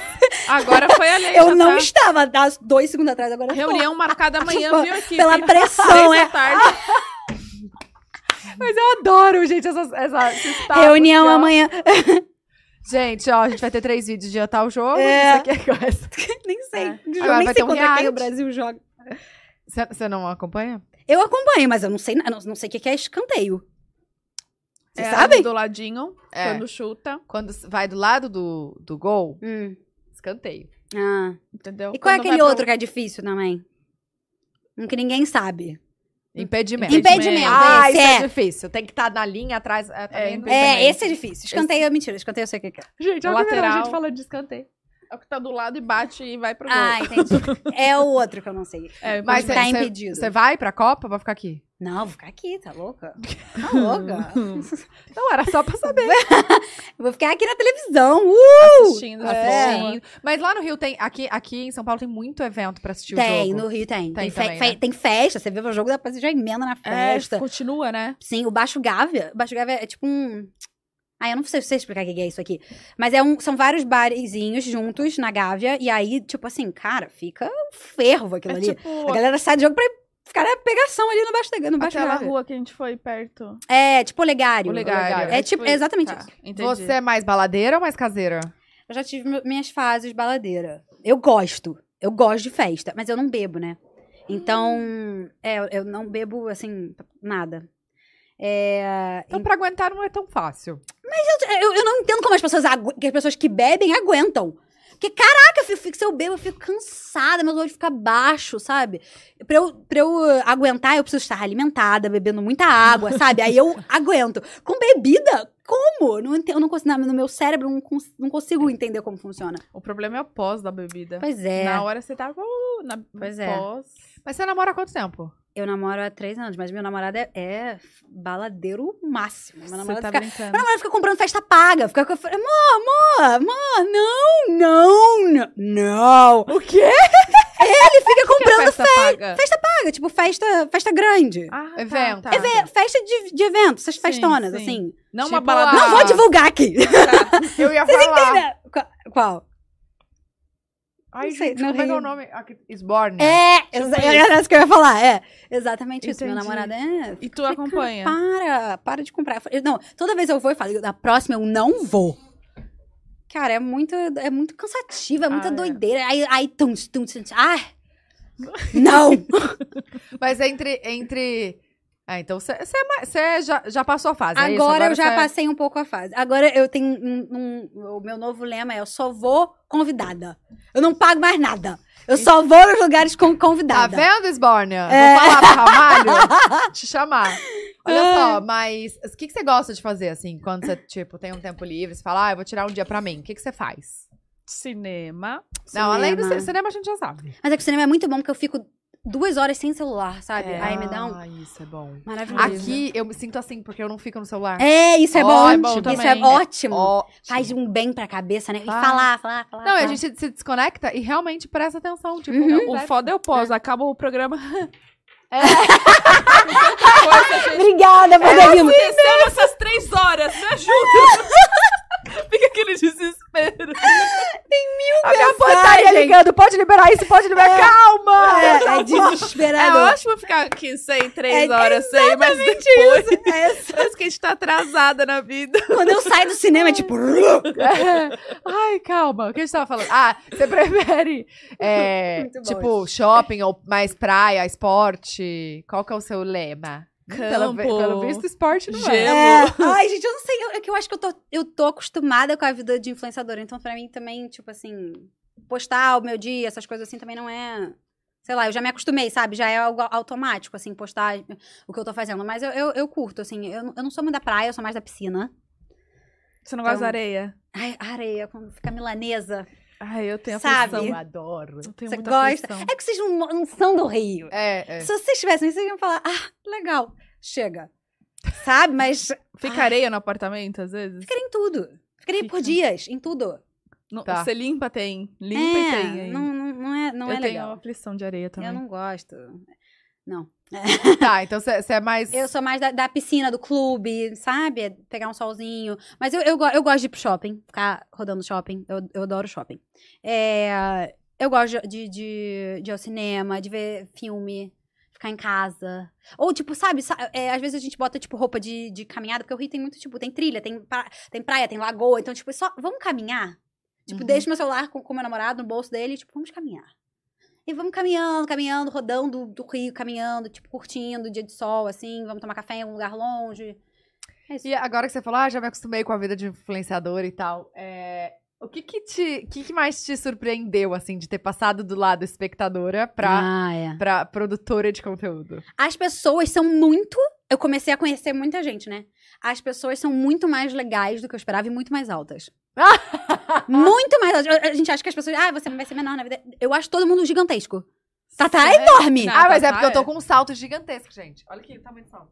Speaker 1: Agora foi a lei.
Speaker 3: eu
Speaker 1: já
Speaker 3: não
Speaker 1: tá.
Speaker 3: estava, há dois segundos atrás, agora eu tô.
Speaker 1: Reunião marcada amanhã, viu aqui?
Speaker 3: Tipo, Pela
Speaker 1: Fim-
Speaker 3: pressão, <laughs>
Speaker 1: três
Speaker 3: é.
Speaker 1: da tarde.
Speaker 2: Mas eu adoro, gente, essas, essa, esses papos
Speaker 3: Reunião
Speaker 2: aqui, ó.
Speaker 3: É, amanhã.
Speaker 2: Gente, ó, a gente vai ter três vídeos de tal jogo.
Speaker 3: É.
Speaker 2: Isso aqui é coisa.
Speaker 3: <laughs> Nem sei.
Speaker 1: É.
Speaker 3: Eu
Speaker 2: Agora vai
Speaker 3: nem sei
Speaker 2: ter um
Speaker 3: quando é que
Speaker 2: reality.
Speaker 3: o Brasil joga.
Speaker 2: Você não acompanha?
Speaker 3: Eu acompanho, mas eu não sei, na- não, não sei o que que é escanteio. Vocês
Speaker 1: É,
Speaker 3: sabem?
Speaker 1: Do ladinho,
Speaker 2: É.
Speaker 1: quando chuta,
Speaker 2: Quando s- vai do lado do, do gol,
Speaker 3: Hum.
Speaker 2: escanteio.
Speaker 3: Ah.
Speaker 1: entendeu?
Speaker 3: E qual é
Speaker 1: Quando
Speaker 3: aquele
Speaker 1: vai
Speaker 3: outro que é difícil também? Um que ninguém sabe.
Speaker 2: Impedimento.
Speaker 1: Impedimento.
Speaker 3: Impedimento.
Speaker 2: É, Ah,
Speaker 3: esse
Speaker 2: isso
Speaker 3: é.
Speaker 2: é difícil. Tem que estar na linha atrás. É, também não-
Speaker 1: impedimento.
Speaker 3: É, esse é difícil. Escanteio é mentira. Escanteio eu sei o que que é.
Speaker 2: Gente,
Speaker 1: O
Speaker 2: a lateral.
Speaker 1: lateral.
Speaker 2: A gente falando de escanteio.
Speaker 1: Pra... É o que tá do lado e bate e vai pro gol.
Speaker 3: Ah, entendi. <laughs> é o outro que eu não sei.
Speaker 1: é,
Speaker 2: Mas
Speaker 3: tá
Speaker 2: cê- cê-
Speaker 3: impedido.
Speaker 2: Você vai pra Copa ou vai ficar aqui?
Speaker 3: Não, vou ficar aqui, tá louca?
Speaker 2: <laughs>
Speaker 3: Tá
Speaker 1: <laughs>
Speaker 3: louca?
Speaker 2: Não, Então, era só pra saber.
Speaker 3: Eu vou ficar aqui na televisão. Uh!
Speaker 1: Tá assistindo,
Speaker 3: <laughs> É.
Speaker 1: assistindo.
Speaker 2: Assim, Mas lá no Rio tem. Aqui, aqui em São Paulo tem muito evento pra assistir o
Speaker 3: Tem,
Speaker 2: jogo.
Speaker 3: no Rio
Speaker 2: Tem
Speaker 3: tem. Tem, fe-
Speaker 2: também,
Speaker 3: fe-
Speaker 2: né?
Speaker 3: tem festa, você vê o jogo, depois você já emenda na festa.
Speaker 1: É, continua, né?
Speaker 3: Sim, o Baixo Gávea. O Baixo Gávea é tipo um. Ah, eu não sei, sei explicar o que que é isso aqui. Mas é um, são vários barezinhos juntos na Gávea. E aí, tipo assim, cara, fica um fervo aquilo
Speaker 1: É
Speaker 3: ali.
Speaker 1: tipo
Speaker 3: A galera sai do jogo pra ficar na pegação ali no Baixo, da- no baixo
Speaker 1: aquela
Speaker 3: Gávea.
Speaker 1: rua que a gente foi perto.
Speaker 3: É, tipo olegário.
Speaker 1: Olegário.
Speaker 3: É tipo, é exatamente
Speaker 1: Tá,
Speaker 3: isso.
Speaker 1: entendi.
Speaker 2: Você é mais baladeira ou mais caseira?
Speaker 3: Eu já tive mi- minhas fases baladeira. Eu gosto. Eu gosto de festa, mas eu não bebo, né? Então,
Speaker 1: Hum.
Speaker 3: é, eu- eu não bebo, assim, nada. É,
Speaker 2: Então, pra aguentar não é tão fácil.
Speaker 3: eu, eu não entendo como as pessoas, agu- que as pessoas que bebem aguentam. Porque, caraca, eu fico- fico- se eu bebo, eu fico cansada, meu olho fica baixo, sabe? Pra eu, pra eu eh, aguentar, eu preciso estar alimentada, bebendo muita água, sabe? Aí eu aguento. Com bebida, como? Não ente- eu não consigo, no meu cérebro, eu não, cons- não consigo entender como funciona.
Speaker 1: O problema é o pós da bebida.
Speaker 3: Pois é.
Speaker 1: Na hora você tá. Uh, na
Speaker 3: Pois é.
Speaker 1: pós.
Speaker 2: Mas você namora há quanto tempo?
Speaker 3: Eu namoro há três anos, mas meu namorado é, é baladeiro máximo. Meu namorado
Speaker 1: Você tá
Speaker 3: fica
Speaker 1: brincando.
Speaker 3: <laughs> Meu namorado fica comprando festa paga. Fica com. Amor, amor, amor, não, não, não, não.
Speaker 1: O quê?
Speaker 3: Ele fica comprando
Speaker 1: festa paga.
Speaker 3: paga, tipo festa, festa grande.
Speaker 1: Ah, tá,
Speaker 2: Evento.
Speaker 1: tá.
Speaker 3: Eve- festa de, de evento, essas
Speaker 1: Sim,
Speaker 3: festonas,
Speaker 1: sim.
Speaker 3: assim.
Speaker 1: Não
Speaker 2: Tipo
Speaker 1: uma balada.
Speaker 2: a-
Speaker 3: Não vou divulgar aqui.
Speaker 1: <laughs> Tá. Eu ia falar.
Speaker 3: Qu- Qual?
Speaker 1: Ai,
Speaker 3: Não sei,
Speaker 2: Gente,
Speaker 3: não
Speaker 2: como é que é o
Speaker 3: ri.
Speaker 2: nome? Ah, que- Esborne.
Speaker 3: É, exa-
Speaker 1: Tipo
Speaker 3: era isso que eu ia falar. É, exatamente isso. Meu
Speaker 1: Entendi.
Speaker 3: namorado é.
Speaker 1: E tu acompanha.
Speaker 3: Para, para de comprar. Eu falei, Não, toda vez eu vou e falo, da próxima eu não vou. Cara, é muito, é muito cansativo, é muita
Speaker 1: Ah, é.
Speaker 3: doideira. Aí, aí, tum, tum, tum, tum, ah, não! É.
Speaker 2: Mas entre. entre... Ah, então você você é mais- você já, já passou a fase. é isso?
Speaker 3: Agora eu já
Speaker 2: você-
Speaker 3: passei um pouco a fase. Agora eu tenho um, um- O meu novo lema é: eu só vou convidada. Eu não pago mais nada. Eu só vou nos lugares com
Speaker 2: Tá
Speaker 3: convidada.
Speaker 2: vendo, Esborne?
Speaker 3: É.
Speaker 2: Vou falar pro
Speaker 3: <laughs>
Speaker 2: Ramalho te chamar.
Speaker 3: Ah.
Speaker 2: Olha só, mas o que, que você gosta de fazer, assim, quando você, tipo, tem um tempo livre? Você fala, ah, eu vou tirar um dia pra mim. O que, que você faz?
Speaker 1: Cinema.
Speaker 2: Não, além do
Speaker 3: Cinema.
Speaker 2: ci- cinema, a gente já sabe.
Speaker 3: Mas é que o cinema é muito bom porque eu fico duas horas sem celular, sabe?
Speaker 1: É.
Speaker 3: Aí me dá um.
Speaker 2: Ah, isso é bom.
Speaker 3: Maravilhoso.
Speaker 2: Aqui, eu me sinto assim, porque eu não fico no celular.
Speaker 3: É, isso é
Speaker 2: Ó, é
Speaker 3: bom.
Speaker 2: bom
Speaker 3: isso
Speaker 1: também.
Speaker 3: é ótimo.
Speaker 2: Ó,
Speaker 3: Faz um bem pra cabeça, né? E
Speaker 2: Faz.
Speaker 3: falar, falar, falar.
Speaker 2: Não,
Speaker 3: falar.
Speaker 2: a gente se desconecta e realmente presta atenção. Tipo,
Speaker 3: Uhum.
Speaker 1: O
Speaker 2: o foda.
Speaker 1: foda é o pós. Acaba o programa.
Speaker 3: Obrigada por
Speaker 2: É
Speaker 1: Tá
Speaker 3: ter vindo.
Speaker 1: aconteceu nessas três horas, me ajuda! <laughs> Fica aquele desespero.
Speaker 2: A minha
Speaker 3: portaria
Speaker 2: ligando, pode liberar isso, pode liberar. Calma! <laughs>
Speaker 3: <laughs> É, é
Speaker 1: É
Speaker 3: desesperador.
Speaker 1: ótimo ficar aqui sem três
Speaker 3: É
Speaker 1: horas, sem, mas depois
Speaker 3: ótimo.
Speaker 1: parece que a gente tá atrasada na vida.
Speaker 3: é Quando eu saio do cinema, é tipo.
Speaker 2: <laughs> Ai, calma. O que a gente tava falando? Ah, você prefere,
Speaker 1: <laughs>
Speaker 2: é,
Speaker 3: Muito bom
Speaker 2: tipo, shopping ou mais praia, esporte? Qual que é o seu lema? Pelo, vi-
Speaker 1: Campo.
Speaker 2: pelo visto, esporte não
Speaker 1: Gelo.
Speaker 2: é.
Speaker 3: É. Ai, gente, eu não sei. eu- É que eu acho que eu tô, eu tô acostumada com a vida de influenciadora. Então, pra mim também, tipo assim, postar o meu dia, essas coisas assim, também não é. Sei lá, eu já me acostumei, sabe? Já é algo automático, assim, postar o que eu tô fazendo. Mas eu, eu, eu curto, assim. Eu, não- eu não sou muito da praia, eu sou mais da piscina.
Speaker 1: Você não
Speaker 3: gosta
Speaker 1: gosta
Speaker 3: da
Speaker 1: da areia?
Speaker 3: Ai, areia, quando fica milanesa.
Speaker 1: Ai, eu tenho
Speaker 3: Sabe?
Speaker 1: aflição.
Speaker 2: Eu adoro.
Speaker 1: Eu tenho
Speaker 3: Você
Speaker 1: muita
Speaker 3: gosta?
Speaker 1: aflição.
Speaker 3: É que vocês não, não são do Rio.
Speaker 2: É, é.
Speaker 3: Se vocês tivessem, vocês iam falar, ah, legal, chega. Sabe? Mas
Speaker 1: Fica areia no apartamento, às vezes?
Speaker 3: ficaria em tudo. Ficaria por
Speaker 1: Fica.
Speaker 3: dias, em tudo.
Speaker 1: Não,
Speaker 2: Tá.
Speaker 1: Você limpa, tem. Limpa e
Speaker 3: é,
Speaker 1: tem. hein?
Speaker 3: não, não, não é, não
Speaker 1: eu
Speaker 3: é
Speaker 1: tenho
Speaker 3: legal.
Speaker 1: aflição de areia também.
Speaker 3: Eu não gosto.
Speaker 2: Tá, então você você é mais...
Speaker 3: Eu sou mais da, da piscina, do clube, sabe? É Pegar um solzinho. Mas eu, eu, go- eu gosto de ir pro shopping, ficar rodando shopping. Eu, eu adoro shopping. É, eu gosto de, de, de ir ao cinema, de ver filme, ficar em casa. Ou, tipo, sabe? sa- é, às vezes a gente bota, tipo, roupa de, de caminhada, porque o Rio tem muito, tipo, tem trilha, tem, pra- tem praia, tem lagoa. Então, tipo, só vamos caminhar. Tipo,
Speaker 1: Uhum.
Speaker 3: deixo meu celular com, com meu namorado no bolso dele, tipo, vamos caminhar. E vamos caminhando, caminhando, rodando do Rio, caminhando, tipo, curtindo, dia de sol, assim, vamos tomar café em algum lugar longe. É isso.
Speaker 2: E agora que você falou, ah, já me acostumei com a vida de influenciador e tal. é, O que que, te, o que que mais te surpreendeu, assim, de ter passado do lado espectadora pra,
Speaker 3: Ah, é.
Speaker 2: pra produtora de conteúdo?
Speaker 3: As pessoas são muito. Eu comecei a conhecer muita gente, né? As pessoas são muito mais legais do que eu esperava e muito
Speaker 1: <laughs>
Speaker 3: mais altas. muito mais altas. A gente acha que as pessoas. Ah, você vai ser menor na vida. Eu acho todo mundo gigantesco. Tatá é
Speaker 1: Sério?
Speaker 3: enorme!
Speaker 1: Não.
Speaker 2: Ah, mas é
Speaker 1: tá,
Speaker 2: porque eu tô
Speaker 1: é.
Speaker 2: com um salto gigantesco, gente. Olha aqui, o tamanho do
Speaker 3: <laughs>
Speaker 2: salto.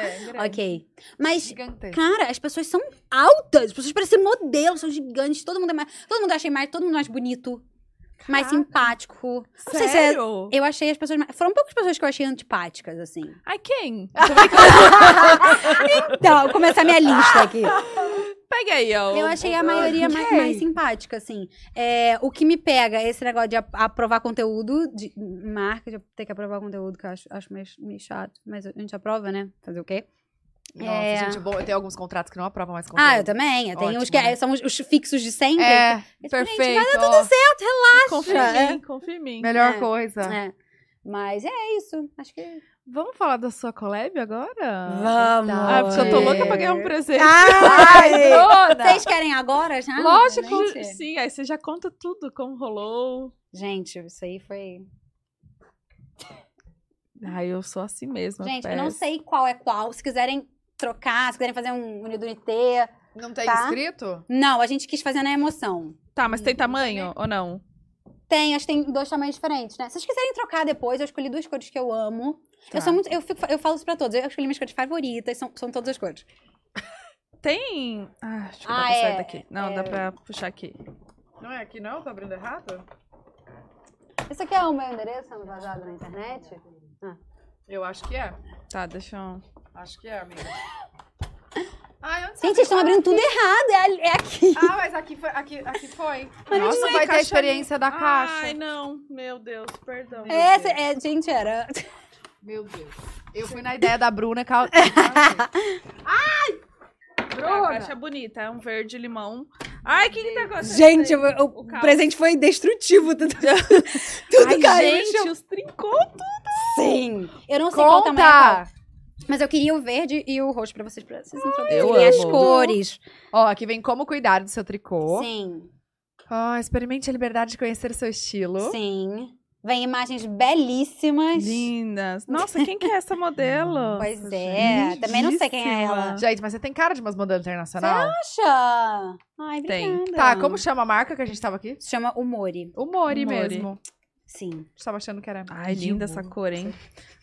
Speaker 2: é, grande.
Speaker 3: ok. Mas
Speaker 2: Gigantesco.
Speaker 3: Cara, as pessoas são altas, as pessoas parecem modelos, são gigantes, todo mundo é mais. Todo mundo eu achei mais, todo mundo é mais bonito, mais
Speaker 1: Caraca.
Speaker 3: simpático. Não sei se é-
Speaker 1: Sério?
Speaker 3: eu achei as pessoas mais. Foram poucas pessoas que eu achei antipáticas, assim.
Speaker 1: Ai,
Speaker 3: <laughs>
Speaker 1: quem?
Speaker 3: Então, vou começar minha
Speaker 2: <laughs>
Speaker 3: lista aqui.
Speaker 1: Pega aí, ó.
Speaker 3: Eu achei a maioria mais,
Speaker 2: Ok.
Speaker 3: mais simpática, assim. É, o que me pega é esse negócio de a- aprovar conteúdo, de marca, de ter que aprovar conteúdo, que eu acho, acho meio, meio chato. Mas a gente aprova, né? Fazer o quê?
Speaker 2: Nossa,
Speaker 3: É.
Speaker 2: gente, bom, eu tenho alguns contratos que não aprovam mais conteúdo.
Speaker 3: Ah, eu também. Eu tenho os
Speaker 2: Ótimo,
Speaker 3: que
Speaker 2: né?
Speaker 3: é, são os, os fixos de sempre.
Speaker 2: É,
Speaker 3: Mas,
Speaker 2: perfeito.
Speaker 3: gente,
Speaker 2: ó,
Speaker 1: Confia em
Speaker 3: É.
Speaker 1: mim, confia em mim.
Speaker 2: melhor
Speaker 3: É.
Speaker 2: coisa.
Speaker 3: É. Mas é isso. Acho que.
Speaker 1: Vamos falar da sua collab agora?
Speaker 3: Vamos!
Speaker 1: Ah, porque eu tô louca pra ganhar um presente. <laughs>
Speaker 3: Ai,
Speaker 2: Bruna!
Speaker 3: Vocês querem agora já?
Speaker 1: Lógico,
Speaker 3: Gente?
Speaker 1: sim. Aí você já conta tudo, como rolou.
Speaker 3: Gente, isso aí foi.
Speaker 1: Ai, eu sou assim mesmo.
Speaker 3: Gente, eu
Speaker 1: peço.
Speaker 3: não sei qual é qual. Se quiserem trocar, se quiserem fazer um unido IT.
Speaker 2: Não tem
Speaker 3: Tá.
Speaker 2: escrito?
Speaker 3: Não, a gente quis fazer na emoção.
Speaker 1: Tá, mas tem tamanho
Speaker 3: é.
Speaker 1: ou não?
Speaker 3: Tem, acho que tem dois tamanhos diferentes, né? Se vocês quiserem trocar depois, eu escolhi duas cores que eu amo.
Speaker 2: Tá.
Speaker 3: Eu sou muito. Eu, fico, eu falo isso pra todos. Eu escolhi minhas cores favoritas, são, são todas as cores.
Speaker 1: Tem. Ah, acho que dá
Speaker 3: Ah,
Speaker 1: pra sair
Speaker 3: é,
Speaker 1: daqui. Não,
Speaker 3: é.
Speaker 1: dá pra puxar aqui.
Speaker 2: Não é aqui não? Tá abrindo errado?
Speaker 3: Esse aqui é o meu endereço, é vazado na internet? Ah.
Speaker 2: Eu acho que é.
Speaker 1: Tá, deixa eu.
Speaker 2: Acho que é, amiga. Ai, onde
Speaker 3: Gente, vocês estão abrindo tudo errado. É, ali- é aqui.
Speaker 2: Ah, mas aqui foi. Aqui, aqui foi.
Speaker 1: não
Speaker 2: Nossa,
Speaker 1: é
Speaker 2: vai ter a
Speaker 1: caixa
Speaker 2: experiência da caixa.
Speaker 1: Ai, não. Meu Deus, perdão.
Speaker 2: Meu
Speaker 3: É,
Speaker 2: Deus.
Speaker 3: cê- é, gente, era.
Speaker 2: Meu Deus. Eu fui na ideia da Bruna. Cal... Ai!
Speaker 1: A
Speaker 2: Bruna!
Speaker 1: caixa bonita, é um verde limão. Ai, o que, que tá acontecendo?
Speaker 3: Gente, eu- eu-
Speaker 1: O
Speaker 3: o
Speaker 1: caos.
Speaker 3: presente foi destrutivo. Tudo, tudo
Speaker 1: Ai,
Speaker 3: caiu. no chão.
Speaker 1: gente, os trincou.
Speaker 3: <laughs> Sim. Eu não sei qual tamanho é qual.
Speaker 2: Conta!
Speaker 3: Mas eu queria o verde e o roxo pra vocês, pra vocês introduzirem
Speaker 1: eu
Speaker 3: as
Speaker 1: amo.
Speaker 3: cores.
Speaker 2: Ó, aqui vem como cuidar do seu tricô.
Speaker 3: Sim,
Speaker 2: Ó, experimente a liberdade de conhecer o seu estilo.
Speaker 3: sim. Vem imagens belíssimas.
Speaker 1: Lindas. Nossa, quem que é essa modelo?
Speaker 3: <laughs> Pois é, também não sei quem é ela.
Speaker 2: Gente, mas você tem cara de umas modelos internacional?
Speaker 3: Poxa! Ai,
Speaker 1: Tem.
Speaker 3: obrigada.
Speaker 2: Tá, como chama a marca que a gente tava aqui?
Speaker 3: Se chama Umori.
Speaker 2: O Mori,
Speaker 1: Mori.
Speaker 2: mesmo.
Speaker 3: Sim.
Speaker 2: Eu Tava achando que era. um
Speaker 1: Ai, linda essa cor, hein?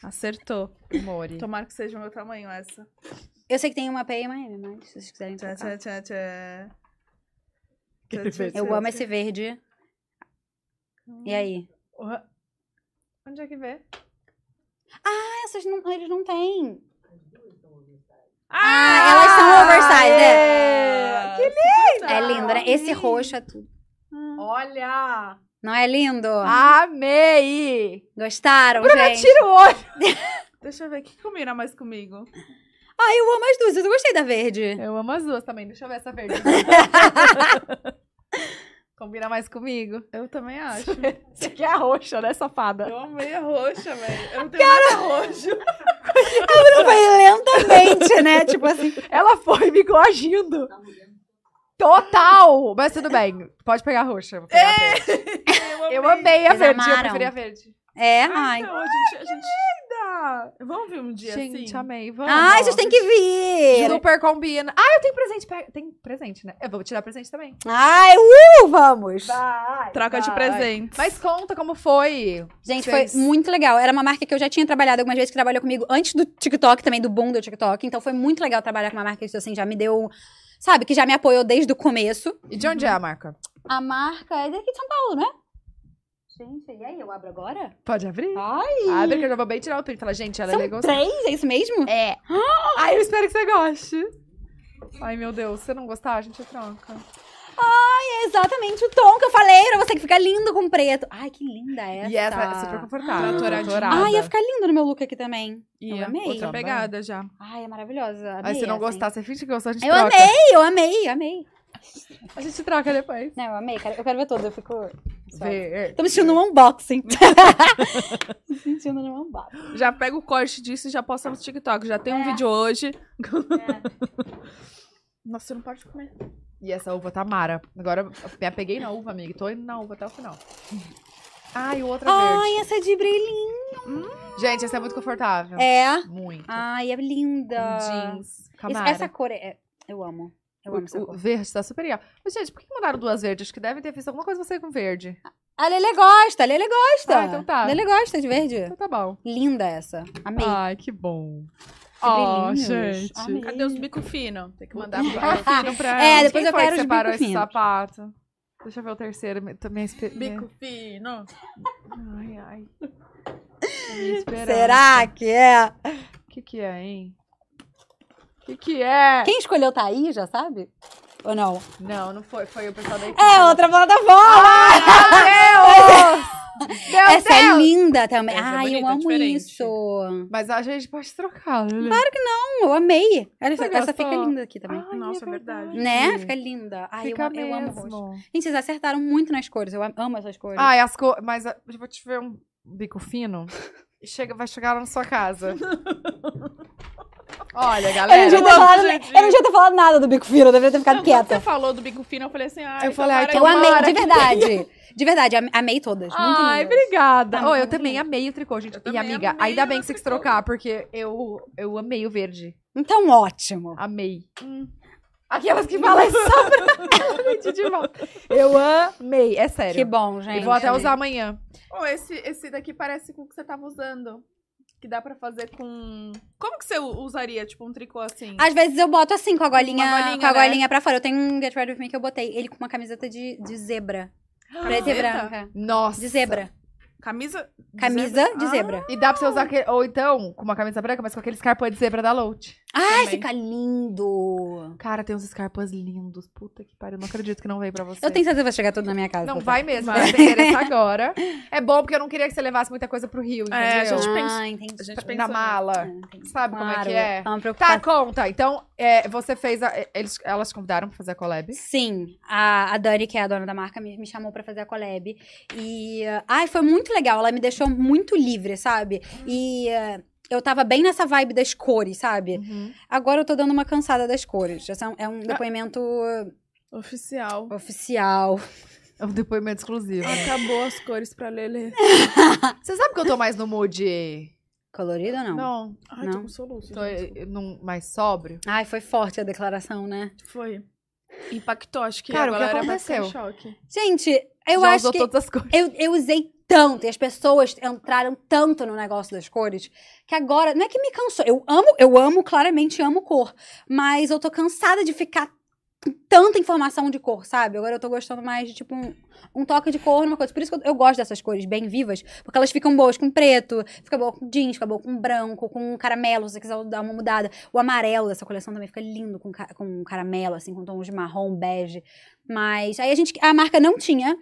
Speaker 1: Acertou.
Speaker 2: Mori.
Speaker 1: Tomara que seja o meu tamanho essa.
Speaker 3: Eu sei que tem uma PMM, mas se vocês quiserem
Speaker 1: Tchá, tchá,
Speaker 3: trocar.
Speaker 1: tchá, tchá.
Speaker 2: Aquele verde.
Speaker 3: Tá. Eu amo esse verde. E aí?
Speaker 1: Ué. Onde é que vê?
Speaker 3: Ah, essas não, eles não têm.
Speaker 1: Ah,
Speaker 3: elas são oversized,
Speaker 1: é. Que linda!
Speaker 3: É lindo, né? Esse roxo é tudo.
Speaker 2: Olha!
Speaker 3: Não é lindo?
Speaker 2: Amei!
Speaker 3: Gostaram,
Speaker 2: Bruna,
Speaker 3: gente?
Speaker 2: tira o olho!
Speaker 1: Deixa eu ver, o que combina mais comigo?
Speaker 3: Ah, eu amo as duas. Eu gostei da verde.
Speaker 2: Eu amo as duas também. Deixa eu ver essa verde.
Speaker 1: <laughs>
Speaker 2: Combina mais comigo.
Speaker 1: Eu também acho.
Speaker 2: <laughs> Você quer a roxa, né, safada?
Speaker 1: Eu amei a roxa, velho. Eu não tenho nada roxo.
Speaker 3: Não foi lentamente, né? Tipo assim.
Speaker 2: Ela foi me coagindo. Total! Mas tudo bem. Pode pegar a roxa. eu vou pegar a verde. É. <laughs> Eu amei a
Speaker 3: Vocês
Speaker 2: verde. Eu
Speaker 3: amaram?
Speaker 2: preferi a verde.
Speaker 3: É,
Speaker 1: Ai,
Speaker 3: ai.
Speaker 1: então, a gente... A gente... Linda! Vamos ver um dia
Speaker 2: Gente,
Speaker 1: assim?
Speaker 2: amei. Vamos.
Speaker 3: Ai, vocês têm que vir.
Speaker 2: Super combina. Ah, eu tenho presente. pe- Tem presente, né? Eu vou tirar presente também.
Speaker 3: Ai, uh, vamos.
Speaker 1: Troca de presentes.
Speaker 2: Mas conta como foi.
Speaker 3: Gente, foi
Speaker 2: Vocês-
Speaker 3: muito legal. Era uma marca que eu já tinha trabalhado algumas vezes, que trabalhou comigo antes do TikTok, também do boom do TikTok. Então foi muito legal trabalhar com uma marca que assim, já me deu... Sabe, que já me apoiou desde o começo.
Speaker 2: E de onde é a marca?
Speaker 3: A marca é daqui de São Paulo, né? Gente, e aí? Eu abro agora?
Speaker 2: Pode abrir?
Speaker 3: Ai,
Speaker 2: Abre que eu já vou bem tirar o print. Fala, gente, ela é
Speaker 3: são
Speaker 2: legal.
Speaker 3: três? É isso mesmo?
Speaker 2: É. Ai, eu espero que você goste. Ai, meu Deus, se você não gostar, a gente troca.
Speaker 3: É exatamente o tom que eu falei pra você, que fica lindo com preto. Ai, que linda essa.
Speaker 2: E essa é super confortável.
Speaker 1: Natural.
Speaker 2: Dourada.
Speaker 3: Ai, ia ficar lindo no meu look aqui também.
Speaker 1: E
Speaker 3: Eu amei.
Speaker 2: Tá
Speaker 1: Outra pegada já.
Speaker 3: Ai, é maravilhosa.
Speaker 2: Aí
Speaker 3: Amei
Speaker 2: se não
Speaker 3: essa, hein?
Speaker 2: gostar, você finge que gostou, a gente
Speaker 3: Eu
Speaker 2: troca.
Speaker 3: amei, eu amei, amei.
Speaker 2: A gente troca depois.
Speaker 3: Não, eu amei, cara. Eu quero ver todos, eu fico... Tô
Speaker 2: Ver.
Speaker 3: me sentindo um
Speaker 2: <laughs>
Speaker 3: unboxing. me sentindo um unboxing.
Speaker 1: Já pega o corte disso e já posta no TikTok. Já
Speaker 2: É.
Speaker 1: tem um vídeo hoje. É, Nossa, você não pode comer.
Speaker 2: E essa uva tá mara. Agora eu me apeguei na uva, amiga. e Tô indo na uva até o final. Ai, outra
Speaker 3: Ai, essa é de brilhinho.
Speaker 2: verde. Gente, essa é muito confortável.
Speaker 3: É.
Speaker 2: Muito.
Speaker 3: Ai, é
Speaker 2: Um
Speaker 3: linda.
Speaker 2: Jeans.
Speaker 3: Esse-
Speaker 2: Camara.
Speaker 3: Essa cor é... é- Eu amo. Eu amo essa
Speaker 2: O-
Speaker 3: cor.
Speaker 2: o verde tá super legal. Mas, gente, por que mandaram duas verdes? Acho que devem ter visto alguma coisa você com verde.
Speaker 3: A Lele gosta, a Lele gosta.
Speaker 2: Ah, então tá.
Speaker 3: A Lele gosta de verde.
Speaker 2: Então tá bom.
Speaker 3: Linda essa. Amei.
Speaker 2: Ai, que bom.
Speaker 3: Que
Speaker 2: Ah, Ó,
Speaker 3: brilhinhos.
Speaker 2: gente.
Speaker 3: Amei.
Speaker 1: Cadê os bico fino? Tem que mandar pro
Speaker 2: Aí viram pra
Speaker 3: É,
Speaker 2: ela.
Speaker 3: depois
Speaker 2: Quem
Speaker 3: eu
Speaker 2: foi
Speaker 3: quero
Speaker 2: que
Speaker 3: os
Speaker 2: separou
Speaker 3: bico
Speaker 2: esse
Speaker 3: fino.
Speaker 2: sapato. Deixa eu ver o terceiro. Me- tô- Minha espe-
Speaker 1: bico fino.
Speaker 2: Ai,
Speaker 3: <laughs>
Speaker 2: ai. Tô me esperando.
Speaker 3: Será que é?
Speaker 2: O que que é, hein? O que que é?
Speaker 3: Quem escolheu tá aí, já sabe? Ou não? tá
Speaker 2: Não, não foi. Foi o pessoal da equipe.
Speaker 3: É outra plataforma!
Speaker 2: Meu Deus! Meu
Speaker 3: Essa é linda também.
Speaker 4: Essa é
Speaker 3: Ai, eu
Speaker 4: bonita,
Speaker 3: amo
Speaker 4: diferente.
Speaker 3: isso. Hum,
Speaker 2: Mas a gente pode trocar, né? Claro que
Speaker 3: eu amei. Olha, essa,
Speaker 1: Você
Speaker 3: essa
Speaker 1: gostou?
Speaker 3: fica linda aqui também.
Speaker 1: Ai, Nossa, é verdade.
Speaker 3: né? Fica linda. Ai,
Speaker 2: Fica
Speaker 3: eu, am-
Speaker 2: mesmo.
Speaker 3: eu amo roxo. Gente, vocês acertaram muito nas cores. Eu am- amo essas cores.
Speaker 2: Ai, as cores. Mas a- eu vou te ver um bico fino. e Chega, vai chegar lá na sua casa. Olha, galera.
Speaker 3: eu, não devia ter
Speaker 4: amo,
Speaker 3: falado,
Speaker 4: gente.
Speaker 3: eu não devia ter falado nada do bico fino, eu deveria ter ficado
Speaker 1: Quando você
Speaker 3: quieta.
Speaker 1: falou do bico fino, eu falei assim, ai,
Speaker 2: Eu falei, ai,
Speaker 1: tomara
Speaker 2: que
Speaker 1: que-
Speaker 3: Eu amei,
Speaker 2: Tomara
Speaker 3: de verdade. De verdade, am- amei todas. Muito
Speaker 2: Ai,
Speaker 3: lindas.
Speaker 2: obrigada.
Speaker 3: Tá
Speaker 2: Oh, eu
Speaker 3: muito
Speaker 2: também
Speaker 3: lindo.
Speaker 2: amei o tricô, gente.
Speaker 4: Eu
Speaker 2: E
Speaker 4: também
Speaker 2: amiga,
Speaker 4: amei
Speaker 2: ainda
Speaker 4: o
Speaker 2: bem que você quis
Speaker 4: tricô.
Speaker 2: trocar, porque eu, eu amei o verde.
Speaker 3: Então, ótimo.
Speaker 2: Amei. Hum. Aquelas que falam só pra <laughs> gente de volta. Eu amei, é sério.
Speaker 3: Que bom, gente.
Speaker 2: E vou até usar amanhã.
Speaker 1: Ô, esse, esse daqui parece com o que você tava usando. Que dá pra fazer com... Como que você u- usaria, tipo, um tricô assim?
Speaker 3: Às vezes eu boto assim, com a golinha,
Speaker 1: Uma golinha,
Speaker 3: com a
Speaker 1: né?
Speaker 3: golinha pra fora. Eu tenho um Get Ready With Me que eu botei. Ele com uma camiseta de, de zebra. Preta e
Speaker 1: Camiseta?
Speaker 3: branca.
Speaker 2: Nossa.
Speaker 3: De zebra.
Speaker 1: Camisa... de Ah,
Speaker 3: Camisa de zebra.
Speaker 2: E dá pra você usar aquele. Ou então, com uma camisa branca, mas com aquele escarpão de zebra da Lout.
Speaker 3: Ai,
Speaker 1: também.
Speaker 3: fica lindo.
Speaker 2: Cara, tem uns escarpões lindos. Puta que pariu. Não acredito que não veio pra você.
Speaker 3: Eu tenho certeza que vai chegar tudo na minha casa. tá?
Speaker 2: Não,
Speaker 3: Tatá.
Speaker 2: vai mesmo.
Speaker 1: Vai.
Speaker 2: Vai. Interessa agora. É bom porque eu não queria que você levasse muita coisa pro Rio, entendeu?
Speaker 1: É, a gente pensa-
Speaker 3: Ah, entendi.
Speaker 1: a gente
Speaker 2: Na
Speaker 1: pensa
Speaker 2: mala. Sabe como é que é?
Speaker 3: Uma preocupação.
Speaker 2: Tá, conta. Então, é, você fez. a- eles, elas te convidaram pra fazer a collab.
Speaker 3: Sim, a, a Dani, que é a dona da marca, me, me chamou pra fazer a collab. E, ah, ai, foi muito legal. Ela me deixou muito livre, sabe? E ah, eu tava bem nessa vibe das cores, sabe?
Speaker 2: Uhum.
Speaker 3: Agora eu tô dando uma cansada das cores. Esse é um- é
Speaker 2: Ah.
Speaker 3: um depoimento
Speaker 1: Oficial.
Speaker 3: oficial.
Speaker 2: É um depoimento exclusivo.
Speaker 1: Acabou as cores pra Lele.
Speaker 2: Você sabe que
Speaker 3: <laughs>
Speaker 2: eu tô mais no mood.
Speaker 3: Colorido ou não?
Speaker 2: Não,
Speaker 1: Ai, tô
Speaker 3: Não.
Speaker 1: com soluço.
Speaker 2: tô
Speaker 1: gente.
Speaker 2: eh, num, mais sóbrio.
Speaker 3: Ai, foi forte a declaração, né?
Speaker 1: Foi. Impactou, acho que
Speaker 2: Cara, o
Speaker 1: a
Speaker 2: que
Speaker 1: galera vai ficar em
Speaker 2: aconteceu?
Speaker 1: choque.
Speaker 3: Gente, eu
Speaker 2: Já
Speaker 3: acho
Speaker 2: usou
Speaker 3: que
Speaker 2: todas as cores.
Speaker 3: <laughs> eu, eu usei tanto e as pessoas entraram tanto no negócio das cores que agora não é que me cansou. Eu amo, eu amo, claramente amo cor, mas eu tô cansada de ficar com tanta informação de cor, sabe? Agora eu tô gostando mais de tipo um, um toque de cor numa coisa. Por isso que eu, eu gosto dessas cores bem vivas, porque elas ficam boas com preto, fica boa com jeans, fica boa com branco, com caramelo, se você quiser dar uma mudada. O amarelo dessa coleção também fica lindo com, ca- com caramelo, assim, com tons de marrom, bege. Mas aí a gente. A marca não tinha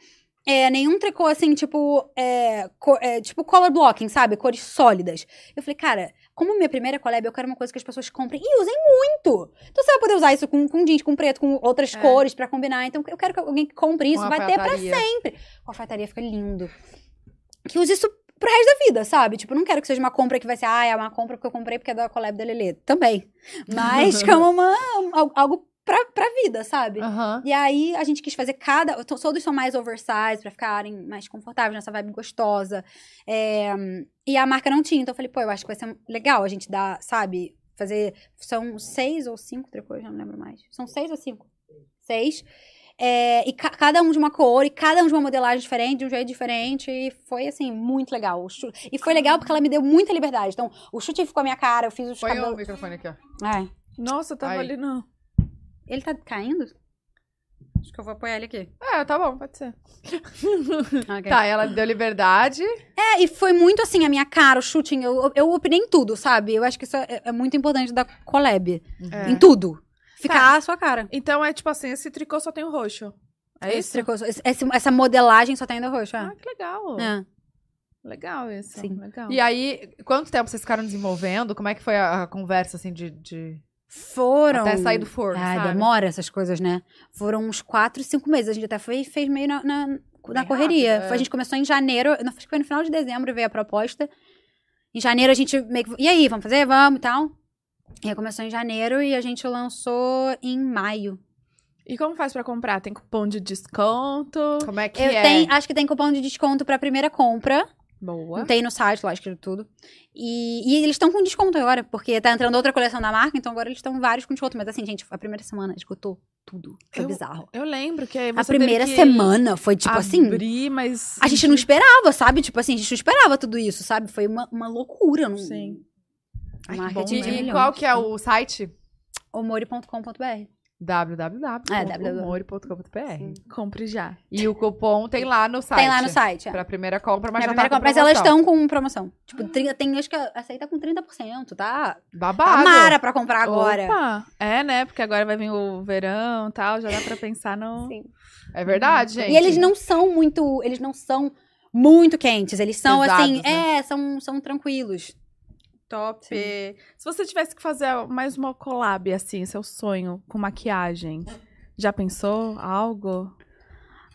Speaker 3: é, nenhum tricô assim, tipo. é, co- é, tipo color blocking, sabe? Cores sólidas. Eu falei, cara, como minha primeira collab, eu quero uma coisa que as pessoas comprem e usem muito. Então você vai poder usar isso com, com jeans, com preto, com outras
Speaker 1: É.
Speaker 3: cores pra combinar. Então eu quero que alguém que compre isso,
Speaker 2: Uma
Speaker 3: vai ter pra
Speaker 2: alfaiataria.
Speaker 3: sempre. Com alfaiataria fica lindo. Que use isso pro resto da vida, sabe? Tipo, não quero que seja uma compra que vai ser, ah, é uma compra que eu comprei porque é da collab da Lelê. Também. Mas que é uma, al- algo pra, pra vida, sabe?
Speaker 2: Aham.
Speaker 3: E aí a gente quis fazer cada. to- Todos são mais oversized pra ficarem mais confortáveis, nessa vibe gostosa. É, e a marca não tinha, então eu falei, pô, eu acho que vai ser legal a gente dar, sabe? Fazer. São seis ou cinco tricôs, já não lembro mais. São seis ou cinco? Seis. É, e ca- cada um de uma cor, e cada um de uma modelagem diferente, de um jeito diferente, e foi assim, muito legal. O chu- E foi legal porque ela me deu muita liberdade. Então, o chute ficou a minha cara, eu fiz os
Speaker 2: Põe o
Speaker 3: cabelos.
Speaker 2: microfone aqui, ó.
Speaker 3: Ai,
Speaker 1: Nossa, eu tava
Speaker 2: Ai.
Speaker 1: ali não.
Speaker 3: ele tá caindo? Acho que eu vou apoiar ele aqui.
Speaker 2: É, tá bom.
Speaker 1: Pode ser.
Speaker 3: Ok.
Speaker 2: Tá, ela deu liberdade.
Speaker 3: É, e foi muito assim, a minha cara, o shooting, eu, eu opinei em tudo, sabe? Eu acho que isso é, é muito importante da collab.
Speaker 1: É.
Speaker 2: Uhum.
Speaker 3: Em tudo. Ficar
Speaker 1: Tá.
Speaker 3: a sua cara.
Speaker 1: Então é tipo assim, esse tricô só tem o roxo. É
Speaker 3: Esse
Speaker 1: isso?
Speaker 3: tricô, esse- esse- essa modelagem só tem ainda roxo, é.
Speaker 1: Ah, que legal.
Speaker 3: É.
Speaker 1: Legal isso.
Speaker 3: Sim.
Speaker 1: Legal.
Speaker 2: E aí, quanto tempo vocês ficaram desenvolvendo? Como é que foi a, a conversa, assim, de... de...
Speaker 3: Foram.
Speaker 2: Até sair do forno,
Speaker 3: Ah,
Speaker 2: sabe?
Speaker 3: demora essas coisas, né? Foram uns 4, 5 meses. A gente até foi, fez meio na, na, na
Speaker 2: rápido,
Speaker 3: correria.
Speaker 2: é.
Speaker 3: A gente começou em janeiro, não, acho que foi no final de dezembro veio a proposta. Em janeiro a gente meio que. E aí, vamos fazer? Vamos e tal. E aí começou em janeiro e a gente lançou em maio.
Speaker 1: E como faz pra comprar? Tem cupom de desconto?
Speaker 2: Como é que
Speaker 3: Eu
Speaker 2: é?
Speaker 3: tenho, acho que tem cupom de desconto pra primeira compra.
Speaker 2: Boa.
Speaker 3: Tem no site lá escrito tudo. E, e eles estão com desconto agora, porque tá entrando outra coleção da marca, então agora eles estão vários com desconto. Mas assim, gente, a primeira semana esgotou tudo. Foi
Speaker 1: Eu-
Speaker 3: bizarro.
Speaker 1: Eu lembro que você
Speaker 3: a primeira
Speaker 1: teve que
Speaker 3: semana foi tipo assim.
Speaker 1: Abrir, mas.
Speaker 3: A gente não esperava, sabe? Tipo assim, a gente não esperava tudo isso, sabe? Foi uma, uma loucura. Não...
Speaker 1: Sim. Ai, que
Speaker 3: Marketing
Speaker 1: bom, né?
Speaker 2: E, e
Speaker 3: Maravilhoso.
Speaker 2: qual que é o site?
Speaker 3: Omori.com.br. É,
Speaker 2: www.humore.com.br
Speaker 1: Compre já.
Speaker 2: E o cupom tem lá no site.
Speaker 3: Tem lá no site. É.
Speaker 2: Pra primeira compra, mas já
Speaker 3: Na primeira
Speaker 2: tá
Speaker 3: compra, mas elas estão com promoção. Tipo, 30, tem, acho que aceita com 30%, tá? Tá
Speaker 2: Babado.
Speaker 3: mara pra comprar agora.
Speaker 1: Opa! É, né? Porque agora vai vir o verão e tal, já dá pra pensar no.
Speaker 3: Sim.
Speaker 2: É verdade, gente.
Speaker 3: E eles não são muito. Eles não são muito quentes. Eles são
Speaker 2: Pesados,
Speaker 3: assim,
Speaker 2: né?
Speaker 3: é, são, são tranquilos.
Speaker 1: Top.
Speaker 3: Sim.
Speaker 1: Se você tivesse que fazer mais uma collab, assim, seu sonho com maquiagem, já pensou algo?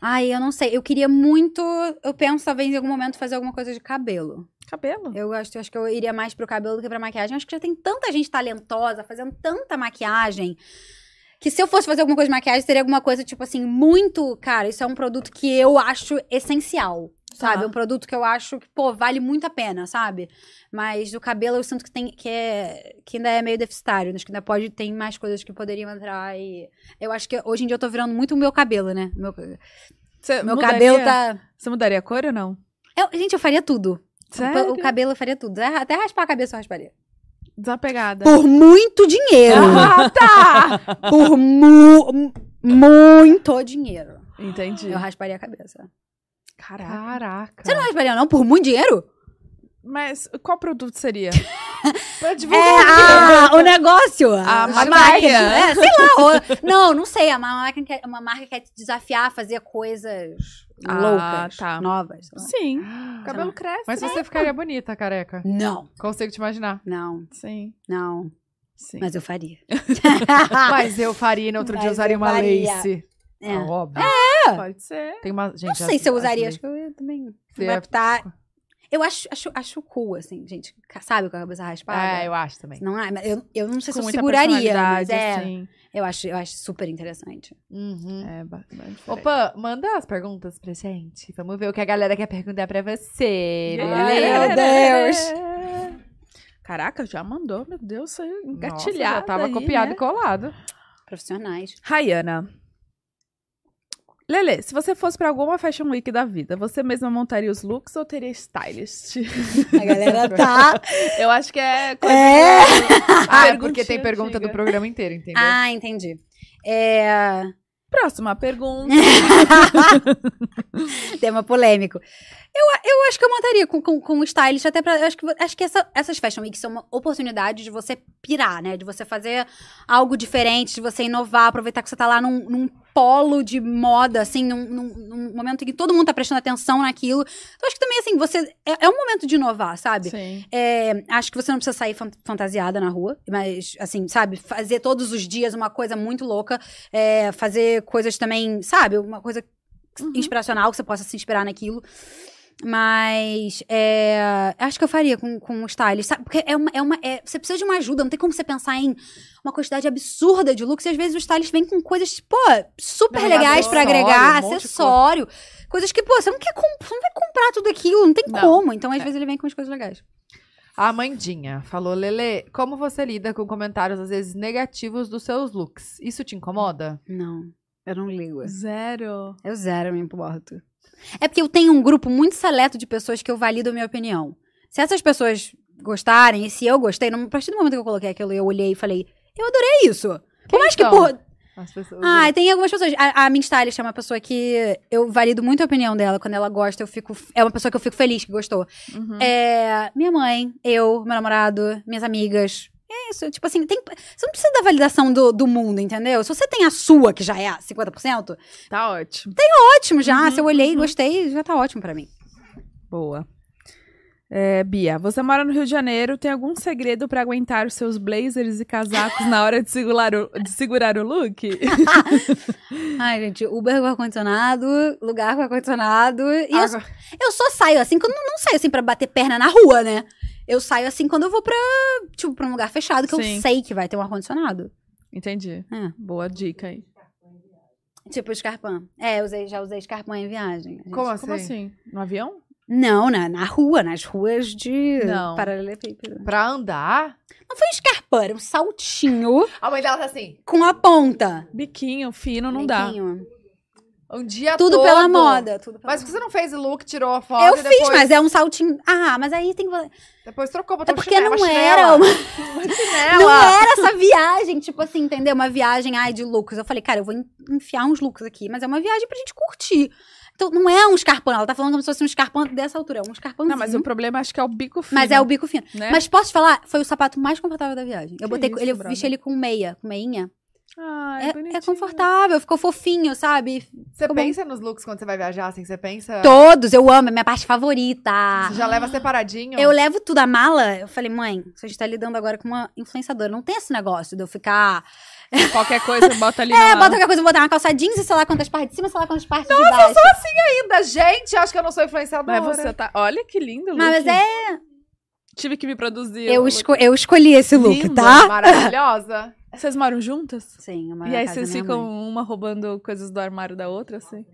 Speaker 3: Ai, eu não sei. Eu queria muito. Eu penso, talvez, em algum momento, fazer alguma coisa de cabelo.
Speaker 1: Cabelo?
Speaker 3: Eu gosto, eu acho que eu iria mais pro cabelo do que pra maquiagem. Acho que já tem tanta gente talentosa fazendo tanta maquiagem. Que se eu fosse fazer alguma coisa de maquiagem, seria alguma coisa, tipo assim, muito. Cara, isso é um produto que eu acho essencial. Sabe?
Speaker 1: Tá.
Speaker 3: É um produto que eu acho que, pô, vale muito a pena, sabe? Mas do cabelo eu sinto que tem. que, é, que ainda é meio deficitário. Acho que ainda pode. Tem mais coisas que poderiam entrar e. Eu acho que hoje em dia eu tô virando muito o meu cabelo, né? Meu,
Speaker 1: Você
Speaker 3: meu
Speaker 1: mudaria-
Speaker 3: cabelo tá.
Speaker 1: Você mudaria a cor ou não?
Speaker 3: Eu- gente, eu faria tudo.
Speaker 1: Sério?
Speaker 3: O cabelo eu faria tudo. Até raspar a cabeça eu rasparia.
Speaker 1: Desapegada.
Speaker 3: Por muito dinheiro.
Speaker 1: Ah, tá!
Speaker 3: Por mu- muito dinheiro.
Speaker 1: Entendi.
Speaker 3: Eu rasparia a cabeça.
Speaker 1: Caraca.
Speaker 2: Caraca.
Speaker 3: Você não rasparia, não? Por muito dinheiro?
Speaker 1: Mas qual produto
Speaker 3: <laughs>
Speaker 1: seria? pra divulgar.
Speaker 3: É, ah, o negócio. Ah,
Speaker 1: A
Speaker 3: marca
Speaker 1: marca.
Speaker 3: de- É, sei lá. ou- não, não sei. é Uma marca, que quer, uma marca quer te desafiar a fazer coisas
Speaker 1: Ah,
Speaker 3: loucas,
Speaker 1: tá.
Speaker 3: novas. sei lá.
Speaker 1: Sim. O
Speaker 2: Cabelo-
Speaker 1: cabelo cresce.
Speaker 2: Mas
Speaker 1: né?
Speaker 2: você ficaria bonita, careca.
Speaker 3: Não,
Speaker 2: Consigo te imaginar.
Speaker 3: não,
Speaker 1: Sim,
Speaker 3: não.
Speaker 1: sim.
Speaker 3: Mas eu faria.
Speaker 2: Mas eu faria, no outro dia
Speaker 3: Ah. Mas
Speaker 2: usaria
Speaker 3: eu
Speaker 2: uma
Speaker 3: faria.
Speaker 2: lace.
Speaker 3: É.
Speaker 2: Ah, óbvio.
Speaker 1: Pode ser.
Speaker 2: Tem uma, gente,
Speaker 3: Não sei
Speaker 2: as-
Speaker 3: se eu
Speaker 2: as
Speaker 3: usaria,
Speaker 2: leis-
Speaker 3: acho que eu também.
Speaker 2: Você
Speaker 3: vai
Speaker 2: é-
Speaker 3: optar. Eu acho, acho, acho cool, assim, gente. ca- Sabe com a cabeça raspada?
Speaker 2: É, eu acho também.
Speaker 3: Não, é, mas eu, eu não sei se
Speaker 1: Com
Speaker 3: eu
Speaker 1: muita
Speaker 3: seguraria. Mas
Speaker 1: personalidade,
Speaker 3: é,
Speaker 1: assim.
Speaker 3: eu, acho, eu acho super interessante.
Speaker 2: Uhum.
Speaker 1: É, ba- ba- diferente.
Speaker 2: Opa, manda as perguntas pra gente. Vamos ver o que a galera quer perguntar pra
Speaker 3: É.
Speaker 2: você.
Speaker 3: Meu
Speaker 2: beleza?
Speaker 1: Deus! Caraca, já mandou, meu Deus, saiu engatilhado.
Speaker 2: Nossa, já tava
Speaker 1: aí,
Speaker 2: copiado
Speaker 1: né?
Speaker 2: e colado.
Speaker 1: <laughs>
Speaker 3: Profissionais.
Speaker 1: Rayana. Lele, se você fosse pra alguma Fashion Week da vida, você mesma montaria os looks ou teria stylist?
Speaker 3: A galera tá.
Speaker 1: <laughs> Eu acho que é. coisa-
Speaker 3: é.
Speaker 2: Ah, é
Speaker 1: perguntinha
Speaker 2: porque tem pergunta
Speaker 1: antiga.
Speaker 2: do programa inteiro, entendeu?
Speaker 3: Ah, entendi. É,
Speaker 1: Próxima pergunta. <laughs>
Speaker 3: tema polêmico. Eu, a- eu acho que eu montaria com, com, com o stylist, até pra. eu acho que, vo- acho que essa- essas Fashion Weeks são uma oportunidade de você pirar, né? De você fazer algo diferente, de você inovar, aproveitar que você tá lá num, num polo de moda, assim, num, num- num momento em que todo mundo tá prestando atenção naquilo. Então, acho que também, assim, você. É, é um momento de inovar, sabe?
Speaker 1: Sim.
Speaker 3: É, acho que você não precisa sair fan- fantasiada na rua, mas, assim, sabe, fazer todos os dias uma coisa muito louca, é, fazer coisas também, sabe, uma coisa
Speaker 2: Uhum.
Speaker 3: inspiracional que você possa se inspirar naquilo. Mas é, acho que eu faria com, com o stylist, sabe? Porque é uma, é uma, é- você precisa de uma ajuda, não tem como você pensar em uma quantidade absurda de looks. E às vezes o stylist vem com coisas, pô, super
Speaker 2: Não,
Speaker 3: legais pra
Speaker 2: acessório,
Speaker 3: agregar,
Speaker 2: um monte de
Speaker 3: acessório. Coisas que, pô, você não, quer comp- você não vai comprar tudo aquilo, não tem
Speaker 1: Não.
Speaker 3: como. Então,
Speaker 2: É.
Speaker 3: às vezes, ele vem com as coisas legais.
Speaker 2: A Mandinha falou, Lele, como você lida com comentários, às vezes, negativos dos seus looks? Isso te incomoda?
Speaker 3: Não, eu não ligo.
Speaker 1: Zero.
Speaker 3: Eu zero me importo. É porque eu tenho um grupo muito seleto de pessoas que eu valido a minha opinião. Se essas pessoas gostarem, e se eu gostei, no- a partir do momento que eu coloquei aquilo, eu olhei e falei, eu adorei isso. Por mais que,
Speaker 2: são?
Speaker 3: porra,
Speaker 2: As pessoas...
Speaker 3: ah, tem algumas pessoas. A, a minha stylist é uma pessoa que eu valido muito a opinião dela. Quando ela gosta, eu fico. É uma pessoa que eu fico feliz que gostou.
Speaker 1: Uhum.
Speaker 3: É, minha mãe, eu, meu namorado, minhas amigas. É isso. Tipo assim, tem, você não precisa da validação do, do mundo, entendeu? Se você tem a sua, que já é 50%,
Speaker 1: Tá ótimo.
Speaker 3: ótimo já. se eu olhei e gostei, já tá ótimo pra mim.
Speaker 1: Boa. É, Bia, você mora no Rio de Janeiro, tem algum segredo pra aguentar os seus blazers e casacos na hora de segurar o, de segurar o look? <laughs>
Speaker 3: Ai, gente, Uber com ar-condicionado, lugar com ar-condicionado. E eu,
Speaker 2: Agora-
Speaker 3: eu só saio assim, quando não saio assim pra bater perna na rua, né? Eu saio assim quando eu vou pra, tipo, pra um lugar fechado que
Speaker 1: Sim.
Speaker 3: eu sei que vai ter um ar-condicionado.
Speaker 1: Entendi.
Speaker 3: É.
Speaker 1: Boa dica aí.
Speaker 3: Tipo escarpão. É, eu usei, já usei escarpão em viagem. gente.
Speaker 2: Como assim?
Speaker 1: Como assim? No avião?
Speaker 3: Não, na, na rua, nas ruas de
Speaker 1: Não.
Speaker 3: paralelepípedo.
Speaker 2: Pra andar?
Speaker 3: Não foi um escarpão, era um saltinho
Speaker 2: A mãe dela tá assim,
Speaker 3: com a ponta.
Speaker 1: Biquinho, fino, não
Speaker 3: Biquinho.
Speaker 2: um dia
Speaker 3: Tudo
Speaker 2: todo.
Speaker 3: pela moda. Tudo pela
Speaker 2: Mas
Speaker 3: moda.
Speaker 2: você não fez look, tirou a foto
Speaker 3: Eu
Speaker 2: e
Speaker 3: fiz,
Speaker 2: depois,
Speaker 3: mas é um saltinho. Ah, mas aí tem que.
Speaker 2: depois trocou, botou
Speaker 3: É
Speaker 2: um
Speaker 3: porque
Speaker 2: chinelo,
Speaker 3: não
Speaker 2: uma
Speaker 3: era
Speaker 2: <laughs> chinela.
Speaker 3: uma. <laughs>
Speaker 1: É,
Speaker 3: Não
Speaker 2: Chinela!
Speaker 3: era essa viagem, tipo assim, entendeu? Uma viagem, ai, de looks. Eu falei, cara, eu vou en- enfiar uns looks aqui, mas é uma viagem pra gente curtir. Então, não é um escarpão. Ela tá falando como se fosse um escarpão dessa altura. É um escarpão.
Speaker 1: Não, mas o problema acho que é o bico fino.
Speaker 3: Mas é o bico fino.
Speaker 1: né?
Speaker 3: Mas posso te falar, foi o sapato mais confortável da viagem. Eu
Speaker 1: Que
Speaker 3: botei,
Speaker 1: isso,
Speaker 3: ele, eu
Speaker 1: brother.
Speaker 3: vesti ele com meia, com meinha.
Speaker 1: Ai,
Speaker 3: É, é confortável, ficou fofinho, sabe?
Speaker 2: Você
Speaker 3: bom.
Speaker 2: pensa nos looks quando você vai viajar, assim? Você pensa.
Speaker 1: Tá.
Speaker 3: Todos, eu amo, é minha parte favorita.
Speaker 2: Você já leva separadinho?
Speaker 3: Eu levo tudo a mala. Eu falei, mãe, a gente tá lidando agora com uma influenciadora. Não tem esse negócio de eu ficar.
Speaker 1: <laughs> Qualquer coisa, bota ali
Speaker 3: <laughs> É,
Speaker 1: na
Speaker 3: bota qualquer coisa, botar uma calça jeans e sei lá quantas partes de cima, sei lá quantas partes de baixo.
Speaker 2: ainda, gente, acho que eu não sou influenciadora.
Speaker 1: Mas você tá... Olha que lindo look.
Speaker 3: Mas é.
Speaker 1: Tive que me produzir.
Speaker 3: Eu,
Speaker 1: o look.
Speaker 3: esco- eu escolhi esse look,
Speaker 1: Lindo.
Speaker 2: <laughs>
Speaker 3: tá?
Speaker 2: Maravilhosa.
Speaker 1: Vocês moram juntas?
Speaker 3: Sim, é
Speaker 1: E aí vocês ficam uma roubando coisas do armário da outra, assim?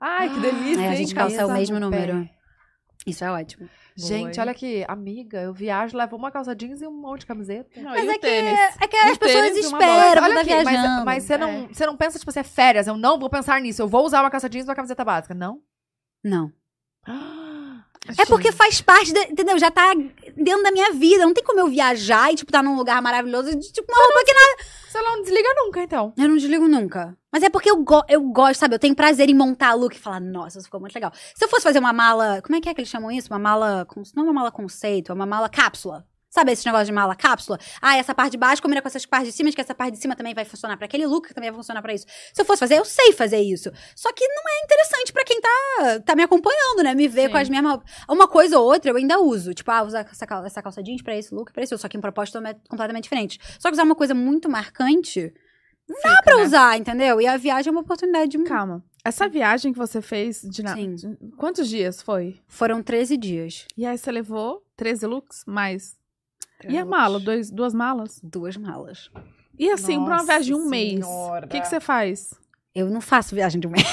Speaker 1: Ai, que delícia,
Speaker 3: É, a
Speaker 1: hein?
Speaker 3: gente calça o
Speaker 2: Mesa
Speaker 3: mesmo
Speaker 2: no
Speaker 3: número. Isso é ótimo.
Speaker 2: Gente,
Speaker 1: hein?
Speaker 2: olha aqui, amiga, eu viajo, levo uma calça jeans e um monte de camiseta.
Speaker 1: Não,
Speaker 3: Mas
Speaker 1: e
Speaker 3: é
Speaker 1: o
Speaker 3: que,
Speaker 1: tênis?
Speaker 3: é que as
Speaker 1: Um tênis
Speaker 3: pessoas
Speaker 1: e uma bola.
Speaker 3: esperam quando
Speaker 2: olha
Speaker 3: tá
Speaker 2: aqui, mas,
Speaker 3: viajando.
Speaker 2: mas você, não, você não pensa, tipo, você é férias, eu não vou pensar nisso, eu vou usar uma calça jeans e uma camiseta básica, não?
Speaker 3: Não. É
Speaker 1: Gente.
Speaker 3: porque faz parte, da- entendeu? Já tá dentro da minha vida. Não tem como eu viajar e, tipo, tá num lugar maravilhoso de, tipo, uma roupa que
Speaker 2: Você não desliga nunca, então.
Speaker 3: Eu não desligo nunca. Mas é porque eu, go- eu gosto, sabe? Eu tenho prazer em montar look e falar, nossa, isso ficou muito legal. Se eu fosse fazer uma mala. Como é que é que eles chamam isso? Uma mala. con- Não é uma mala conceito, é uma mala cápsula. Sabe esse negócio de mala cápsula? Ah, essa parte de baixo combina com essas partes de cima, que essa parte de cima também vai funcionar pra aquele look, que também vai funcionar pra isso. Se eu fosse fazer, eu sei fazer isso. Só que não é interessante pra quem tá, tá me acompanhando, né? Me ver
Speaker 1: Sim.
Speaker 3: com as mesmas. Uma coisa ou outra eu ainda uso. Tipo, ah, usar essa, cal- essa calça jeans pra esse look, pra esse. outro. Só que em propósito é completamente diferente. Só que usar uma coisa muito marcante
Speaker 1: Fica,
Speaker 3: pra
Speaker 1: né?
Speaker 3: usar, entendeu? E a viagem é uma oportunidade de um...
Speaker 1: Calma. Essa viagem que você fez de na...
Speaker 3: Sim.
Speaker 1: de- Quantos dias foi?
Speaker 3: Foram 13 dias.
Speaker 1: E aí você levou 13 looks mais.
Speaker 3: Três
Speaker 1: e a
Speaker 3: looks.
Speaker 1: mala? Dois, duas malas?
Speaker 3: Duas malas.
Speaker 1: E assim, pra uma
Speaker 2: Nossa
Speaker 1: viagem de um mês.
Speaker 2: Senhora.
Speaker 1: O que, que você faz?
Speaker 3: Eu não faço viagem de um mês.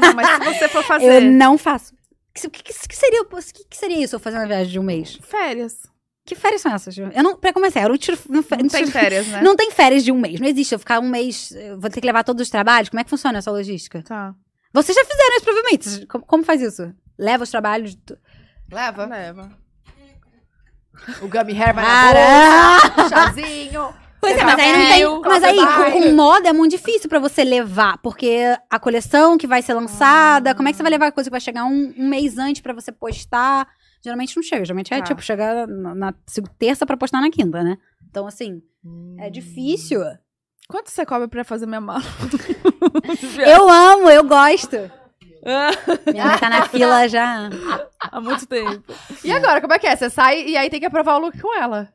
Speaker 1: Não, mas se você for
Speaker 3: Eu
Speaker 1: fazer
Speaker 3: não faço. O que, que- que seria, o que, que seria isso, eu fazer uma viagem de um mês?
Speaker 1: férias.
Speaker 3: Que férias são essas? Eu não, pra começar, eu não tiro... Não, fe-
Speaker 1: Não tem férias, né?
Speaker 3: Não tem férias de um mês, não existe. Eu ficar um mês, eu vou ter que levar todos os trabalhos. Como é que funciona essa logística?
Speaker 1: Tá.
Speaker 3: Vocês já fizeram isso, provavelmente. Como, como faz isso? Leva os trabalhos... do-
Speaker 2: Leva.
Speaker 1: Leva.
Speaker 2: O gummy hair vai na
Speaker 3: Cara! <laughs>
Speaker 2: boca, chazinho.
Speaker 3: Pois
Speaker 2: Você
Speaker 3: é, mas
Speaker 2: tá
Speaker 3: aí não
Speaker 2: velho,
Speaker 3: tem. Mas
Speaker 2: você
Speaker 3: aí,
Speaker 2: vai.
Speaker 3: com, com moda é muito difícil pra você levar, porque a coleção que vai ser lançada, como é que você vai levar a coisa que vai chegar um, um mês antes pra você postar? Geralmente não chega, geralmente é
Speaker 2: Tá.
Speaker 3: tipo chegar na, na seg- terça pra postar na quinta, né? Então, assim,
Speaker 2: Hum.
Speaker 3: é difícil.
Speaker 1: Quanto você cobra pra fazer minha mala?
Speaker 3: Eu amo, eu gosto.
Speaker 2: <laughs>
Speaker 1: Ah,
Speaker 3: Minha mãe tá na fila já.
Speaker 1: Há muito tempo.
Speaker 2: E agora, como é que é? Você sai e aí tem que aprovar o look com ela.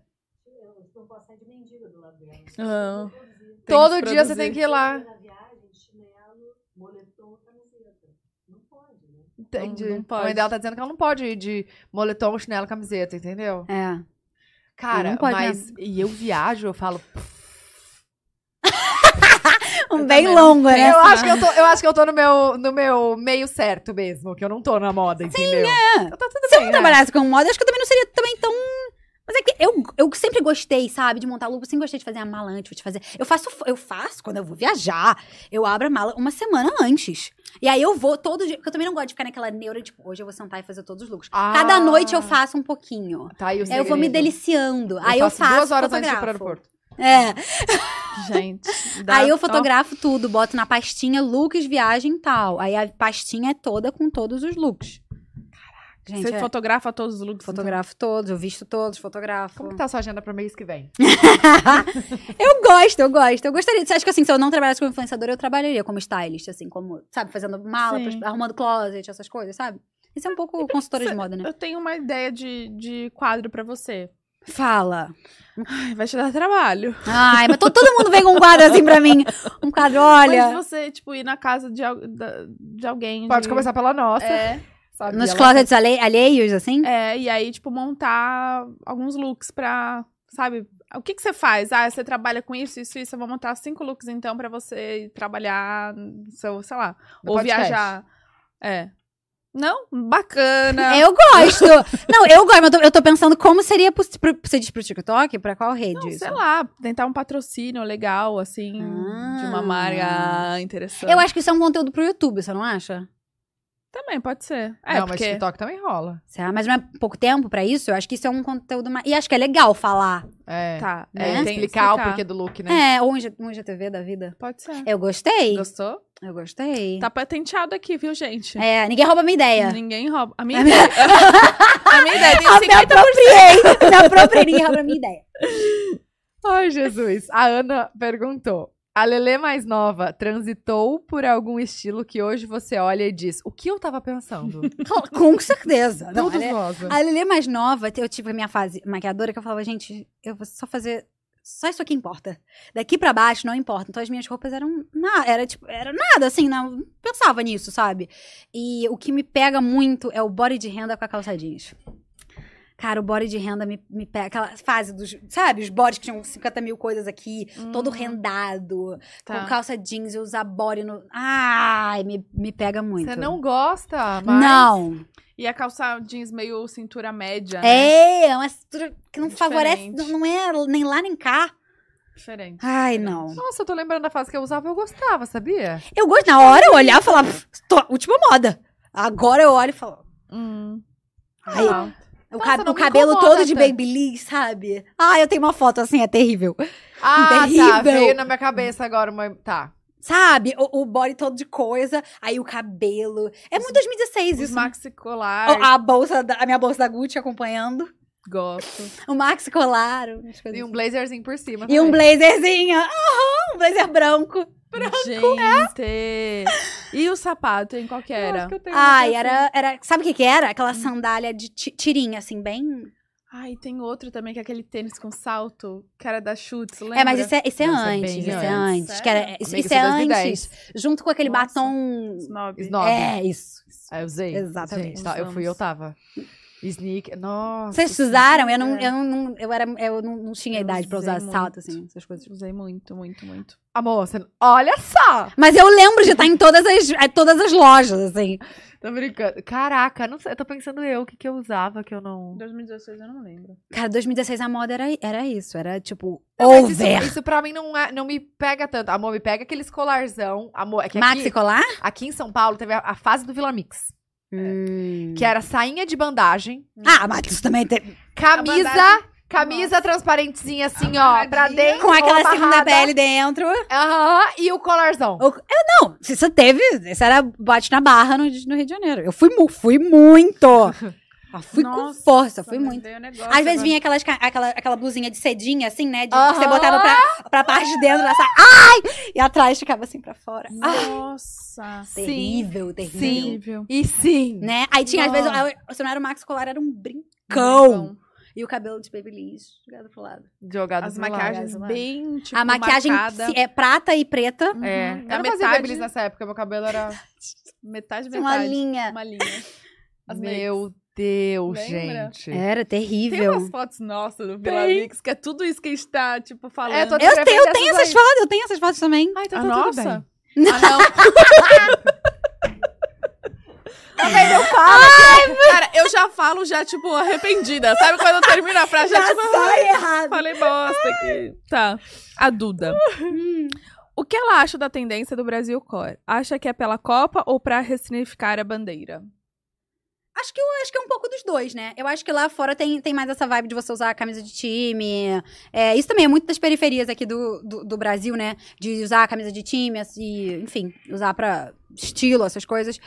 Speaker 1: Ah, tem que
Speaker 2: Todo
Speaker 1: se
Speaker 2: dia você
Speaker 1: produzir.
Speaker 2: tem que ir lá. Entendi.
Speaker 1: Não- não
Speaker 2: A
Speaker 1: pode.
Speaker 2: mãe dela tá dizendo que ela não pode ir de moletom, chinelo, camiseta, entendeu?
Speaker 3: É.
Speaker 2: Cara,
Speaker 3: Não pode
Speaker 2: mas e eu viajo, eu falo.
Speaker 3: Um
Speaker 1: Eu
Speaker 3: Tá
Speaker 1: também
Speaker 3: bem
Speaker 1: não
Speaker 3: longo,
Speaker 1: tenho.
Speaker 3: né?
Speaker 2: Eu acho que eu tô, eu acho que eu tô no meu, no meu meio certo mesmo, que eu não tô na moda, entendeu?
Speaker 3: é.
Speaker 2: Então Tá tudo
Speaker 3: Se
Speaker 2: bem,
Speaker 3: eu não
Speaker 2: né?
Speaker 3: trabalhasse com moda, acho que eu também não seria também tão. Mas é que eu, eu sempre gostei, sabe, de montar look. Eu sempre gostei de fazer a mala antes, vou te fazer. Eu faço, eu faço quando eu vou viajar. Eu abro a mala uma semana antes. E aí eu vou todo dia. Porque eu também não gosto de ficar naquela neura, tipo, hoje eu vou sentar e fazer todos os looks.
Speaker 2: Ah.
Speaker 3: Cada noite eu faço um pouquinho.
Speaker 2: Tá aí o
Speaker 3: Aí eu vou me
Speaker 2: segredo.
Speaker 3: deliciando. aí eu faço.
Speaker 2: duas horas antes de ir pro
Speaker 3: fotografo.
Speaker 2: aeroporto.
Speaker 3: É. <laughs>
Speaker 1: Gente.
Speaker 3: aí eu
Speaker 1: ó,
Speaker 3: fotografo tudo, boto na pastinha looks, viagem e tal. Aí a pastinha é toda com todos os looks. Caraca. Gente,
Speaker 1: Você
Speaker 3: é-
Speaker 1: fotografa todos os looks. então?
Speaker 3: Fotografo todos, eu visto todos, fotografo.
Speaker 2: Como que tá a sua agenda pra mês que vem?
Speaker 3: Uhum. tá? Eu gosto, eu gosto. Eu gostaria. Você acha que assim, se eu não trabalhasse como influenciadora, eu trabalharia como stylist, assim, como, sabe, fazendo mala,
Speaker 1: Sim.
Speaker 3: pros- arrumando closet, essas coisas, sabe? Isso é um pouco consultora de moda, né?
Speaker 1: Eu tenho uma ideia de, de quadro pra você.
Speaker 3: <laughs> Fala.
Speaker 1: Ai, vai te dar trabalho.
Speaker 3: Ai, mas to- todo mundo vem com um quadro assim pra mim. Um quadro, olha.
Speaker 1: Mas você, tipo, ir na casa de, al- da- de alguém.
Speaker 2: Pode
Speaker 1: de-
Speaker 2: começar pela nossa.
Speaker 1: É,
Speaker 2: sabe?
Speaker 3: Nos
Speaker 2: Ela-
Speaker 3: closets alhe- alheios, assim?
Speaker 1: é, e aí, tipo, montar alguns looks pra, sabe? O que que você faz? Ah, você trabalha com isso, isso, isso. Eu vou montar cinco looks, então, pra você ir trabalhar, no seu, sei lá,
Speaker 2: No
Speaker 1: ou
Speaker 2: podcast.
Speaker 1: viajar. É. Não? Bacana.
Speaker 3: Eu gosto! Não, eu gosto, mas eu tô, eu tô pensando como seria. pro- pro- Você diz pro TikTok? Pra qual rede?
Speaker 1: Não,
Speaker 3: isso?
Speaker 1: sei lá, tentar um patrocínio legal, assim, de uma
Speaker 3: Ah.
Speaker 1: marca interessante.
Speaker 3: Eu acho que isso é um conteúdo pro YouTube, você não acha?
Speaker 1: Também, pode ser. É,
Speaker 2: Não, mas então
Speaker 1: porque...
Speaker 2: TikTok também rola.
Speaker 3: Será? Mas não é pouco tempo pra isso? Eu acho que isso é um conteúdo mais. E acho que é legal falar.
Speaker 2: É.
Speaker 1: Tá,
Speaker 2: É,
Speaker 1: né?
Speaker 2: explicar, o
Speaker 1: Tem que
Speaker 2: porquê do look, né?
Speaker 3: É, ou um G- um GTV da vida.
Speaker 1: Pode ser.
Speaker 3: Eu gostei.
Speaker 1: Gostou?
Speaker 3: Eu gostei.
Speaker 1: Uhum. Tá patenteado aqui, viu, gente?
Speaker 3: É, ninguém rouba minha ideia.
Speaker 1: Ninguém rouba. A minha
Speaker 3: A
Speaker 1: ideia. <laughs> a minha
Speaker 3: <laughs>
Speaker 1: ideia
Speaker 3: Ah,
Speaker 1: tem
Speaker 3: me
Speaker 1: 50
Speaker 3: <laughs> apropriei. me apropriei. Ninguém rouba minha ideia.
Speaker 2: Ai, Jesus. A Ana perguntou: A Lelê mais nova transitou por algum estilo que hoje você olha e diz: O que eu tava pensando?
Speaker 3: Com certeza. <laughs> Não,
Speaker 2: Todos
Speaker 3: ela é-
Speaker 2: nós. né?
Speaker 3: a Lelê mais nova, eu tive a minha fase maquiadora que eu falava, gente, eu vou só fazer. Só isso aqui importa. Daqui pra baixo não importa. Então as minhas roupas eram nada, era tipo, era nada assim, não pensava nisso, sabe? E o que me pega muito é o body de renda com a calça jeans. Cara, o body de renda me, me pega. Aquela fase dos. Sabe, os bodes que tinham 50 mil coisas aqui, todo
Speaker 1: Hum,
Speaker 2: Hum.
Speaker 3: rendado,
Speaker 1: tá.
Speaker 2: Tá.
Speaker 3: com calça jeans, eu usar body no. Ai, me, me pega muito.
Speaker 2: Você não gosta, mas.
Speaker 3: Não,
Speaker 1: E a calça jeans meio cintura média, né?
Speaker 3: É, é uma estrutura que não
Speaker 1: Diferente.
Speaker 3: favorece, não não é nem lá nem cá.
Speaker 1: Diferente.
Speaker 3: Ai, não.
Speaker 2: Nossa, eu tô lembrando da fase que eu usava, eu gostava,
Speaker 3: <laughs>
Speaker 2: sabia?
Speaker 3: Eu gosto, na hora eu olhar e falar, "Pff, tô- última moda. Agora eu olho e falo,
Speaker 2: Hum.
Speaker 3: Ai,
Speaker 2: Ah,
Speaker 3: o,
Speaker 2: Nossa,
Speaker 3: cab-
Speaker 2: não
Speaker 3: o
Speaker 2: me
Speaker 3: cabelo
Speaker 2: incomoda
Speaker 3: todo de
Speaker 2: tanto.
Speaker 3: Babyliss, sabe? Ah, eu tenho uma foto assim, é terrível.
Speaker 2: Ah, tá.
Speaker 3: terrível.
Speaker 2: Veio na minha cabeça agora uma. Tá.
Speaker 3: Sabe? O, o body todo de coisa, aí o cabelo. É muito 2016
Speaker 1: Os
Speaker 3: isso. Oh, ah.
Speaker 1: maxi colar,
Speaker 3: A, a bolsa, da- a minha bolsa da Gucci acompanhando.
Speaker 1: gosto.
Speaker 3: O Max Colar. umas coisas
Speaker 2: E um blazerzinho por cima.
Speaker 3: assim. E um
Speaker 2: também.
Speaker 3: blazerzinho. Aham, um blazer branco. é.
Speaker 1: Gente! E o sapato, hein? Qual que
Speaker 2: Eu
Speaker 1: era?
Speaker 2: acho que eu tenho
Speaker 3: Ai,
Speaker 2: uma calça-
Speaker 3: era, era. Sabe o que que era? Aquela sandália de ti- tirinha, assim, bem.
Speaker 1: Ai, tem outro também, que é aquele tênis com salto, que era da Schutz, lembra?
Speaker 3: É, mas isso é, isso é
Speaker 2: Nossa, é bem
Speaker 3: antes. Isso é
Speaker 1: antes.
Speaker 3: antes. que era- isso
Speaker 2: Amiga,
Speaker 3: isso é
Speaker 2: sou
Speaker 3: antes.
Speaker 2: 2010.
Speaker 3: Junto com aquele
Speaker 1: Nossa.
Speaker 3: batom.
Speaker 1: Snob.
Speaker 2: Snob.
Speaker 3: É, isso.
Speaker 2: Ah, eu usei.
Speaker 3: Exatamente.
Speaker 2: Gente, tá, eu fui, eu tava. Sneak. Nossa.
Speaker 3: Vocês usaram? Eu não, eu não- não, eu era, eu não, não tinha
Speaker 1: Eu
Speaker 3: idade pra
Speaker 1: usei
Speaker 3: usar
Speaker 1: muito.
Speaker 3: salto, assim, essas coisas.
Speaker 1: Usei muito, muito, muito.
Speaker 2: Amor, você... olha só!
Speaker 3: Mas eu lembro de estar em todas as, <laughs> eh, todas as lojas, assim.
Speaker 2: Tô brincando. Caraca, não sei, eu tô pensando eu, o que que eu usava que eu não...
Speaker 1: 2016 eu não lembro.
Speaker 3: Cara, 2016 a moda era, era isso. Era tipo,
Speaker 2: Mas isso,
Speaker 3: over.
Speaker 2: isso pra mim não, é- não me pega tanto. Amor, me pega aquele escolarzão. Amor, é que
Speaker 3: Maxi
Speaker 2: aqui,
Speaker 3: colar?
Speaker 2: aqui em São Paulo teve a, a fase do Vila Mix.
Speaker 3: Hum.
Speaker 2: Que é era sainha de bandagem,
Speaker 3: Ah, mas isso também tem.
Speaker 2: camisa,
Speaker 1: A bandagem-
Speaker 2: camisa transparentezinha assim, ó,
Speaker 1: Amarradinha.
Speaker 2: pra dentro.
Speaker 3: Com aquela
Speaker 2: amarrada.
Speaker 3: segunda pele dentro.
Speaker 2: Aham, e o colarzão.
Speaker 3: O- Eu é, não, isso teve. Isso era bate na barra no, no Rio de Janeiro. Eu fui, mu- fui muito. Ah, fui com
Speaker 1: Nossa,
Speaker 3: força, fui
Speaker 1: mas
Speaker 3: muito.
Speaker 1: veio o negócio
Speaker 3: Às vezes
Speaker 1: agora.
Speaker 3: vinha aquelas, ca- aquela, aquela blusinha de cedinha, assim, né? De, Que você
Speaker 2: Aham.
Speaker 3: botava pra, pra parte de dentro da sa- Ai! E atrás ficava assim pra fora. Ah,
Speaker 1: Nossa!
Speaker 3: terrível, terrível.
Speaker 2: sim.
Speaker 1: Incrível.
Speaker 2: E sim.
Speaker 3: Né? Aí tinha, às
Speaker 2: Nossa.
Speaker 3: vezes, eu- se não era o Max Colar, era um brincão. E o cabelo de Babyliss jogado pro lado.
Speaker 2: Jogado
Speaker 1: As
Speaker 2: no lado.
Speaker 1: maquiagens
Speaker 3: lá.
Speaker 1: bem, tipo,
Speaker 3: a maquiagem
Speaker 1: marcada.
Speaker 3: se- é prata e preta.
Speaker 1: Uhum.
Speaker 2: né? É,
Speaker 1: Era
Speaker 2: eu não fazia
Speaker 1: metade,
Speaker 2: babyliss nessa época, meu cabelo era...
Speaker 1: metade, metade.
Speaker 3: Uma linha.
Speaker 1: Uma linha. As meias.
Speaker 2: Meu Deus,
Speaker 1: Lembra?
Speaker 2: gente.
Speaker 3: Era
Speaker 1: Tem
Speaker 3: terrível.
Speaker 1: umas fotos nossas do Vila
Speaker 2: Tem.
Speaker 1: Mix, que é tudo isso que a gente tá, tipo, falando.
Speaker 2: É, tô
Speaker 3: Eu tenho, eu tenho
Speaker 2: essas
Speaker 3: essas fotos, eu tenho essas fotos também.
Speaker 1: Ai, então
Speaker 2: Ah,
Speaker 1: tá
Speaker 2: nossa.
Speaker 1: tudo
Speaker 2: Ah,
Speaker 3: <laughs>
Speaker 2: não.
Speaker 1: Também não fala. Cara, eu já falo, já, tipo, arrependida. Sabe quando eu termino a frase, já, tipo,
Speaker 3: sai errado.
Speaker 1: falei bosta aqui. Tá. A Duda.
Speaker 3: Hum.
Speaker 1: O que ela acha da tendência do Brasil Core? Acha que é pela Copa ou pra ressignificar a bandeira?
Speaker 3: Acho que, eu, acho que é um pouco dos dois, né? Eu acho que lá fora tem, tem mais essa vibe de você usar a camisa de time. É, isso também é muito das periferias aqui do, do, do Brasil, né? De usar a camisa de time, assim, enfim, usar pra estilo, essas coisas.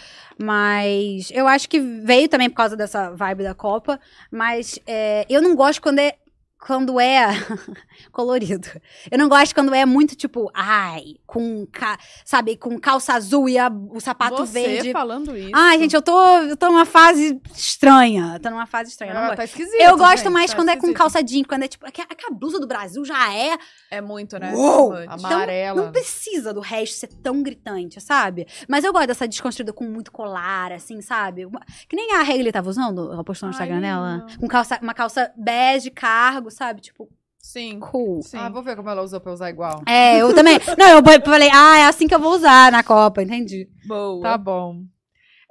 Speaker 3: Mas eu acho que veio também por causa dessa vibe da Copa. Mas é, eu não gosto quando é. Quando é <laughs> colorido. Eu não gosto quando é muito tipo, ai, com, ca- sabe, com calça azul e a- o sapato
Speaker 1: Você
Speaker 3: verde.
Speaker 1: falando isso.
Speaker 3: Ai, gente, eu tô, eu tô numa fase estranha. Tô numa fase estranha. não
Speaker 2: Ah,
Speaker 3: gosto.
Speaker 2: tá esquisito.
Speaker 3: eu gosto
Speaker 2: gente,
Speaker 3: mais
Speaker 2: tá
Speaker 3: quando é com
Speaker 2: esquisito.
Speaker 3: calça jeans, quando é tipo. aquela a blusa do Brasil já é.
Speaker 1: É muito, né?
Speaker 3: Uou!
Speaker 1: Muito.
Speaker 3: Então,
Speaker 2: Amarela.
Speaker 3: Não precisa do resto ser tão gritante, sabe? Mas eu gosto dessa desconstruída com muito colar, assim, sabe? Uma- Que nem a Hailey tava usando, ela postou no
Speaker 1: Ai,
Speaker 3: Instagram dela.
Speaker 1: não.
Speaker 3: Com calça, uma calça bege, cargo, sabe? Tipo,
Speaker 1: Sim.
Speaker 3: cool.
Speaker 1: Sim.
Speaker 2: Ah, vou ver como ela usou pra usar igual.
Speaker 3: É, eu também. Não, eu falei, ah, é assim que eu vou usar na Copa, entendi.
Speaker 1: Boa.
Speaker 2: Tá bom.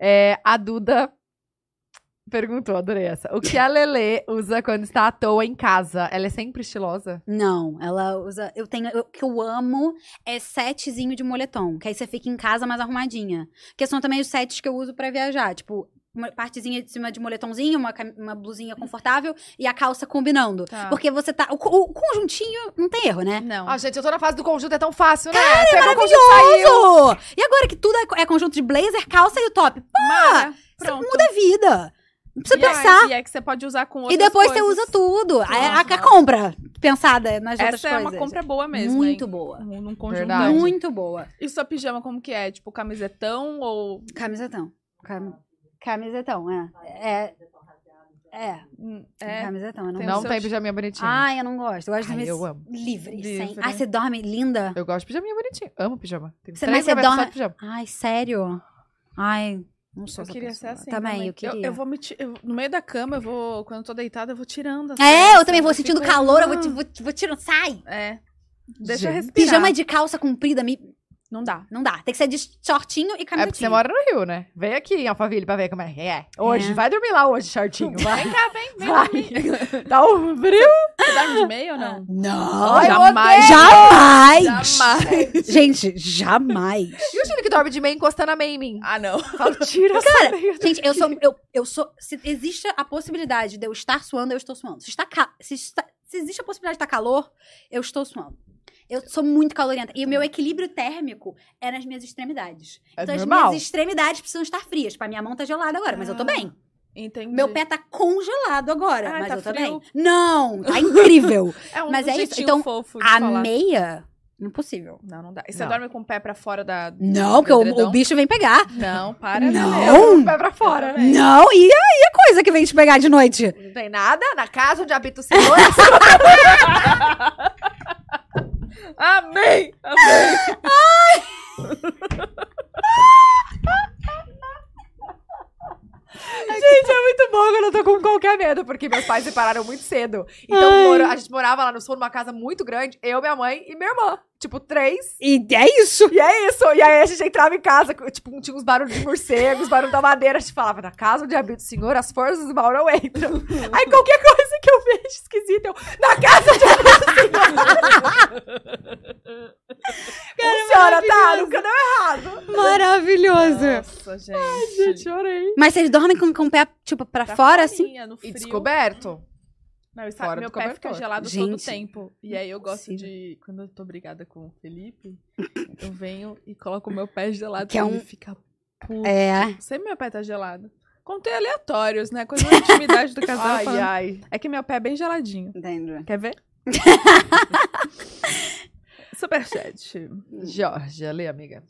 Speaker 2: É, a Duda perguntou, adorei essa. O que a Lelê usa quando está à toa em casa? Ela é sempre estilosa?
Speaker 3: Não, ela usa. Eu tenho. eu- O que eu amo é setezinho de moletom. Que aí você fica em casa mais arrumadinha. Que são também os sets que eu uso pra viajar. Tipo, uma partezinha de cima de moletomzinho, uma, cam- uma blusinha confortável e a calça combinando.
Speaker 1: Tá.
Speaker 3: Porque você tá. O, co- o conjuntinho não tem erro, né?
Speaker 1: Não.
Speaker 2: Ah, gente, eu tô na fase do conjunto, é tão fácil, né? Pegou o conjunto,
Speaker 3: Maravilhoso! E agora que tudo é, co- é conjunto de blazer, calça e o top.
Speaker 1: Mara,
Speaker 3: Você
Speaker 1: né, pronto.
Speaker 3: muda a vida. Não precisa
Speaker 1: E é-
Speaker 3: pensar.
Speaker 1: E é que você pode usar com
Speaker 3: E
Speaker 1: outras
Speaker 3: depois você
Speaker 1: coisas.
Speaker 3: usa tudo. A, a- a
Speaker 1: Aham.
Speaker 3: compra. pensada nas outras
Speaker 1: Essa é
Speaker 3: coisas.
Speaker 1: uma compra boa mesmo.
Speaker 3: Muito
Speaker 1: hein?
Speaker 3: boa.
Speaker 1: Num num conjuntão.
Speaker 2: Verdade.
Speaker 3: Muito boa.
Speaker 1: E sua pijama, como que é? Tipo, camisetão ou.
Speaker 3: Camisetão. Cam- Camisetão, é. É. É.
Speaker 1: hum,
Speaker 3: é.
Speaker 1: É.
Speaker 3: Camisetão, eu não
Speaker 1: Tem
Speaker 2: não
Speaker 1: o seu
Speaker 2: tem
Speaker 1: ti-
Speaker 2: pijaminha bonitinha.
Speaker 3: Ai, eu não gosto. Eu gosto de
Speaker 2: Ai,
Speaker 3: dormir
Speaker 2: eu amo.
Speaker 3: livre, sem.
Speaker 1: Livre.
Speaker 3: Ai, você dorme linda?
Speaker 2: Eu gosto de pijaminha bonitinha. Amo pijama. Tenho
Speaker 3: Você-
Speaker 2: três
Speaker 3: mas você
Speaker 2: gavetas só
Speaker 3: dorme-
Speaker 2: de pijama.
Speaker 3: Ai, sério? Ai, não sou
Speaker 1: Eu
Speaker 3: essa
Speaker 1: queria ser
Speaker 3: pessoa.
Speaker 1: assim.
Speaker 3: Também, eu queria.
Speaker 1: Eu, vou me. ti- eu- no meio da cama, eu vou. Quando eu tô deitada, eu vou tirando. as
Speaker 3: É, eu
Speaker 1: peças,
Speaker 3: também vou sentindo
Speaker 1: fico-
Speaker 3: calor, eu vou,
Speaker 1: Ah,
Speaker 3: te- vou, te- vou tirando. Sai!
Speaker 1: É. Deixa eu
Speaker 2: Gente.
Speaker 1: respirar.
Speaker 3: Pijama é de calça comprida, me...
Speaker 1: Não
Speaker 3: <laughs>
Speaker 1: dá.
Speaker 3: não dá. Tem que ser de shortinho e
Speaker 2: É
Speaker 3: camisetinha.
Speaker 2: porque você mora no Rio, né? Vem aqui em Alphaville pra ver como é. É. Hoje, vai dormir lá hoje, shortinho. Vai.
Speaker 1: <laughs> Vem cá, vem, vem.
Speaker 2: Vai. Tá um frio.
Speaker 1: Você dorme de meia ou
Speaker 3: <laughs>
Speaker 1: não?
Speaker 3: Não!
Speaker 2: Ai,
Speaker 1: jamais.
Speaker 3: Jamais!
Speaker 1: Jamais.
Speaker 3: Gente, jamais!
Speaker 2: E o Júlio que dorme de meia encostando a meia em mim?
Speaker 1: Ah, não.
Speaker 2: Fala, tira
Speaker 3: Cara,
Speaker 2: essa meia.
Speaker 3: Gente, eu sou. Eu, eu sou. Se existe a possibilidade de eu estar suando, eu estou suando. Se, está, ca- se, está- se existe a possibilidade de estar calor, eu estou suando. Eu sou muito calorenta. E o meu equilíbrio térmico é nas minhas extremidades.
Speaker 2: É
Speaker 3: então as
Speaker 2: normal.
Speaker 3: minhas extremidades precisam estar frias. Tipo, a minha mão tá gelada agora, mas eu tô
Speaker 1: Ah,
Speaker 3: bem.
Speaker 1: Entendi.
Speaker 3: Meu pé tá congelado agora,
Speaker 1: Ai,
Speaker 3: mas
Speaker 1: tá
Speaker 3: eu tô
Speaker 1: frio.
Speaker 3: bem.
Speaker 1: <laughs>
Speaker 3: Não, tá incrível.
Speaker 1: É um
Speaker 3: Mas é isso,
Speaker 1: jeitinho
Speaker 3: então,
Speaker 1: fofo de
Speaker 3: a
Speaker 1: falar.
Speaker 3: meia, impossível.
Speaker 1: Não, não dá. E você
Speaker 2: Não.
Speaker 1: dorme com o pé pra fora da.
Speaker 3: Não, porque o,
Speaker 1: edredom?
Speaker 3: o bicho vem pegar.
Speaker 1: Não, para.
Speaker 3: Não.
Speaker 1: Lele.
Speaker 2: Eu tô com o pé pra fora. né?
Speaker 1: Também.
Speaker 3: Não, e aí a coisa que vem te pegar de noite?
Speaker 2: Não tem nada na casa onde habita o <laughs> senhor.
Speaker 1: Amém! Amém!
Speaker 2: <laughs> Gente, é muito bom que eu não tô com qualquer medo, porque meus pais separaram muito cedo. Então, moro- a gente morava lá no sul, numa casa muito grande, eu, minha mãe e minha irmã. Tipo, três.
Speaker 3: E é isso.
Speaker 2: E é isso. E aí a gente entrava em casa, tipo, tinha uns barulhos de morcegos, barulho da madeira. A gente falava, na casa onde habita o senhor, as forças do mal não <laughs> entram. aí qualquer coisa que eu vejo esquisita, eu, na casa onde habita <laughs> o senhor. Funciona, tá? Nunca deu errado.
Speaker 3: Maravilhoso.
Speaker 1: Nossa, gente.
Speaker 2: Gente, chorei.
Speaker 3: Mas vocês dormem com, com o pé, tipo, pra fora, assim?
Speaker 1: forinha, No frio.
Speaker 2: E descoberto.
Speaker 1: Não, isso-
Speaker 2: fora
Speaker 1: meu
Speaker 2: do
Speaker 1: pé fica
Speaker 2: cobertor.
Speaker 1: gelado todo
Speaker 3: Gente,
Speaker 1: o tempo. E aí eu gosto
Speaker 3: impossível.
Speaker 1: de. Quando eu tô brigada com o Felipe, eu venho e coloco o meu pé gelado
Speaker 3: Que é
Speaker 1: e
Speaker 3: um-
Speaker 1: ele fica puto.
Speaker 3: É.
Speaker 1: Sempre meu pé tá gelado. Contei aleatórios, né? Coisa da intimidade do casal.
Speaker 2: Ai,
Speaker 1: falando.
Speaker 2: ai.
Speaker 1: É que meu pé é bem geladinho.
Speaker 3: Entendo.
Speaker 1: Quer
Speaker 3: <laughs>
Speaker 1: ver? Superchat.
Speaker 2: Jorge, lê, amiga.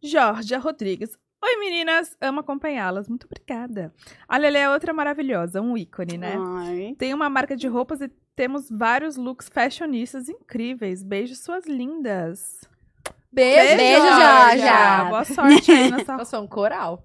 Speaker 1: Jorge Rodrigues. Oi, meninas. Amo acompanhá-las. Muito obrigada. A Lele é outra maravilhosa, um ícone, né?
Speaker 3: Ai.
Speaker 1: Tem uma marca de roupas e temos vários looks fashionistas incríveis. Beijo, suas lindas.
Speaker 2: Beijo,
Speaker 3: Beijo,
Speaker 2: Jorge.
Speaker 3: Jorge.
Speaker 1: Boa sorte
Speaker 2: <laughs>
Speaker 1: aí nessa
Speaker 2: Nossa, é um coral.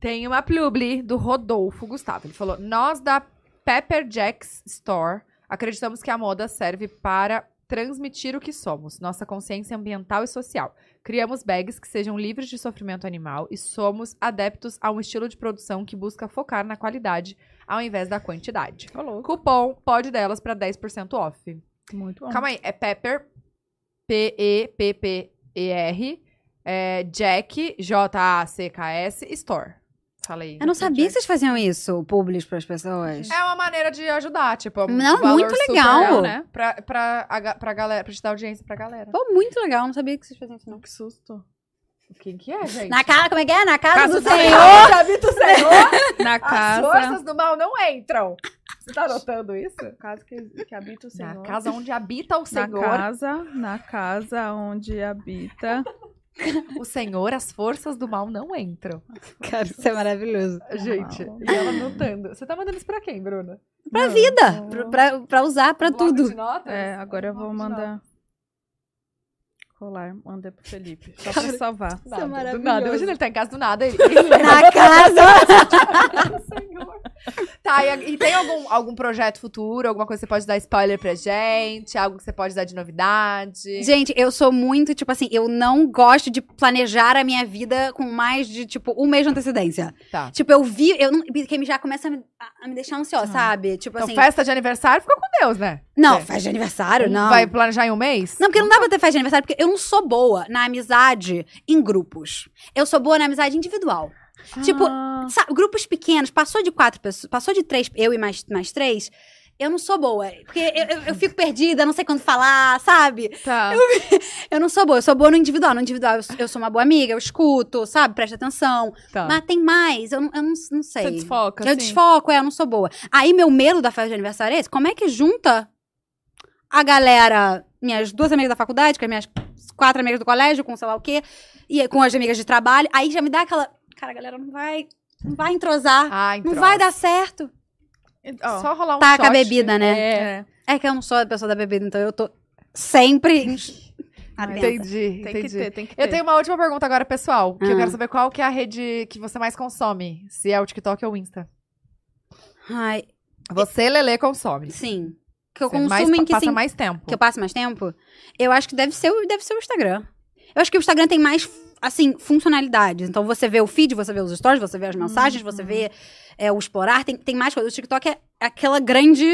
Speaker 2: Tem uma publi do Rodolfo Gustavo. Ele falou: Nós da Pepper Jacks Store acreditamos que a moda serve para transmitir o que somos, nossa consciência ambiental e social. Criamos bags que sejam livres de sofrimento animal e somos adeptos a um estilo de produção que busca focar na qualidade ao invés da quantidade. Um
Speaker 1: Ô, louco.
Speaker 2: Cupom pode delas para 10% off.
Speaker 1: Muito bom.
Speaker 2: Calma aí, é Pepper, P-E-P-P-E-R, é Jack, J-A-C-K-S, Store. Falei.
Speaker 3: Eu não sabia que
Speaker 2: Jack.
Speaker 3: vocês faziam isso, públicos pras pessoas.
Speaker 2: É uma maneira de ajudar, tipo, é um
Speaker 3: Não,
Speaker 2: valor
Speaker 3: muito
Speaker 2: super
Speaker 3: legal.
Speaker 2: né? Pra, pra, a ga- pra galera, pra te dar audiência pra galera.
Speaker 3: Pô, muito legal, não sabia que vocês faziam isso, não.
Speaker 1: Que susto.
Speaker 2: Quem que é, gente?
Speaker 3: Na casa, como é que é? Na casa,
Speaker 1: Casa
Speaker 3: do
Speaker 2: <laughs>
Speaker 1: do
Speaker 3: Senhor.
Speaker 2: Senhor, habita o Senhor,
Speaker 1: Na
Speaker 2: as
Speaker 1: casa.
Speaker 2: forças do mal não entram. Você tá notando isso?
Speaker 1: casa que, que habita o Senhor.
Speaker 2: Na casa onde habita o
Speaker 1: na
Speaker 2: Senhor,
Speaker 1: casa, na casa onde habita.
Speaker 2: o Senhor, as forças do mal não entram.
Speaker 3: Cara, isso é maravilhoso.
Speaker 2: Gente, e ela notando. Você tá mandando isso pra quem, Bruna?
Speaker 3: Pra
Speaker 1: Não,
Speaker 3: vida,
Speaker 1: não.
Speaker 3: pra, pra- pra usar, pra
Speaker 2: Bloco de
Speaker 3: tudo.
Speaker 2: notas?
Speaker 1: É, agora eu vou
Speaker 2: Bloco de notas.
Speaker 1: mandar. Colar, mandei pro Felipe. Só pra salvar.
Speaker 3: Isso é
Speaker 2: Nada, do
Speaker 3: maravilhoso.
Speaker 2: nada. Imagina, ele tá em casa do
Speaker 3: <laughs>
Speaker 2: nada. Ele, ele lembra,
Speaker 3: Na casa.
Speaker 2: Senhor. Tá, e, a- e tem algum, algum projeto futuro? Alguma coisa que você pode dar spoiler pra gente? Algo que você pode dar de novidade? Tipo
Speaker 3: Gente, eu sou muito, tipo assim, eu não gosto de planejar a minha vida com mais de, tipo, um mês de antecedência.
Speaker 2: Tá.
Speaker 3: Tipo, eu vi, eu não, que já começa a me, a- a me deixar ansiosa,
Speaker 1: Ah.
Speaker 3: sabe? Tipo
Speaker 2: Então,
Speaker 3: assim,
Speaker 2: festa de aniversário fica com Deus, né?
Speaker 3: não,
Speaker 2: é.
Speaker 3: festa de aniversário, não.
Speaker 2: Vai planejar em um mês?
Speaker 3: Não, porque não dá pra ter festa de aniversário, porque eu não sou boa na amizade em grupos. Eu sou boa na amizade individual. Tipo,
Speaker 1: Ah,
Speaker 3: Sabe, grupos pequenos, passou de quatro pessoas, passou de três, eu e mais, mais três, eu não sou boa. Porque eu, eu- eu fico perdida, não sei quando falar, sabe?
Speaker 1: tá.
Speaker 3: Eu não sou boa, eu sou boa no individual. No individual eu, eu sou uma boa amiga, eu escuto, sabe? Presta atenção.
Speaker 2: Tá.
Speaker 3: Mas tem mais, eu, não- eu não, não sei.
Speaker 1: Você desfoca,
Speaker 3: Eu
Speaker 1: assim?
Speaker 3: desfoco, é, eu não sou boa. Aí meu medo da festa de aniversário é esse, como é que junta a galera, minhas duas amigas da faculdade, com as minhas quatro amigas do colégio, com sei lá o quê, e com as amigas de trabalho. Aí já me dá aquela. Cara, a galera não vai, não vai entrosar.
Speaker 2: Ah,
Speaker 3: não vai dar certo.
Speaker 1: Ó,
Speaker 2: Só rolar um
Speaker 3: Taca a
Speaker 2: shot.
Speaker 3: bebida, né?
Speaker 2: É.
Speaker 3: É que eu não sou a pessoa da bebida, então eu tô
Speaker 2: <laughs>
Speaker 3: sempre. atenta.
Speaker 2: Entendi,
Speaker 1: tem que
Speaker 2: entendi.
Speaker 1: ter, tem que ter.
Speaker 2: Eu tenho uma última pergunta agora, pessoal, que eu
Speaker 3: Ah.
Speaker 2: quero saber qual que é a rede que você mais consome, se é o TikTok ou o Insta.
Speaker 3: Ai,
Speaker 2: Você, Lele, consome.
Speaker 3: sim. Que eu
Speaker 2: Você é
Speaker 3: consumo
Speaker 2: mais,
Speaker 3: em que
Speaker 2: passa
Speaker 3: sim.
Speaker 2: mais tempo.
Speaker 3: que eu passo mais tempo, eu acho que deve ser, o- deve ser o Instagram. Eu acho que o Instagram tem mais, assim, funcionalidades. Então você vê o feed, você vê os stories, você vê as mensagens, você vê é, o explorar, tem, tem mais coisa. O TikTok é aquela grande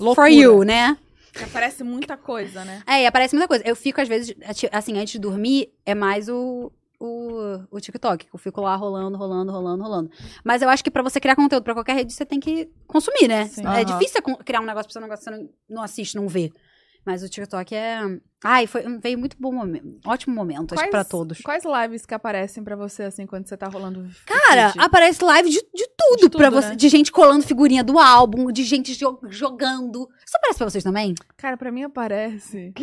Speaker 2: Loucura.
Speaker 3: for you, né?
Speaker 1: Que aparece muita coisa, né?
Speaker 3: É, e aparece muita coisa. Eu fico, às vezes, ati- assim, antes de dormir, é mais o. O, o TikTok, que eu fico lá rolando, rolando, rolando, rolando. Mas eu acho que pra você criar conteúdo pra qualquer rede, você tem que consumir, né?
Speaker 1: Sim.
Speaker 3: É
Speaker 2: Aham.
Speaker 3: difícil você con- criar um negócio pra você um negócio que você não, não assiste, não vê. Mas o TikTok é. Ai, foi, veio muito bom momento. Ótimo momento, acho que pra todos.
Speaker 1: Quais lives que aparecem pra você, assim, quando você tá rolando? o
Speaker 3: Cara,
Speaker 1: feed?
Speaker 3: aparece live de, de tudo,
Speaker 1: De
Speaker 3: pra
Speaker 1: tudo,
Speaker 3: você.
Speaker 1: né?
Speaker 3: De gente colando figurinha do álbum, de gente jo- jogando. Isso aparece pra vocês também?
Speaker 1: Cara, pra mim aparece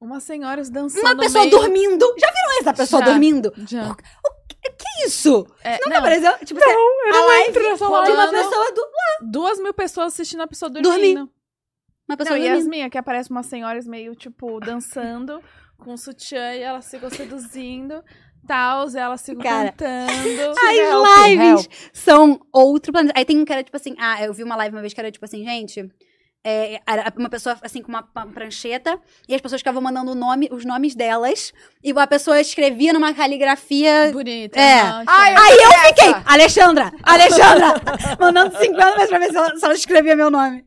Speaker 1: umas senhoras dançando.
Speaker 3: Uma
Speaker 1: no
Speaker 3: pessoa
Speaker 1: meio...
Speaker 3: dormindo. Já viram essa pessoa
Speaker 1: Já.
Speaker 3: dormindo?
Speaker 1: Já.
Speaker 3: Que isso?
Speaker 1: É,
Speaker 3: Nunca
Speaker 1: não,
Speaker 3: apareceu? Tipo, você- a live
Speaker 1: entro nessa
Speaker 3: de uma
Speaker 1: live.
Speaker 3: pessoa do.
Speaker 1: duas mil pessoas assistindo a pessoa
Speaker 3: Dormi.
Speaker 1: dormindo. Não,
Speaker 3: Uma pessoa
Speaker 1: e as
Speaker 3: dormindo.
Speaker 1: minhas, que aparecem umas senhoras meio, tipo, dançando <laughs> com sutiã e elas ficam seduzindo, tal, e elas ficam
Speaker 3: Cara.
Speaker 1: cantando.
Speaker 3: As lives são outro planeta. Aí tem um que era tipo assim, ah, eu vi uma live uma vez que era tipo assim, gente. é, era uma pessoa assim com uma pa- prancheta e as pessoas ficavam mandando o nome, os nomes delas e a pessoa escrevia numa caligrafia.
Speaker 1: Bonita.
Speaker 3: É.
Speaker 1: aham,
Speaker 2: Ai,
Speaker 1: diferente.
Speaker 3: Aí eu
Speaker 2: essa.
Speaker 3: fiquei, Alexandra, Alexandra, <laughs> mandando 50 vezes pra ver se ela, se ela escrevia meu nome.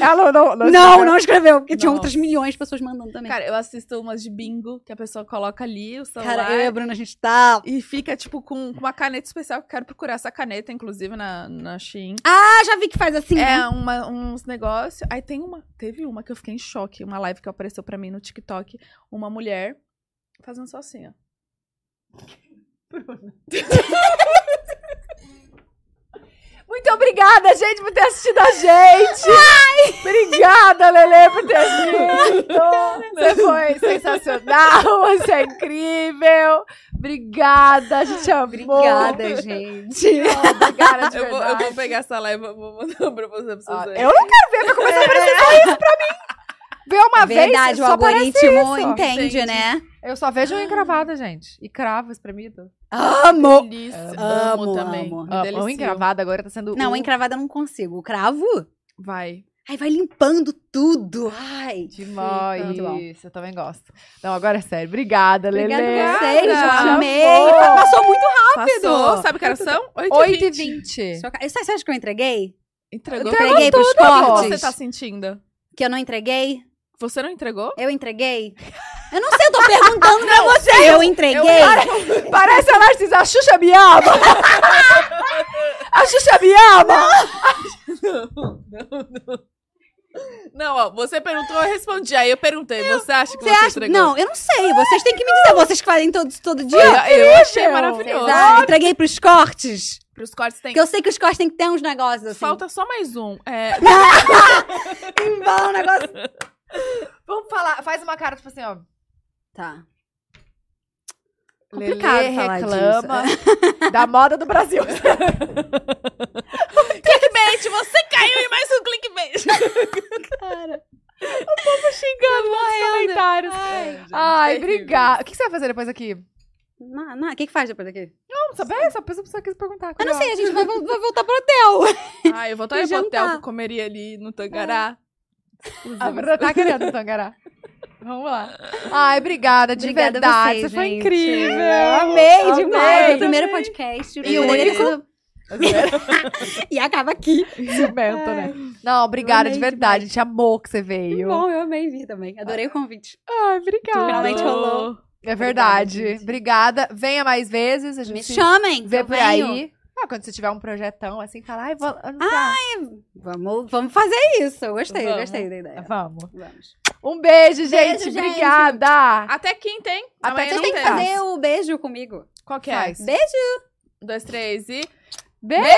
Speaker 2: Ela não, não,
Speaker 3: Não, não escreveu, porque tinha
Speaker 1: Nossa.
Speaker 3: outras milhões de pessoas mandando também. Cara,
Speaker 1: Cara, eu assisto umas de bingo, que a pessoa coloca ali o celular.
Speaker 3: eu e a Bruna, a gente tá
Speaker 1: E fica, tipo, com, com uma caneta especial, que eu quero procurar essa caneta, inclusive, na, na Shein.
Speaker 3: Ah, já vi que faz assim. né?
Speaker 1: É, uma- uns negócios. Aí tem uma, teve uma que eu fiquei em choque, uma live que apareceu pra mim no TikTok, uma mulher fazendo só assim, ó. <laughs>
Speaker 2: Muito obrigada, gente, por ter assistido a gente. Obrigada, Lelê, por ter vindo. Você
Speaker 1: <laughs>
Speaker 2: foi sensacional, você é incrível. Obrigada, a gente amou.
Speaker 3: Obrigada, gente.
Speaker 2: Não, Obrigada, de
Speaker 1: Eu vou, eu
Speaker 2: verdade.
Speaker 1: vou pegar essa live e vou mandar pra você, pra vocês
Speaker 2: Ah,
Speaker 1: verem.
Speaker 2: eu não quero ver, vai
Speaker 3: É.
Speaker 2: começar a aparecer só isso pra mim. Vê uma
Speaker 3: Verdade,
Speaker 2: vez,
Speaker 3: o
Speaker 2: só aparece
Speaker 3: algoritmo
Speaker 2: isso.
Speaker 3: entende,
Speaker 1: Entende.
Speaker 3: né?
Speaker 2: Eu só vejo encravada, gente. E cravo espremido.
Speaker 3: Amo!
Speaker 1: Delícia.
Speaker 3: Amo,
Speaker 1: Amo, também.
Speaker 3: amo.
Speaker 1: Me
Speaker 2: Ah,
Speaker 1: delicio.
Speaker 2: o encravado agora tá sendo.
Speaker 3: Não,
Speaker 2: o...
Speaker 3: encravada eu não consigo. O cravo?
Speaker 1: Vai.
Speaker 3: Ai, vai limpando tudo. Ai. Muito bom.
Speaker 2: Demais. Eu também gosto. Não, agora é sério. Obrigada, Lele.
Speaker 3: Obrigada a vocês, eu
Speaker 2: Te
Speaker 3: amei.
Speaker 2: amo.
Speaker 3: Passou muito
Speaker 1: Passou. Sabe que horas são? 8 e 20.
Speaker 2: 8h20.
Speaker 3: rápido. Sabe sabe o que eu entreguei? Eu
Speaker 1: Entregou.
Speaker 3: entreguei pros
Speaker 1: O que
Speaker 3: cortes.
Speaker 1: você tá sentindo?
Speaker 3: Que eu não entreguei?
Speaker 1: Você não entregou?
Speaker 3: Eu entreguei? Eu não sei, eu tô perguntando pra vocês. Eu entreguei?
Speaker 2: Parece a Narcisa. A Xuxa me ama. <laughs> a Xuxa me ama.
Speaker 1: Não, não, não. Não, ó, você perguntou, eu respondi. Aí eu perguntei, você acha que você,
Speaker 3: Você acha?
Speaker 1: entregou?
Speaker 3: Não, eu não sei. Vocês têm que me dizer. Vocês que fazem todos, todo
Speaker 1: Eu,
Speaker 3: dia.
Speaker 1: eu achei
Speaker 2: Incrível.
Speaker 1: maravilhoso.
Speaker 3: Ah, entreguei pros cortes.
Speaker 1: Pros cortes tem...
Speaker 3: Porque eu sei que os cortes têm que ter uns negócios assim.
Speaker 1: Falta só mais um.
Speaker 3: <laughs>
Speaker 1: É,
Speaker 3: Embala um negócio.
Speaker 2: Vamos falar. Faz uma cara, tipo assim, ó.
Speaker 3: Tá.
Speaker 2: Lele
Speaker 3: Complicado falar
Speaker 2: reclama
Speaker 3: <laughs>
Speaker 2: da moda do Brasil.
Speaker 1: clickbait, você caiu em mais um <laughs> clickbait.
Speaker 3: Cara.
Speaker 2: Xingando nos comentários. <laughs> Ai, obrigada. O que que você vai fazer depois aqui?
Speaker 3: Não, não. O que, que faz depois daqui?
Speaker 2: Não, sabe? Essa pessoa só quis perguntar.
Speaker 3: Eu não sei, a gente vai, vol- vai voltar pro hotel.
Speaker 1: Ah, eu voltaria
Speaker 3: Fui
Speaker 1: pro hotel que
Speaker 3: jantar.
Speaker 1: eu comeria ali no Tangará.
Speaker 2: A Bruna tá querendo o Tangará.
Speaker 1: É.
Speaker 2: Vamos lá. Ai, obrigada, de
Speaker 3: Obrigada a
Speaker 2: verdade.
Speaker 3: vocês,
Speaker 2: foi
Speaker 3: gente. É,
Speaker 2: incrível.
Speaker 1: <laughs>
Speaker 3: Amei
Speaker 2: Amei.
Speaker 3: demais. Meu primeiro podcast.
Speaker 1: E o
Speaker 3: Poderia
Speaker 1: único.
Speaker 3: ser- E acaba aqui.
Speaker 2: Ciumento, né? Não, obrigada,
Speaker 3: Eu
Speaker 2: de
Speaker 3: amei
Speaker 2: verdade. A gente amou que você
Speaker 3: Que
Speaker 2: veio.
Speaker 3: bom, eu amei vir também. Adorei o convite.
Speaker 2: Ai, obrigada.
Speaker 3: Finalmente rolou.
Speaker 2: É verdade.
Speaker 3: Obrigada, gente.
Speaker 2: Obrigada. Venha mais vezes. A
Speaker 3: Me
Speaker 2: gente
Speaker 3: chamem.
Speaker 2: vê
Speaker 3: eu
Speaker 2: por
Speaker 3: venho.
Speaker 2: aí. Ah, quando você tiver um projetão assim, fala, ai, vou anunciar.
Speaker 3: Vamos, vamos fazer isso. Eu Gostei, eu
Speaker 1: Vamos.
Speaker 3: gostei da ideia.
Speaker 2: Vamos.
Speaker 3: Vamos.
Speaker 2: Um beijo, gente.
Speaker 3: Beijo, gente.
Speaker 2: obrigada.
Speaker 1: Até quinta, hein?
Speaker 2: Até
Speaker 1: Amanhã
Speaker 2: quinta
Speaker 3: Vocês
Speaker 1: não
Speaker 3: têm que
Speaker 1: tem.
Speaker 2: faço.
Speaker 3: fazer o beijo comigo.
Speaker 1: Qual que é?
Speaker 2: Faz.
Speaker 3: Beijo.
Speaker 1: Um, dois, três e...
Speaker 2: Beijo.